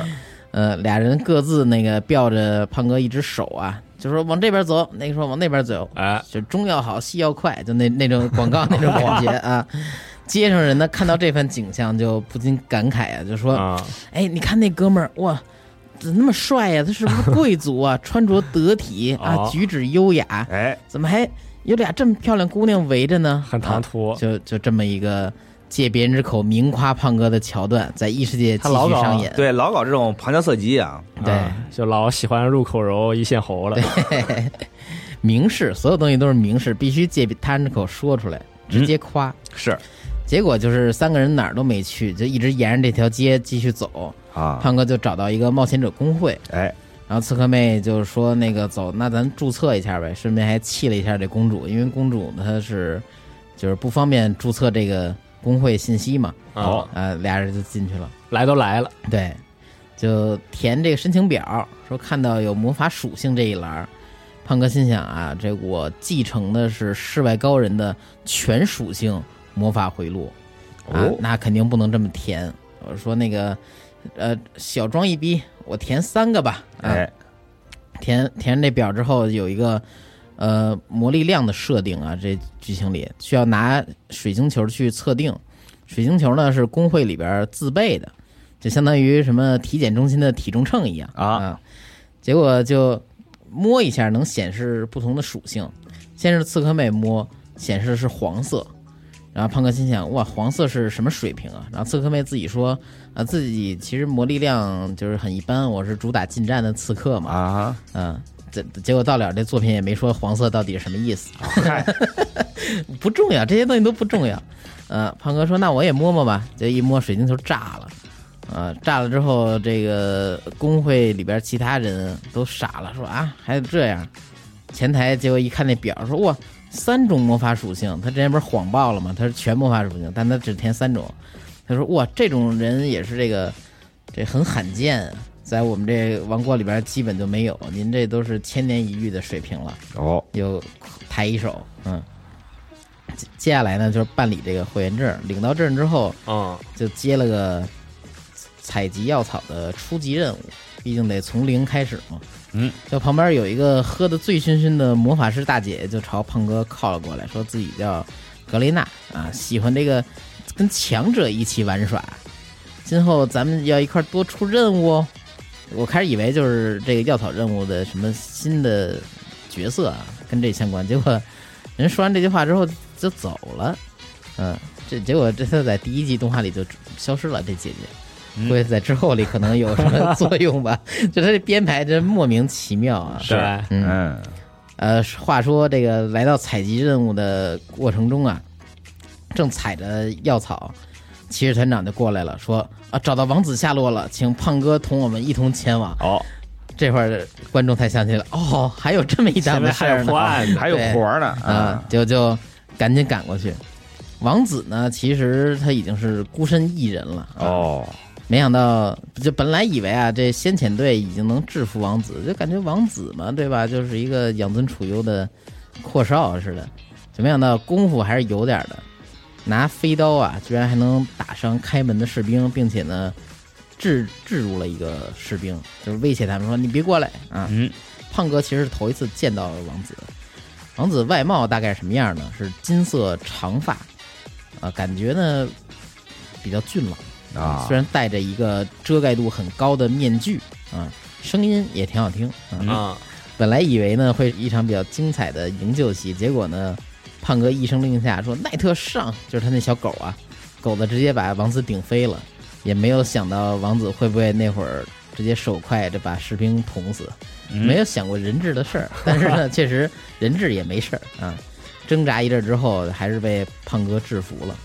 [SPEAKER 2] 呃，俩人各自那个吊着胖哥一只手啊，就说往这边走，那个说往那边走，
[SPEAKER 3] 哎，
[SPEAKER 2] 就中药好，西药快，就那那种广告那种感 觉啊。街上人呢看到这番景象，就不禁感慨啊，就说：“
[SPEAKER 3] 啊，
[SPEAKER 2] 哎，你看那哥们儿，哇，怎么那么帅呀、他是不是贵族啊？穿着得体啊，
[SPEAKER 3] 哦
[SPEAKER 2] 举止优雅，
[SPEAKER 4] 哎，
[SPEAKER 2] 怎么还有俩这么漂亮姑娘围着呢？
[SPEAKER 3] 很唐
[SPEAKER 2] 啊
[SPEAKER 3] 突，
[SPEAKER 2] 就就这么一个借别人之口明夸胖哥的桥段，在异世界继
[SPEAKER 3] 他老
[SPEAKER 2] 续
[SPEAKER 3] 搞
[SPEAKER 2] 上演。
[SPEAKER 4] 对，老搞这种旁敲侧击啊，
[SPEAKER 2] 对
[SPEAKER 3] 啊就老喜欢入口柔一线喉了，
[SPEAKER 2] 明示，所有东西都是明示，必须借他人之口说出来，直接夸。
[SPEAKER 4] 是
[SPEAKER 2] 结果就是三个人哪儿都没去，就一直沿着这条街继续走。
[SPEAKER 4] 啊，
[SPEAKER 2] 胖哥就找到一个冒险者工会，
[SPEAKER 4] 哎，
[SPEAKER 2] 然后刺客妹就说：“那个走，那咱注册一下呗。”顺便还气了一下这公主，因为公主她是就是不方便注册这个工会信息嘛。
[SPEAKER 3] 哦，
[SPEAKER 2] 呃，俩人就进去了。
[SPEAKER 3] 来都来了，
[SPEAKER 2] 对，就填这个申请表，说看到有魔法属性这一栏儿，胖哥心想啊，这我继承的是世外高人的全属性魔法回路，啊，
[SPEAKER 4] 哦
[SPEAKER 2] 那肯定不能这么填。我说那个，呃，小装一逼，我填三个吧。啊、，
[SPEAKER 4] 哎，
[SPEAKER 2] 填填这表之后有一个。呃，魔力量的设定啊，这剧情里需要拿水晶球去测定。水晶球呢是工会里边自备的，就相当于什么体检中心的体重秤一样
[SPEAKER 4] 啊
[SPEAKER 2] 结果就摸一下能显示不同的属性，先是刺客妹摸显示的是黄色，然后胖哥心想哇黄色是什么水平啊？然后刺客妹自己说啊自己其实魔力量就是很一般，我是主打近战的刺客嘛，
[SPEAKER 4] 啊，
[SPEAKER 2] 嗯，这结果到了这作品也没说黄色到底是什么意思， 不重要，这些东西都不重要。呃，胖哥说：“那我也摸摸吧。”就一摸，水晶球炸了。呃，炸了之后，这个工会里边其他人都傻了，说：“啊，还有这样？”前台结果一看那表，说：“哇，三种魔法属性。”他之前不是谎报了吗？他是全魔法属性，但他只填三种。他说：“哇，这种人也是这个这很罕见，在我们这王国里边基本就没有。您这都是千年一遇的水平了，
[SPEAKER 4] 哦，
[SPEAKER 2] 有抬一手，嗯。接接下来呢，就是办理这个会员证，领到证之后，
[SPEAKER 3] 嗯，
[SPEAKER 2] 就接了个采集药草的初级任务，毕竟得从零开始嘛。
[SPEAKER 4] 嗯，
[SPEAKER 2] 就旁边有一个喝得醉醺醺的魔法师大姐，就朝胖哥靠了过来，说自己叫格雷娜啊，喜欢这个跟强者一起玩耍，今后咱们要一块儿多出任务哦。我开始以为就是这个药草任务的什么新的角色啊，跟这相关，结果人说完这句话之后就走了，嗯，这结果这次在第一季动画里就消失了，这姐姐，估计在之后里可能有什么作用吧？就他这编排真莫名其妙啊！
[SPEAKER 3] 是吧
[SPEAKER 2] 嗯，
[SPEAKER 4] 嗯，
[SPEAKER 2] 呃，话说这个来到采集任务的过程中啊，正采着药草，骑士团长就过来了，说啊，找到王子下落了，请胖哥同我们一同前往。
[SPEAKER 4] 哦，
[SPEAKER 2] 这会儿观众才想起来，哦，还有这么一档
[SPEAKER 3] 前
[SPEAKER 2] 子
[SPEAKER 3] 面
[SPEAKER 2] 事
[SPEAKER 3] 还有
[SPEAKER 2] 儿呢
[SPEAKER 3] 破。案呢，
[SPEAKER 4] 还有活儿呢
[SPEAKER 2] 啊，，就就赶紧赶过去。王子呢，其实他已经是孤身一人了啊，
[SPEAKER 4] 哦，
[SPEAKER 2] 没想到就本来以为啊，这先遣队已经能制服王子，就感觉王子嘛，对吧，就是一个养尊处优的阔少似的，就没想到功夫还是有点的，拿飞刀啊，居然还能打伤开门的士兵，并且呢，制制住了一个士兵，就是威胁他们说你别过来啊，
[SPEAKER 4] 嗯，
[SPEAKER 2] 胖哥其实是头一次见到王子。王子外貌大概是什么样呢？是金色长发，啊、感觉呢比较俊朗
[SPEAKER 4] 啊
[SPEAKER 2] 嗯虽然戴着一个遮盖度很高的面具啊，声音也挺好听啊。
[SPEAKER 3] 嗯，
[SPEAKER 2] 本来以为呢会是一场比较精彩的营救戏，结果呢，胖哥一声令下说：“奈特上！”就是他那小狗啊，狗子直接把王子顶飞了，也没有想到王子会不会那会儿直接手快着把士兵捅死，
[SPEAKER 4] 嗯
[SPEAKER 2] 没有想过人质的事儿。但是呢，确实人质也没事儿啊。挣扎一阵之后，还是被胖哥制服了。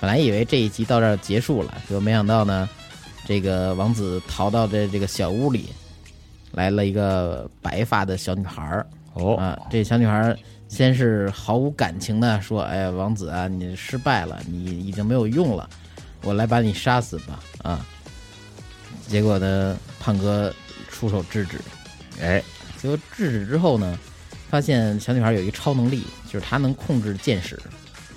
[SPEAKER 2] 本来以为这一集到这儿结束了，结果没想到呢，这个王子逃到这这个小屋里，来了一个白发的小女孩儿。
[SPEAKER 4] 哦，
[SPEAKER 2] 啊，这小女孩儿先是毫无感情的说：“哎呀，王子啊，你失败了，你已经没有用了，我来把你杀死吧。”啊，结果呢，胖哥出手制止，
[SPEAKER 4] 哎，
[SPEAKER 2] 结果制止之后呢，发现小女孩有一个超能力，就是她能控制箭矢。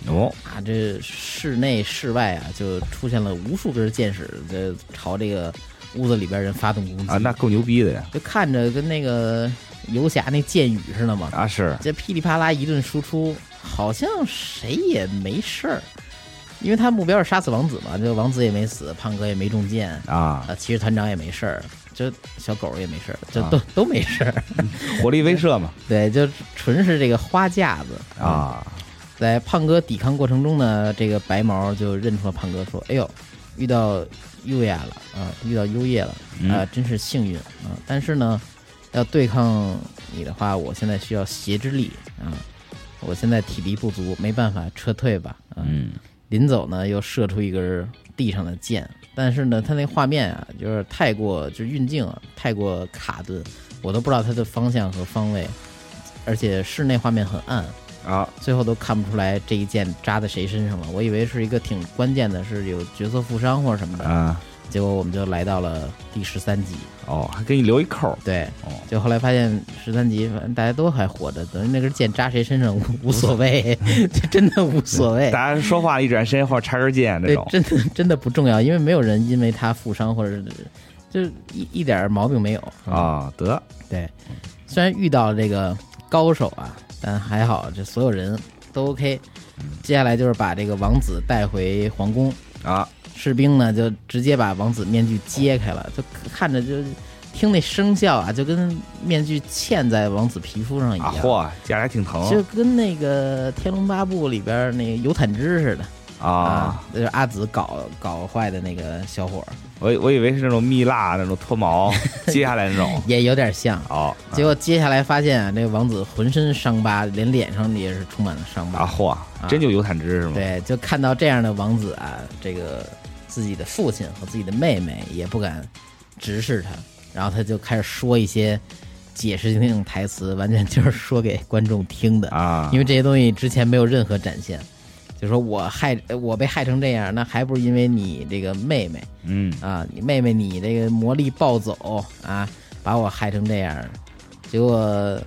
[SPEAKER 4] 哦，
[SPEAKER 2] 啊，这室内室外啊，就出现了无数根箭矢，这朝这个屋子里边人发动攻击
[SPEAKER 4] 啊，那够牛逼的呀，
[SPEAKER 2] 就看着跟那个游侠那箭雨似的嘛。
[SPEAKER 4] 啊是，
[SPEAKER 2] 这噼里啪啦一顿输出，好像谁也没事儿，因为他目标是杀死王子嘛，这个王子也没死，胖哥也没中箭，
[SPEAKER 4] 啊，
[SPEAKER 2] 啊，骑士团长也没事儿，这小狗也没事儿，这
[SPEAKER 4] 啊
[SPEAKER 2] 都、都没事儿，
[SPEAKER 4] 火力威慑嘛，
[SPEAKER 2] 对，就纯是这个花架子。
[SPEAKER 4] 啊，
[SPEAKER 2] 在胖哥抵抗过程中呢，这个白毛就认出了胖哥，说：“哎呦，遇到优雅了啊、遇到优夜了
[SPEAKER 4] 嗯
[SPEAKER 2] 啊、真是幸运啊、但是呢，要对抗你的话，我现在需要邪之力啊、我现在体力不足，没办法，撤退吧。啊
[SPEAKER 4] 嗯，
[SPEAKER 2] 临走呢，又射出一根地上的箭，但是呢，他那画面啊，就是太过就是运镜啊，太过卡顿，我都不知道它的方向和方位，而且室内画面很暗。
[SPEAKER 4] 啊，
[SPEAKER 2] 最后都看不出来这一箭扎在谁身上了。我以为是一个挺关键的，是有角色负伤或者什么的。
[SPEAKER 4] 啊，
[SPEAKER 2] 结果我们就来到了第十三集，
[SPEAKER 4] 哦，还给你留一扣儿，
[SPEAKER 2] 对
[SPEAKER 4] 哦，
[SPEAKER 2] 就后来发现十三集反正大家都还活着，等于那根箭扎谁身上无无所谓， 这真的无所谓。
[SPEAKER 4] 大家说话一转身或者插根剑这
[SPEAKER 2] 对
[SPEAKER 4] 种，，
[SPEAKER 2] 真的 真的不重要，因为没有人因为他负伤或者是就是一一点毛病没有。
[SPEAKER 4] 啊，得，
[SPEAKER 2] 对，虽然遇到了这个高手啊，但还好这所有人都 OK。接下来就是把这个王子带回皇宫，
[SPEAKER 4] 啊，
[SPEAKER 2] 士兵呢就直接把王子面具揭开了，就看着就听那声效啊，就跟面具嵌在王子皮肤上一
[SPEAKER 4] 啊，
[SPEAKER 2] 样，
[SPEAKER 4] 嚯，夹着还挺疼
[SPEAKER 2] 就跟那个《天龙八部》里边那个尤坦之似的
[SPEAKER 4] 啊，，
[SPEAKER 2] 就是阿紫搞搞坏的那个小伙儿，
[SPEAKER 4] 我以我以为是那种蜜蜡那种脱 毛揭下来那种，
[SPEAKER 2] 也有点像。
[SPEAKER 4] 哦，
[SPEAKER 2] 结果接下来发现啊，这个王子浑身伤疤，连脸上也是充满了伤疤
[SPEAKER 4] 啊。嚯，真就有坦之是吗？
[SPEAKER 2] 对，就看到这样的王子啊，这个自己的父亲和自己的妹妹也不敢直视他，然后他就开始说一些解释性台词，完全就是说给观众听的
[SPEAKER 4] 啊
[SPEAKER 2] 因为这些东西之前没有任何展现。就说我害我被害成这样，那还不是因为你这个妹妹
[SPEAKER 4] 嗯，
[SPEAKER 2] 啊？你妹妹你这个魔力暴走啊，把我害成这样。结果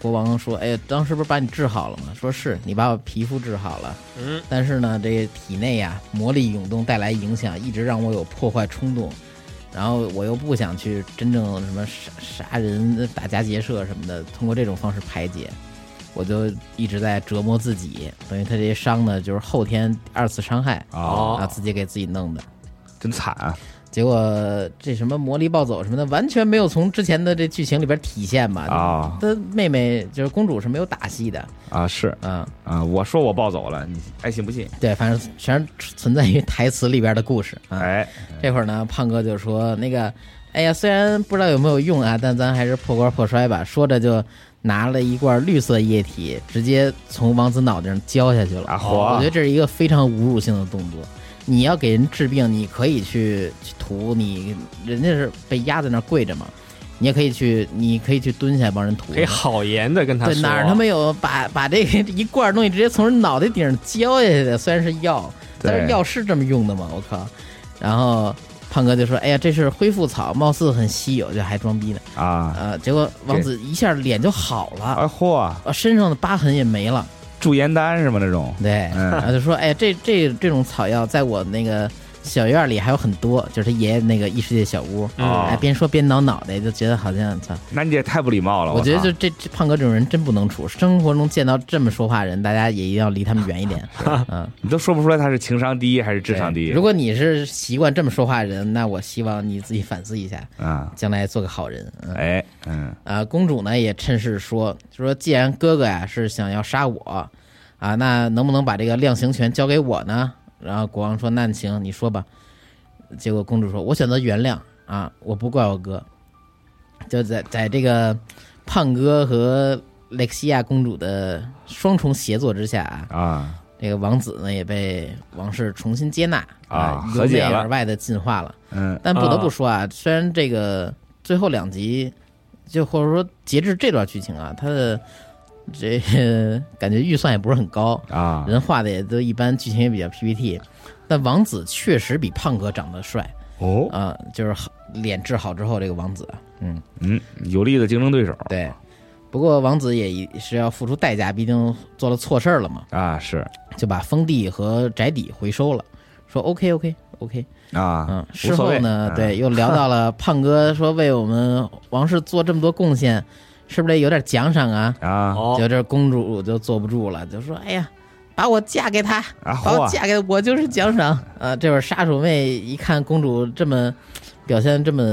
[SPEAKER 2] 国王说：“哎呀，当时不是把你治好了吗？说是你把我皮肤治好了，
[SPEAKER 3] 嗯，
[SPEAKER 2] 但是呢，这体内呀、魔力涌动带来影响，一直让我有破坏冲动。然后我又不想去真正什么杀杀人、打家劫舍什么的，通过这种方式排解，我就一直在折磨自己。等于他这些伤呢，就是后天二次伤害
[SPEAKER 4] 哦
[SPEAKER 2] 啊，自己给自己弄的。
[SPEAKER 4] 真惨啊，
[SPEAKER 2] 结果这什么魔力暴走什么的，完全没有从之前的这剧情里边体现吧？
[SPEAKER 4] 啊
[SPEAKER 2] 他妹妹就是公主是没有打戏的
[SPEAKER 4] 啊是
[SPEAKER 2] 啊，
[SPEAKER 4] 啊，我说我暴走了，你爱信不信？
[SPEAKER 2] 对，反正全是存在于台词里边的故事啊。
[SPEAKER 4] 哎，
[SPEAKER 2] 这会儿呢，胖哥就说：“那个，哎呀，虽然不知道有没有用啊，但咱还是破罐破摔吧。”说着就拿了一罐绿色液体，直接从王子脑袋上浇下去了。
[SPEAKER 4] 啊嚯
[SPEAKER 2] 我觉得这是一个非常侮辱性的动作。你要给人治病，你可以去去涂，你人家是被压在那儿跪着嘛，你也可以去，你可以去蹲下帮人涂。
[SPEAKER 3] 可以好言的跟他
[SPEAKER 2] 对
[SPEAKER 3] 说，，
[SPEAKER 2] 哪儿他妈有把把这个一罐东西直接从人脑袋顶上浇下去的？虽然是药，
[SPEAKER 4] 对
[SPEAKER 2] 但是药是这么用的吗？我靠！然后胖哥就说：“哎呀，这是恢复草，貌似很稀有，就还装逼呢。”
[SPEAKER 4] 啊，
[SPEAKER 2] 呃，结果王子一下脸就好了，
[SPEAKER 4] 啊嚯，
[SPEAKER 2] 啊，身上的疤痕也没了。
[SPEAKER 4] 驻颜丹是吗？那种
[SPEAKER 2] 对，
[SPEAKER 4] 嗯
[SPEAKER 2] 然后就说：“哎呀，这这这种草药在我那个小院里还有很多，就是他爷爷那个异世界小屋。”
[SPEAKER 3] 嗯
[SPEAKER 2] 哎，边说边挠脑袋，就觉得好像操。
[SPEAKER 4] 那你也太不礼貌了。
[SPEAKER 2] 我
[SPEAKER 4] 我
[SPEAKER 2] 觉得
[SPEAKER 4] 操
[SPEAKER 2] 就这这胖哥这种人真不能处，生活中见到这么说话人，大家也一定要离他们远一点。嗯，
[SPEAKER 4] 你都说不出来他是情商低还是智
[SPEAKER 2] 对
[SPEAKER 4] 商低。
[SPEAKER 2] 如果你是习惯这么说话人，那我希望你自己反思一下，
[SPEAKER 4] 啊，
[SPEAKER 2] 将来做个好人。嗯
[SPEAKER 4] 哎，嗯，
[SPEAKER 2] 啊，公主呢也趁势说，就说既然哥哥呀、是想要杀我，啊，那能不能把这个量刑权交给我呢？然后国王说，那行，你说吧。结果公主说，我选择原谅啊，我不怪我哥。就在在这个胖哥和蕾西亚公主的双重协作之下啊，
[SPEAKER 4] 啊，
[SPEAKER 2] 这个王子呢也被王室重新接纳
[SPEAKER 4] 啊
[SPEAKER 2] 由
[SPEAKER 4] 和解
[SPEAKER 2] 内
[SPEAKER 4] 了
[SPEAKER 2] 而外的进化了。
[SPEAKER 4] 嗯，
[SPEAKER 2] 但不得不
[SPEAKER 3] 啊
[SPEAKER 2] 说啊，虽然这个最后两集，就或者说截至这段剧情啊，它的这感觉预算也不是很高，
[SPEAKER 4] 啊，
[SPEAKER 2] 人画的也都一般，剧情也比较 PPT。但王子确实比胖哥长得帅
[SPEAKER 4] 哦，
[SPEAKER 2] 啊、就是好脸治好之后，这个王子啊，嗯，
[SPEAKER 4] 嗯，有力的竞争对手。
[SPEAKER 2] 对。不过王子也一是要付出代价，毕竟做了错事儿了嘛，
[SPEAKER 4] 啊，是
[SPEAKER 2] 就把封地和宅邸回收了，说 OK OK OK，
[SPEAKER 4] 啊
[SPEAKER 2] 嗯，，
[SPEAKER 4] 无
[SPEAKER 2] 事
[SPEAKER 4] 所
[SPEAKER 2] 后
[SPEAKER 4] 谓
[SPEAKER 2] 呢，
[SPEAKER 4] 嗯
[SPEAKER 2] 对，又聊到 了胖哥说为我们王室做这么多贡献，是不是得有点奖赏啊？
[SPEAKER 4] 啊
[SPEAKER 3] 哦
[SPEAKER 2] 就这公主就坐不住了，就说：“哎呀，把我嫁给他，
[SPEAKER 4] 啊
[SPEAKER 2] 把我
[SPEAKER 4] 嚯，
[SPEAKER 2] 嫁给他我就是奖 赏。”啊，这会儿杀手妹一看公主这么表现这么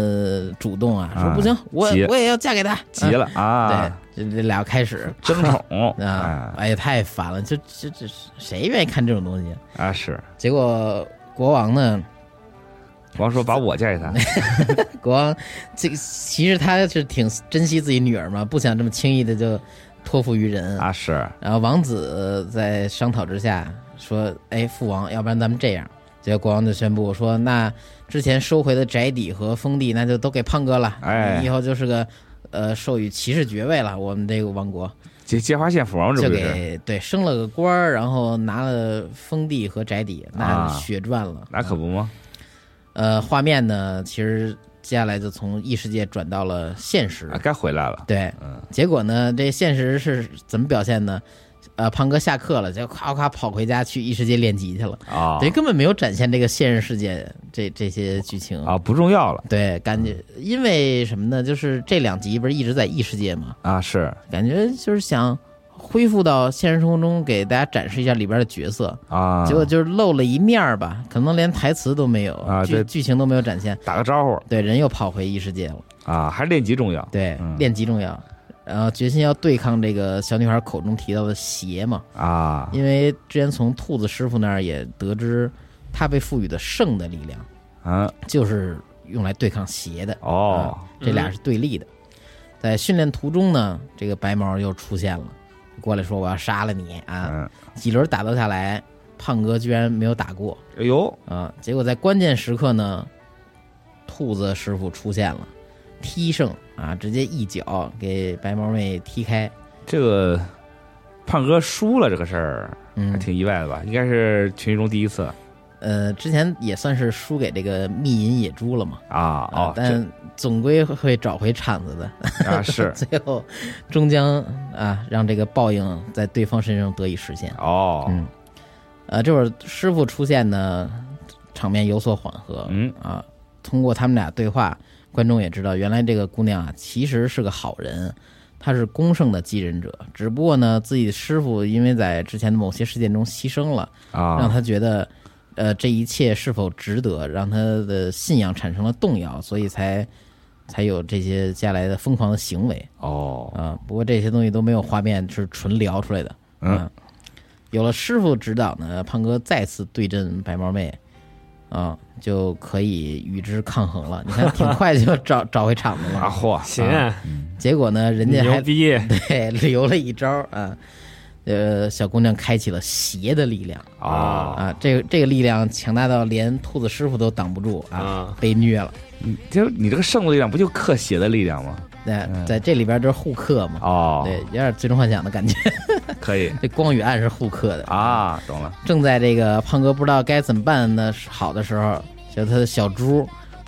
[SPEAKER 2] 主动啊，说
[SPEAKER 4] 啊：“
[SPEAKER 2] 不行，我
[SPEAKER 4] 急
[SPEAKER 2] 我也要嫁给他。”
[SPEAKER 4] 急了
[SPEAKER 2] 嗯，
[SPEAKER 4] 啊，
[SPEAKER 2] 对，这这俩开 始。
[SPEAKER 4] 争宠
[SPEAKER 2] 啊，
[SPEAKER 4] 啊
[SPEAKER 2] 哎呀，太烦了！就这这谁愿意看这种东西啊？
[SPEAKER 4] 啊是。
[SPEAKER 2] 结果国王呢，
[SPEAKER 4] 王说把我 嫁给他，
[SPEAKER 2] 嗯国王，这其实他是挺珍惜自己女儿嘛，不想这么轻易的就托付于人。
[SPEAKER 4] 啊是
[SPEAKER 2] 然后王子在商讨之下说：“哎，父王，要不然咱们这样。”结果国王就宣布说：“那之前收回的宅邸和封地，那就都给胖哥了。
[SPEAKER 4] 哎
[SPEAKER 2] 你以后就是个呃授予骑士爵位了。我们这个王国
[SPEAKER 4] 借借花献佛嘛，这
[SPEAKER 2] 就
[SPEAKER 4] 不是？
[SPEAKER 2] 给对升了个官儿，然后拿了封地和宅邸，那
[SPEAKER 4] 啊
[SPEAKER 2] 血赚了。
[SPEAKER 4] 那可不吗？
[SPEAKER 2] 呃，画面呢，其实接下来就从异世界转到了现实
[SPEAKER 4] 啊，。该回来了。
[SPEAKER 2] 对，结果呢，这现实是怎么表现呢？呃，胖哥下课了，就夸夸跑回家去异世界练级去了，
[SPEAKER 4] 啊
[SPEAKER 2] 等于根本没有展现这个现实世界这这些剧情
[SPEAKER 4] 啊，。嗯不重要了
[SPEAKER 2] 对，感觉因为什么呢？就是这两集不是一直在异世界嘛，
[SPEAKER 4] 啊，是
[SPEAKER 2] 感觉就是想恢复到现实生活中，给大家展示一下里边的角色，
[SPEAKER 4] 啊，
[SPEAKER 2] 结果就是露了一面儿吧，可能连台词都没有，
[SPEAKER 4] 啊
[SPEAKER 2] 剧
[SPEAKER 4] 对
[SPEAKER 2] 剧情都没有展现。
[SPEAKER 4] 打个招呼
[SPEAKER 2] 对，人又跑回异世界了。
[SPEAKER 4] 啊，还是练级重要。
[SPEAKER 2] 对，
[SPEAKER 4] 嗯
[SPEAKER 2] 练级重要，然后决心要对抗这个小女孩口中提到的邪嘛，
[SPEAKER 4] 啊
[SPEAKER 2] 因为之前从兔子师傅那儿也得知，他被赋予的圣的力量
[SPEAKER 4] 啊
[SPEAKER 2] 就是用来对抗邪的，
[SPEAKER 4] 哦
[SPEAKER 2] 这俩是对立的。在训练途中呢，这个白毛又出现了，过来说我要杀了你啊！
[SPEAKER 4] 嗯，
[SPEAKER 2] 几轮打斗下来，胖哥居然没有打过
[SPEAKER 4] 哎呦
[SPEAKER 2] 啊！结果在关键时刻呢，兔子师傅出现了，踢胜啊，直接一脚给白毛妹踢开。
[SPEAKER 4] 这个胖哥输了这个事儿还
[SPEAKER 2] 嗯，
[SPEAKER 4] 挺意外的吧？应该是群中第一次
[SPEAKER 2] 呃，之前也算是输给这个密银野猪了嘛，
[SPEAKER 4] 啊
[SPEAKER 2] 啊
[SPEAKER 4] 哦，这
[SPEAKER 2] 但总归会找回场子的，
[SPEAKER 4] 啊 是
[SPEAKER 2] 最后终将啊让这个报应在对方身上得以实现。
[SPEAKER 4] 哦
[SPEAKER 2] 嗯，呃，这会儿师傅出现呢，场面有所缓和。
[SPEAKER 4] 嗯
[SPEAKER 2] 啊，通过他们俩对话，观众也知道，原来这个姑娘啊，其实是个好人，她是公圣的继任者，只不过呢，自己师傅因为在之前的某些事件中牺牲了，让
[SPEAKER 4] 啊
[SPEAKER 2] 她觉得，呃，这一切是否值得，让她的信仰产生了动摇，所以才。才有这些接下来的疯狂的行为
[SPEAKER 4] 哦
[SPEAKER 2] 啊、不过这些东西都没有画面，是纯聊出来的。
[SPEAKER 4] 嗯
[SPEAKER 2] 啊，有了师傅指导呢，胖哥再次对阵白毛妹，啊，就可以与之抗衡了。你看， 挺快就找找回场子
[SPEAKER 4] 啊
[SPEAKER 2] 了。
[SPEAKER 4] 嚯
[SPEAKER 3] 行，
[SPEAKER 2] 结果呢，嗯人家
[SPEAKER 3] 牛
[SPEAKER 2] 还
[SPEAKER 3] 逼，
[SPEAKER 2] 对留了一招啊，呃，小姑娘开启了邪的力量
[SPEAKER 4] 啊，
[SPEAKER 2] 啊，这个这个力量强大到连兔子师傅都挡不住啊
[SPEAKER 3] 啊，
[SPEAKER 2] 被虐了。
[SPEAKER 4] 你嗯就是你这个圣的力量不就克邪的力量吗？
[SPEAKER 3] 嗯
[SPEAKER 2] 那在这里边就是互克嘛，
[SPEAKER 4] 哦，
[SPEAKER 2] 对，有点最终幻想的感觉。
[SPEAKER 4] 可以
[SPEAKER 2] 这光与暗是互克的
[SPEAKER 4] 啊，懂了，
[SPEAKER 2] 正在这个胖哥不知道该怎么办呢好的时候，就他的小猪，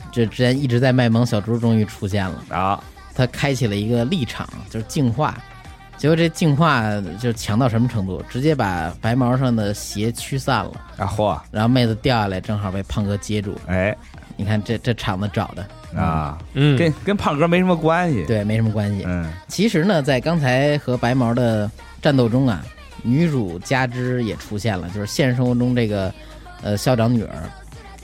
[SPEAKER 2] 这之前一直在卖萌小猪终于出现了，
[SPEAKER 4] 啊
[SPEAKER 2] 他开启了一个立场，就是净化。结果这净化就强到什么程度，直接把白毛上的鞋驱散了，
[SPEAKER 4] 啊嚯，
[SPEAKER 2] 然后妹子掉下来，正好被胖哥接住。
[SPEAKER 4] 哎
[SPEAKER 2] 你看这这场子找的，
[SPEAKER 4] 啊，
[SPEAKER 3] 嗯，
[SPEAKER 4] 跟跟胖哥没什么关系，
[SPEAKER 2] 对，没什么关系。
[SPEAKER 4] 嗯
[SPEAKER 2] 其实呢，在刚才和白毛的战斗中啊，女主加之也出现了，就是现实生活中这个呃校长女儿，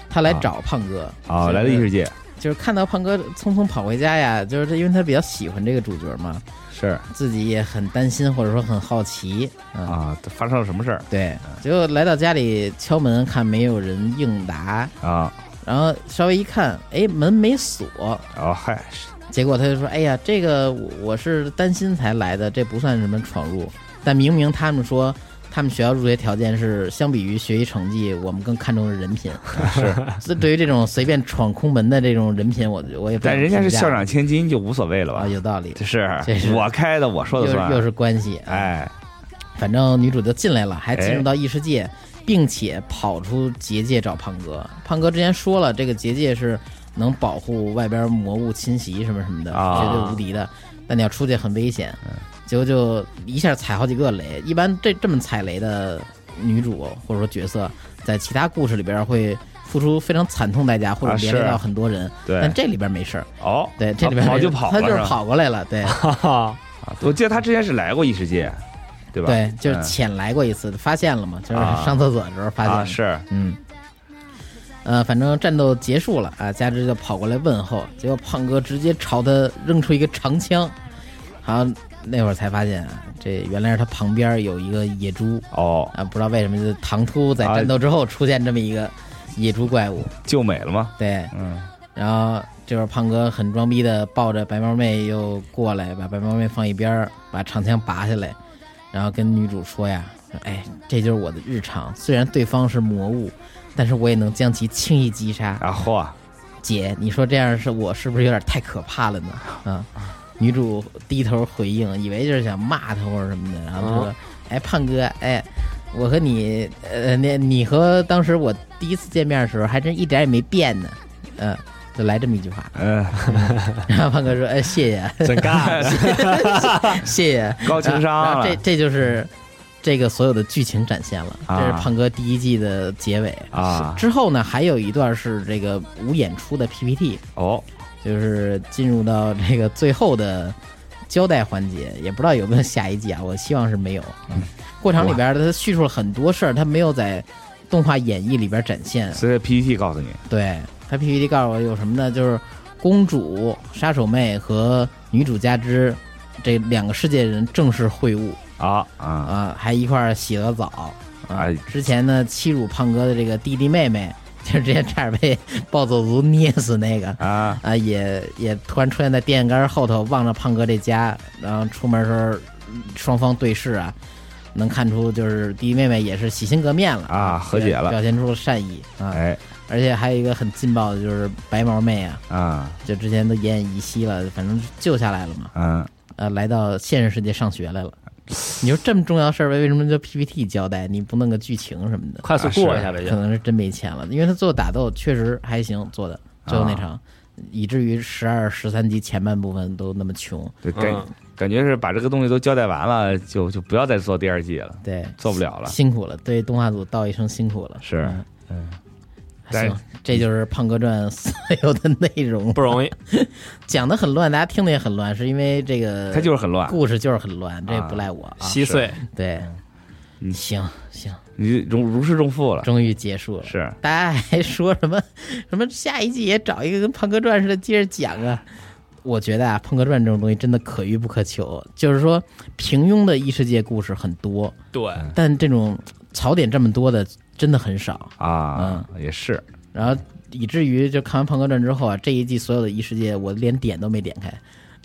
[SPEAKER 2] 她来找胖哥
[SPEAKER 4] 啊，来了异
[SPEAKER 2] 就是
[SPEAKER 4] 世界
[SPEAKER 2] 就是看到胖哥匆匆跑回家呀，就是这因为她比较喜欢这个主角嘛，
[SPEAKER 4] 是
[SPEAKER 2] 自己也很担心或者说很好奇啊。
[SPEAKER 4] 啊，这发生了什么事儿
[SPEAKER 2] 对，结果来到家里敲门，看没有人应答，
[SPEAKER 4] 啊？
[SPEAKER 2] 然后稍微一看，哎，门没锁，
[SPEAKER 4] 哦嗨，是
[SPEAKER 2] 结果他就说：“哎呀，这个我我是担心才来的，这不算什么闯入。但明明他们说他们学校入学条件是，相比于学习成绩，我们更看重是人品。是，所以对于 这种随便闯空门的这种人品，我我也不
[SPEAKER 4] 但
[SPEAKER 2] 想
[SPEAKER 4] 人家是
[SPEAKER 2] 评价
[SPEAKER 4] 校长千金就无所谓了
[SPEAKER 2] 啊，
[SPEAKER 4] 吧？
[SPEAKER 2] 有道理，
[SPEAKER 4] 这是
[SPEAKER 2] 这是
[SPEAKER 4] 我开的，我说
[SPEAKER 2] 又
[SPEAKER 4] 的
[SPEAKER 2] 是
[SPEAKER 4] 算，啊
[SPEAKER 2] 又是关系。
[SPEAKER 4] 哎
[SPEAKER 2] 反正女主就进来了，还进入
[SPEAKER 4] 哎
[SPEAKER 2] 到异世界，并且跑出结界找胖哥。胖哥之前说了，这个结界是能保护外边魔物侵袭什么什么的，
[SPEAKER 4] 啊嗯
[SPEAKER 2] 绝对无敌的。但你要出去很危险，结果就一下踩好几个雷。一般这这么踩雷的女主或者说角色，在其他故事里边会付出非常惨痛代价，或者
[SPEAKER 4] 啊
[SPEAKER 2] 连累
[SPEAKER 4] 是
[SPEAKER 2] 到很多人。
[SPEAKER 4] 对
[SPEAKER 2] 但这里边没事儿。
[SPEAKER 4] 哦，
[SPEAKER 2] 对，这里边
[SPEAKER 4] 啊跑
[SPEAKER 2] 没事
[SPEAKER 4] 就
[SPEAKER 2] 儿
[SPEAKER 4] 跑
[SPEAKER 2] 他
[SPEAKER 4] 了，
[SPEAKER 2] 就是
[SPEAKER 4] 吧
[SPEAKER 2] 跑过来了。对，
[SPEAKER 3] 哈哈，
[SPEAKER 4] 我记得他之前是来过异世界，对吧？
[SPEAKER 2] 对，就是
[SPEAKER 4] 嗯
[SPEAKER 2] 浅来过一次，发现了嘛，就是
[SPEAKER 4] 啊
[SPEAKER 2] 上厕所的时候发现了。
[SPEAKER 4] 啊，是
[SPEAKER 2] 嗯，呃，反正战斗结束了啊，加之就跑过来问候，结果胖哥直接朝他扔出一个长枪，好像那会儿才发现啊，这原来是他旁边有一个野猪
[SPEAKER 4] 哦，
[SPEAKER 2] 啊，不知道为什么就唐突在战斗之后出现这么一个野猪怪物，
[SPEAKER 4] 救美了吗？
[SPEAKER 2] 对，
[SPEAKER 4] 嗯，
[SPEAKER 2] 然后这会儿胖哥很装逼的抱着白毛妹又过来，把白毛妹放一边儿，把长枪拔下来，然后跟女主说呀：“哎，这就是我的日常，虽然对方是魔物，但是我也能将其轻易击杀。
[SPEAKER 4] 啊嚯，
[SPEAKER 2] 姐，你说这样是我是不是有点太可怕了呢？”啊，女主低头回应，以为就是想骂他或者什么的，然后她
[SPEAKER 4] 啊
[SPEAKER 2] 说：“哎，胖哥，哎。”我和你，呃，那你和当时我第一次见面的时候，还真一点也没变呢，嗯、就来这么一句话。
[SPEAKER 4] 嗯，
[SPEAKER 2] 然后胖哥说：“哎，谢谢，
[SPEAKER 3] 真尬，
[SPEAKER 2] 谢谢，
[SPEAKER 4] 高情商啊
[SPEAKER 2] 然后然后
[SPEAKER 4] 了
[SPEAKER 2] 这这就是这个所有的剧情展现了，这
[SPEAKER 4] 啊
[SPEAKER 2] 是胖哥第一季的结尾。
[SPEAKER 4] 啊，
[SPEAKER 2] 之后呢，还有一段是这个无演出的 PPT，
[SPEAKER 4] 哦，
[SPEAKER 2] 就是进入到这个最后的交代环节，也不知道有没有下一季啊？我希望是没有。嗯过场里边他叙述了很多事儿，他没有在动画演绎里边展现，
[SPEAKER 4] 所以 PPT 告诉你
[SPEAKER 2] 对他 PPT 告诉我有什么呢？就是公主、杀手妹和女主加之这两个世界人正式会晤
[SPEAKER 4] 啊啊
[SPEAKER 2] 啊、还一块儿洗了澡啊、
[SPEAKER 4] 哎
[SPEAKER 2] 之前呢，欺辱胖哥的这个弟弟妹妹，就是之前差点被暴走族捏死那个。
[SPEAKER 4] 啊，
[SPEAKER 2] 啊，也也突然出现在电线杆后头，望着胖哥这家，然后出门的时候，双方对视啊，能看出就是弟弟妹妹也是洗心革面了
[SPEAKER 4] 啊和解了
[SPEAKER 2] 表现出了善意啊。
[SPEAKER 4] 哎
[SPEAKER 2] 而且还有一个很劲爆的，就是白毛妹啊，
[SPEAKER 4] 啊
[SPEAKER 2] 就之前都奄奄一息了，反正救下来了嘛，
[SPEAKER 4] 嗯，
[SPEAKER 2] 呃，来到现实世界上学来了，你说这么重要的事儿，为为什么就 PPT 交代，你不弄个剧情什么的？
[SPEAKER 3] 快速过一下呗，
[SPEAKER 4] 啊
[SPEAKER 2] 可
[SPEAKER 3] 就
[SPEAKER 2] 能是真没钱了，因为他做打斗确实还行，做的最后
[SPEAKER 4] 啊
[SPEAKER 2] 那场，以至于十二、十三集前半部分都那么穷。
[SPEAKER 4] 对，感、
[SPEAKER 3] 嗯
[SPEAKER 4] 感觉是把这个东西都交代完了，就就不要再做第二季了，
[SPEAKER 2] 对，
[SPEAKER 4] 做不了了。
[SPEAKER 2] 辛苦了，对动画组道一声辛苦了。
[SPEAKER 4] 是
[SPEAKER 2] 嗯，
[SPEAKER 4] 嗯但
[SPEAKER 2] 行，这就是《胖哥传》 所有的内容，
[SPEAKER 3] 不容易。
[SPEAKER 2] 讲的很乱，大家听的也很乱，是因为这个
[SPEAKER 4] 它就是很乱。
[SPEAKER 2] 故事就是很乱，这也不赖我啊。
[SPEAKER 3] 稀碎，
[SPEAKER 2] 对，
[SPEAKER 4] 嗯
[SPEAKER 2] 行行，
[SPEAKER 4] 你如如释重负了。
[SPEAKER 2] 终于结束了。
[SPEAKER 4] 是，
[SPEAKER 2] 大家还哎说什么什么下一季也找一个跟《胖哥传》似的接着讲啊？我觉得啊，《胖哥传》这种东西真的可遇不可求，就是说平庸的异世界故事很多，
[SPEAKER 3] 对，
[SPEAKER 2] 但这种槽点这么多的真的很少。
[SPEAKER 4] 啊，也是，
[SPEAKER 2] 然后以至于就看完《胖哥传》之后啊，这一季所有的异世界我连点都没点开，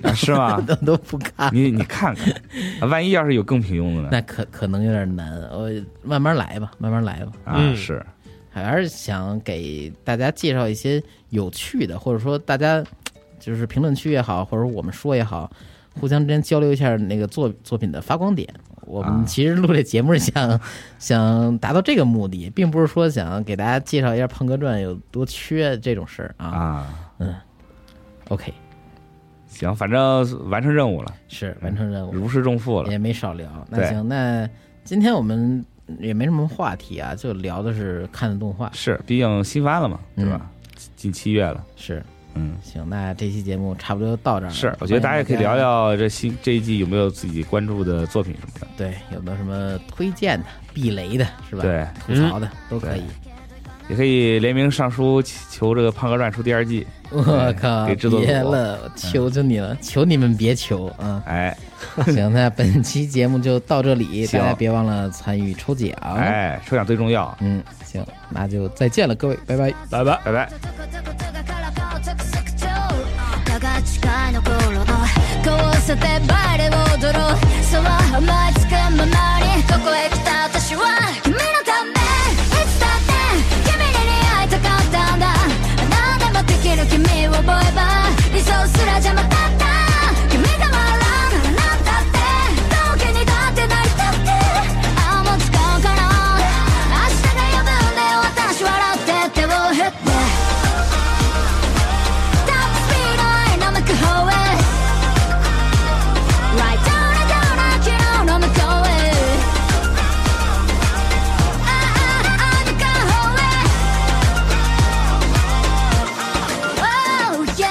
[SPEAKER 4] 啊是 吗？
[SPEAKER 2] 都都不看。
[SPEAKER 4] 你你看看，啊万一要是有更平庸的呢？
[SPEAKER 2] 那可可能有点难，我慢慢来吧，慢慢来吧。
[SPEAKER 4] 啊，
[SPEAKER 3] 嗯
[SPEAKER 4] 是，
[SPEAKER 2] 还是想给大家介绍一些有趣的，或者说大家就是评论区也好，或者我们说也好，互相之间交流一下那个作作品的发光点。我
[SPEAKER 4] 啊
[SPEAKER 2] 们其实录这节目是想、 想达到这个目的，并不是说想给大家介绍一下《胖哥传》有多缺这种事儿啊。
[SPEAKER 4] 啊，
[SPEAKER 2] OK，
[SPEAKER 4] 行，反正完成任务了，
[SPEAKER 2] 是完成任务。
[SPEAKER 4] 如释重负嗯了
[SPEAKER 2] 也没少聊。那
[SPEAKER 4] 对
[SPEAKER 2] 行，那今天我们也没什么话题啊，就聊的是看的动画。
[SPEAKER 4] 是，毕竟新番了嘛，对吧？近七月了，
[SPEAKER 2] 是，
[SPEAKER 4] 嗯，
[SPEAKER 2] 行，那这期节目差不多到这儿了。
[SPEAKER 4] 是，我觉得大家也可以聊聊这新这一季有没有自己关注的作品什么的。
[SPEAKER 2] 对有没有什么推荐的、避雷的，是吧？，
[SPEAKER 4] 对，
[SPEAKER 2] 吐槽的都可以。
[SPEAKER 4] 也可以联名上书祈求这个《胖哥传》出第二季。
[SPEAKER 2] 我靠，
[SPEAKER 4] 嗯给制作组嗯
[SPEAKER 2] 别了，求求你了，求你们别求 啊！
[SPEAKER 4] 哎
[SPEAKER 2] 行，那本期节目就到这里，大
[SPEAKER 4] 行
[SPEAKER 2] 家别忘了参与抽奖。
[SPEAKER 4] 哎，抽奖最重要。
[SPEAKER 2] 嗯，行，那就再见了，各位，拜拜。
[SPEAKER 3] 拜拜。
[SPEAKER 4] 拜拜。
[SPEAKER 1] だが近いの頃交差点バレー踊ろうそう思いつくままにここへ来た私は君のためいつだって君に会いたかったんだ何でもできる君を覚えば理想すら邪魔だった君が笑うなら何だって時にだって泣いたってああもう使うかな明日が呼ぶんだよ私笑って手を振って「タップスピードへのむく方へ」「ライトな顔な昨日の向こうへ」「ああああ向こうへ」「Oh yeah」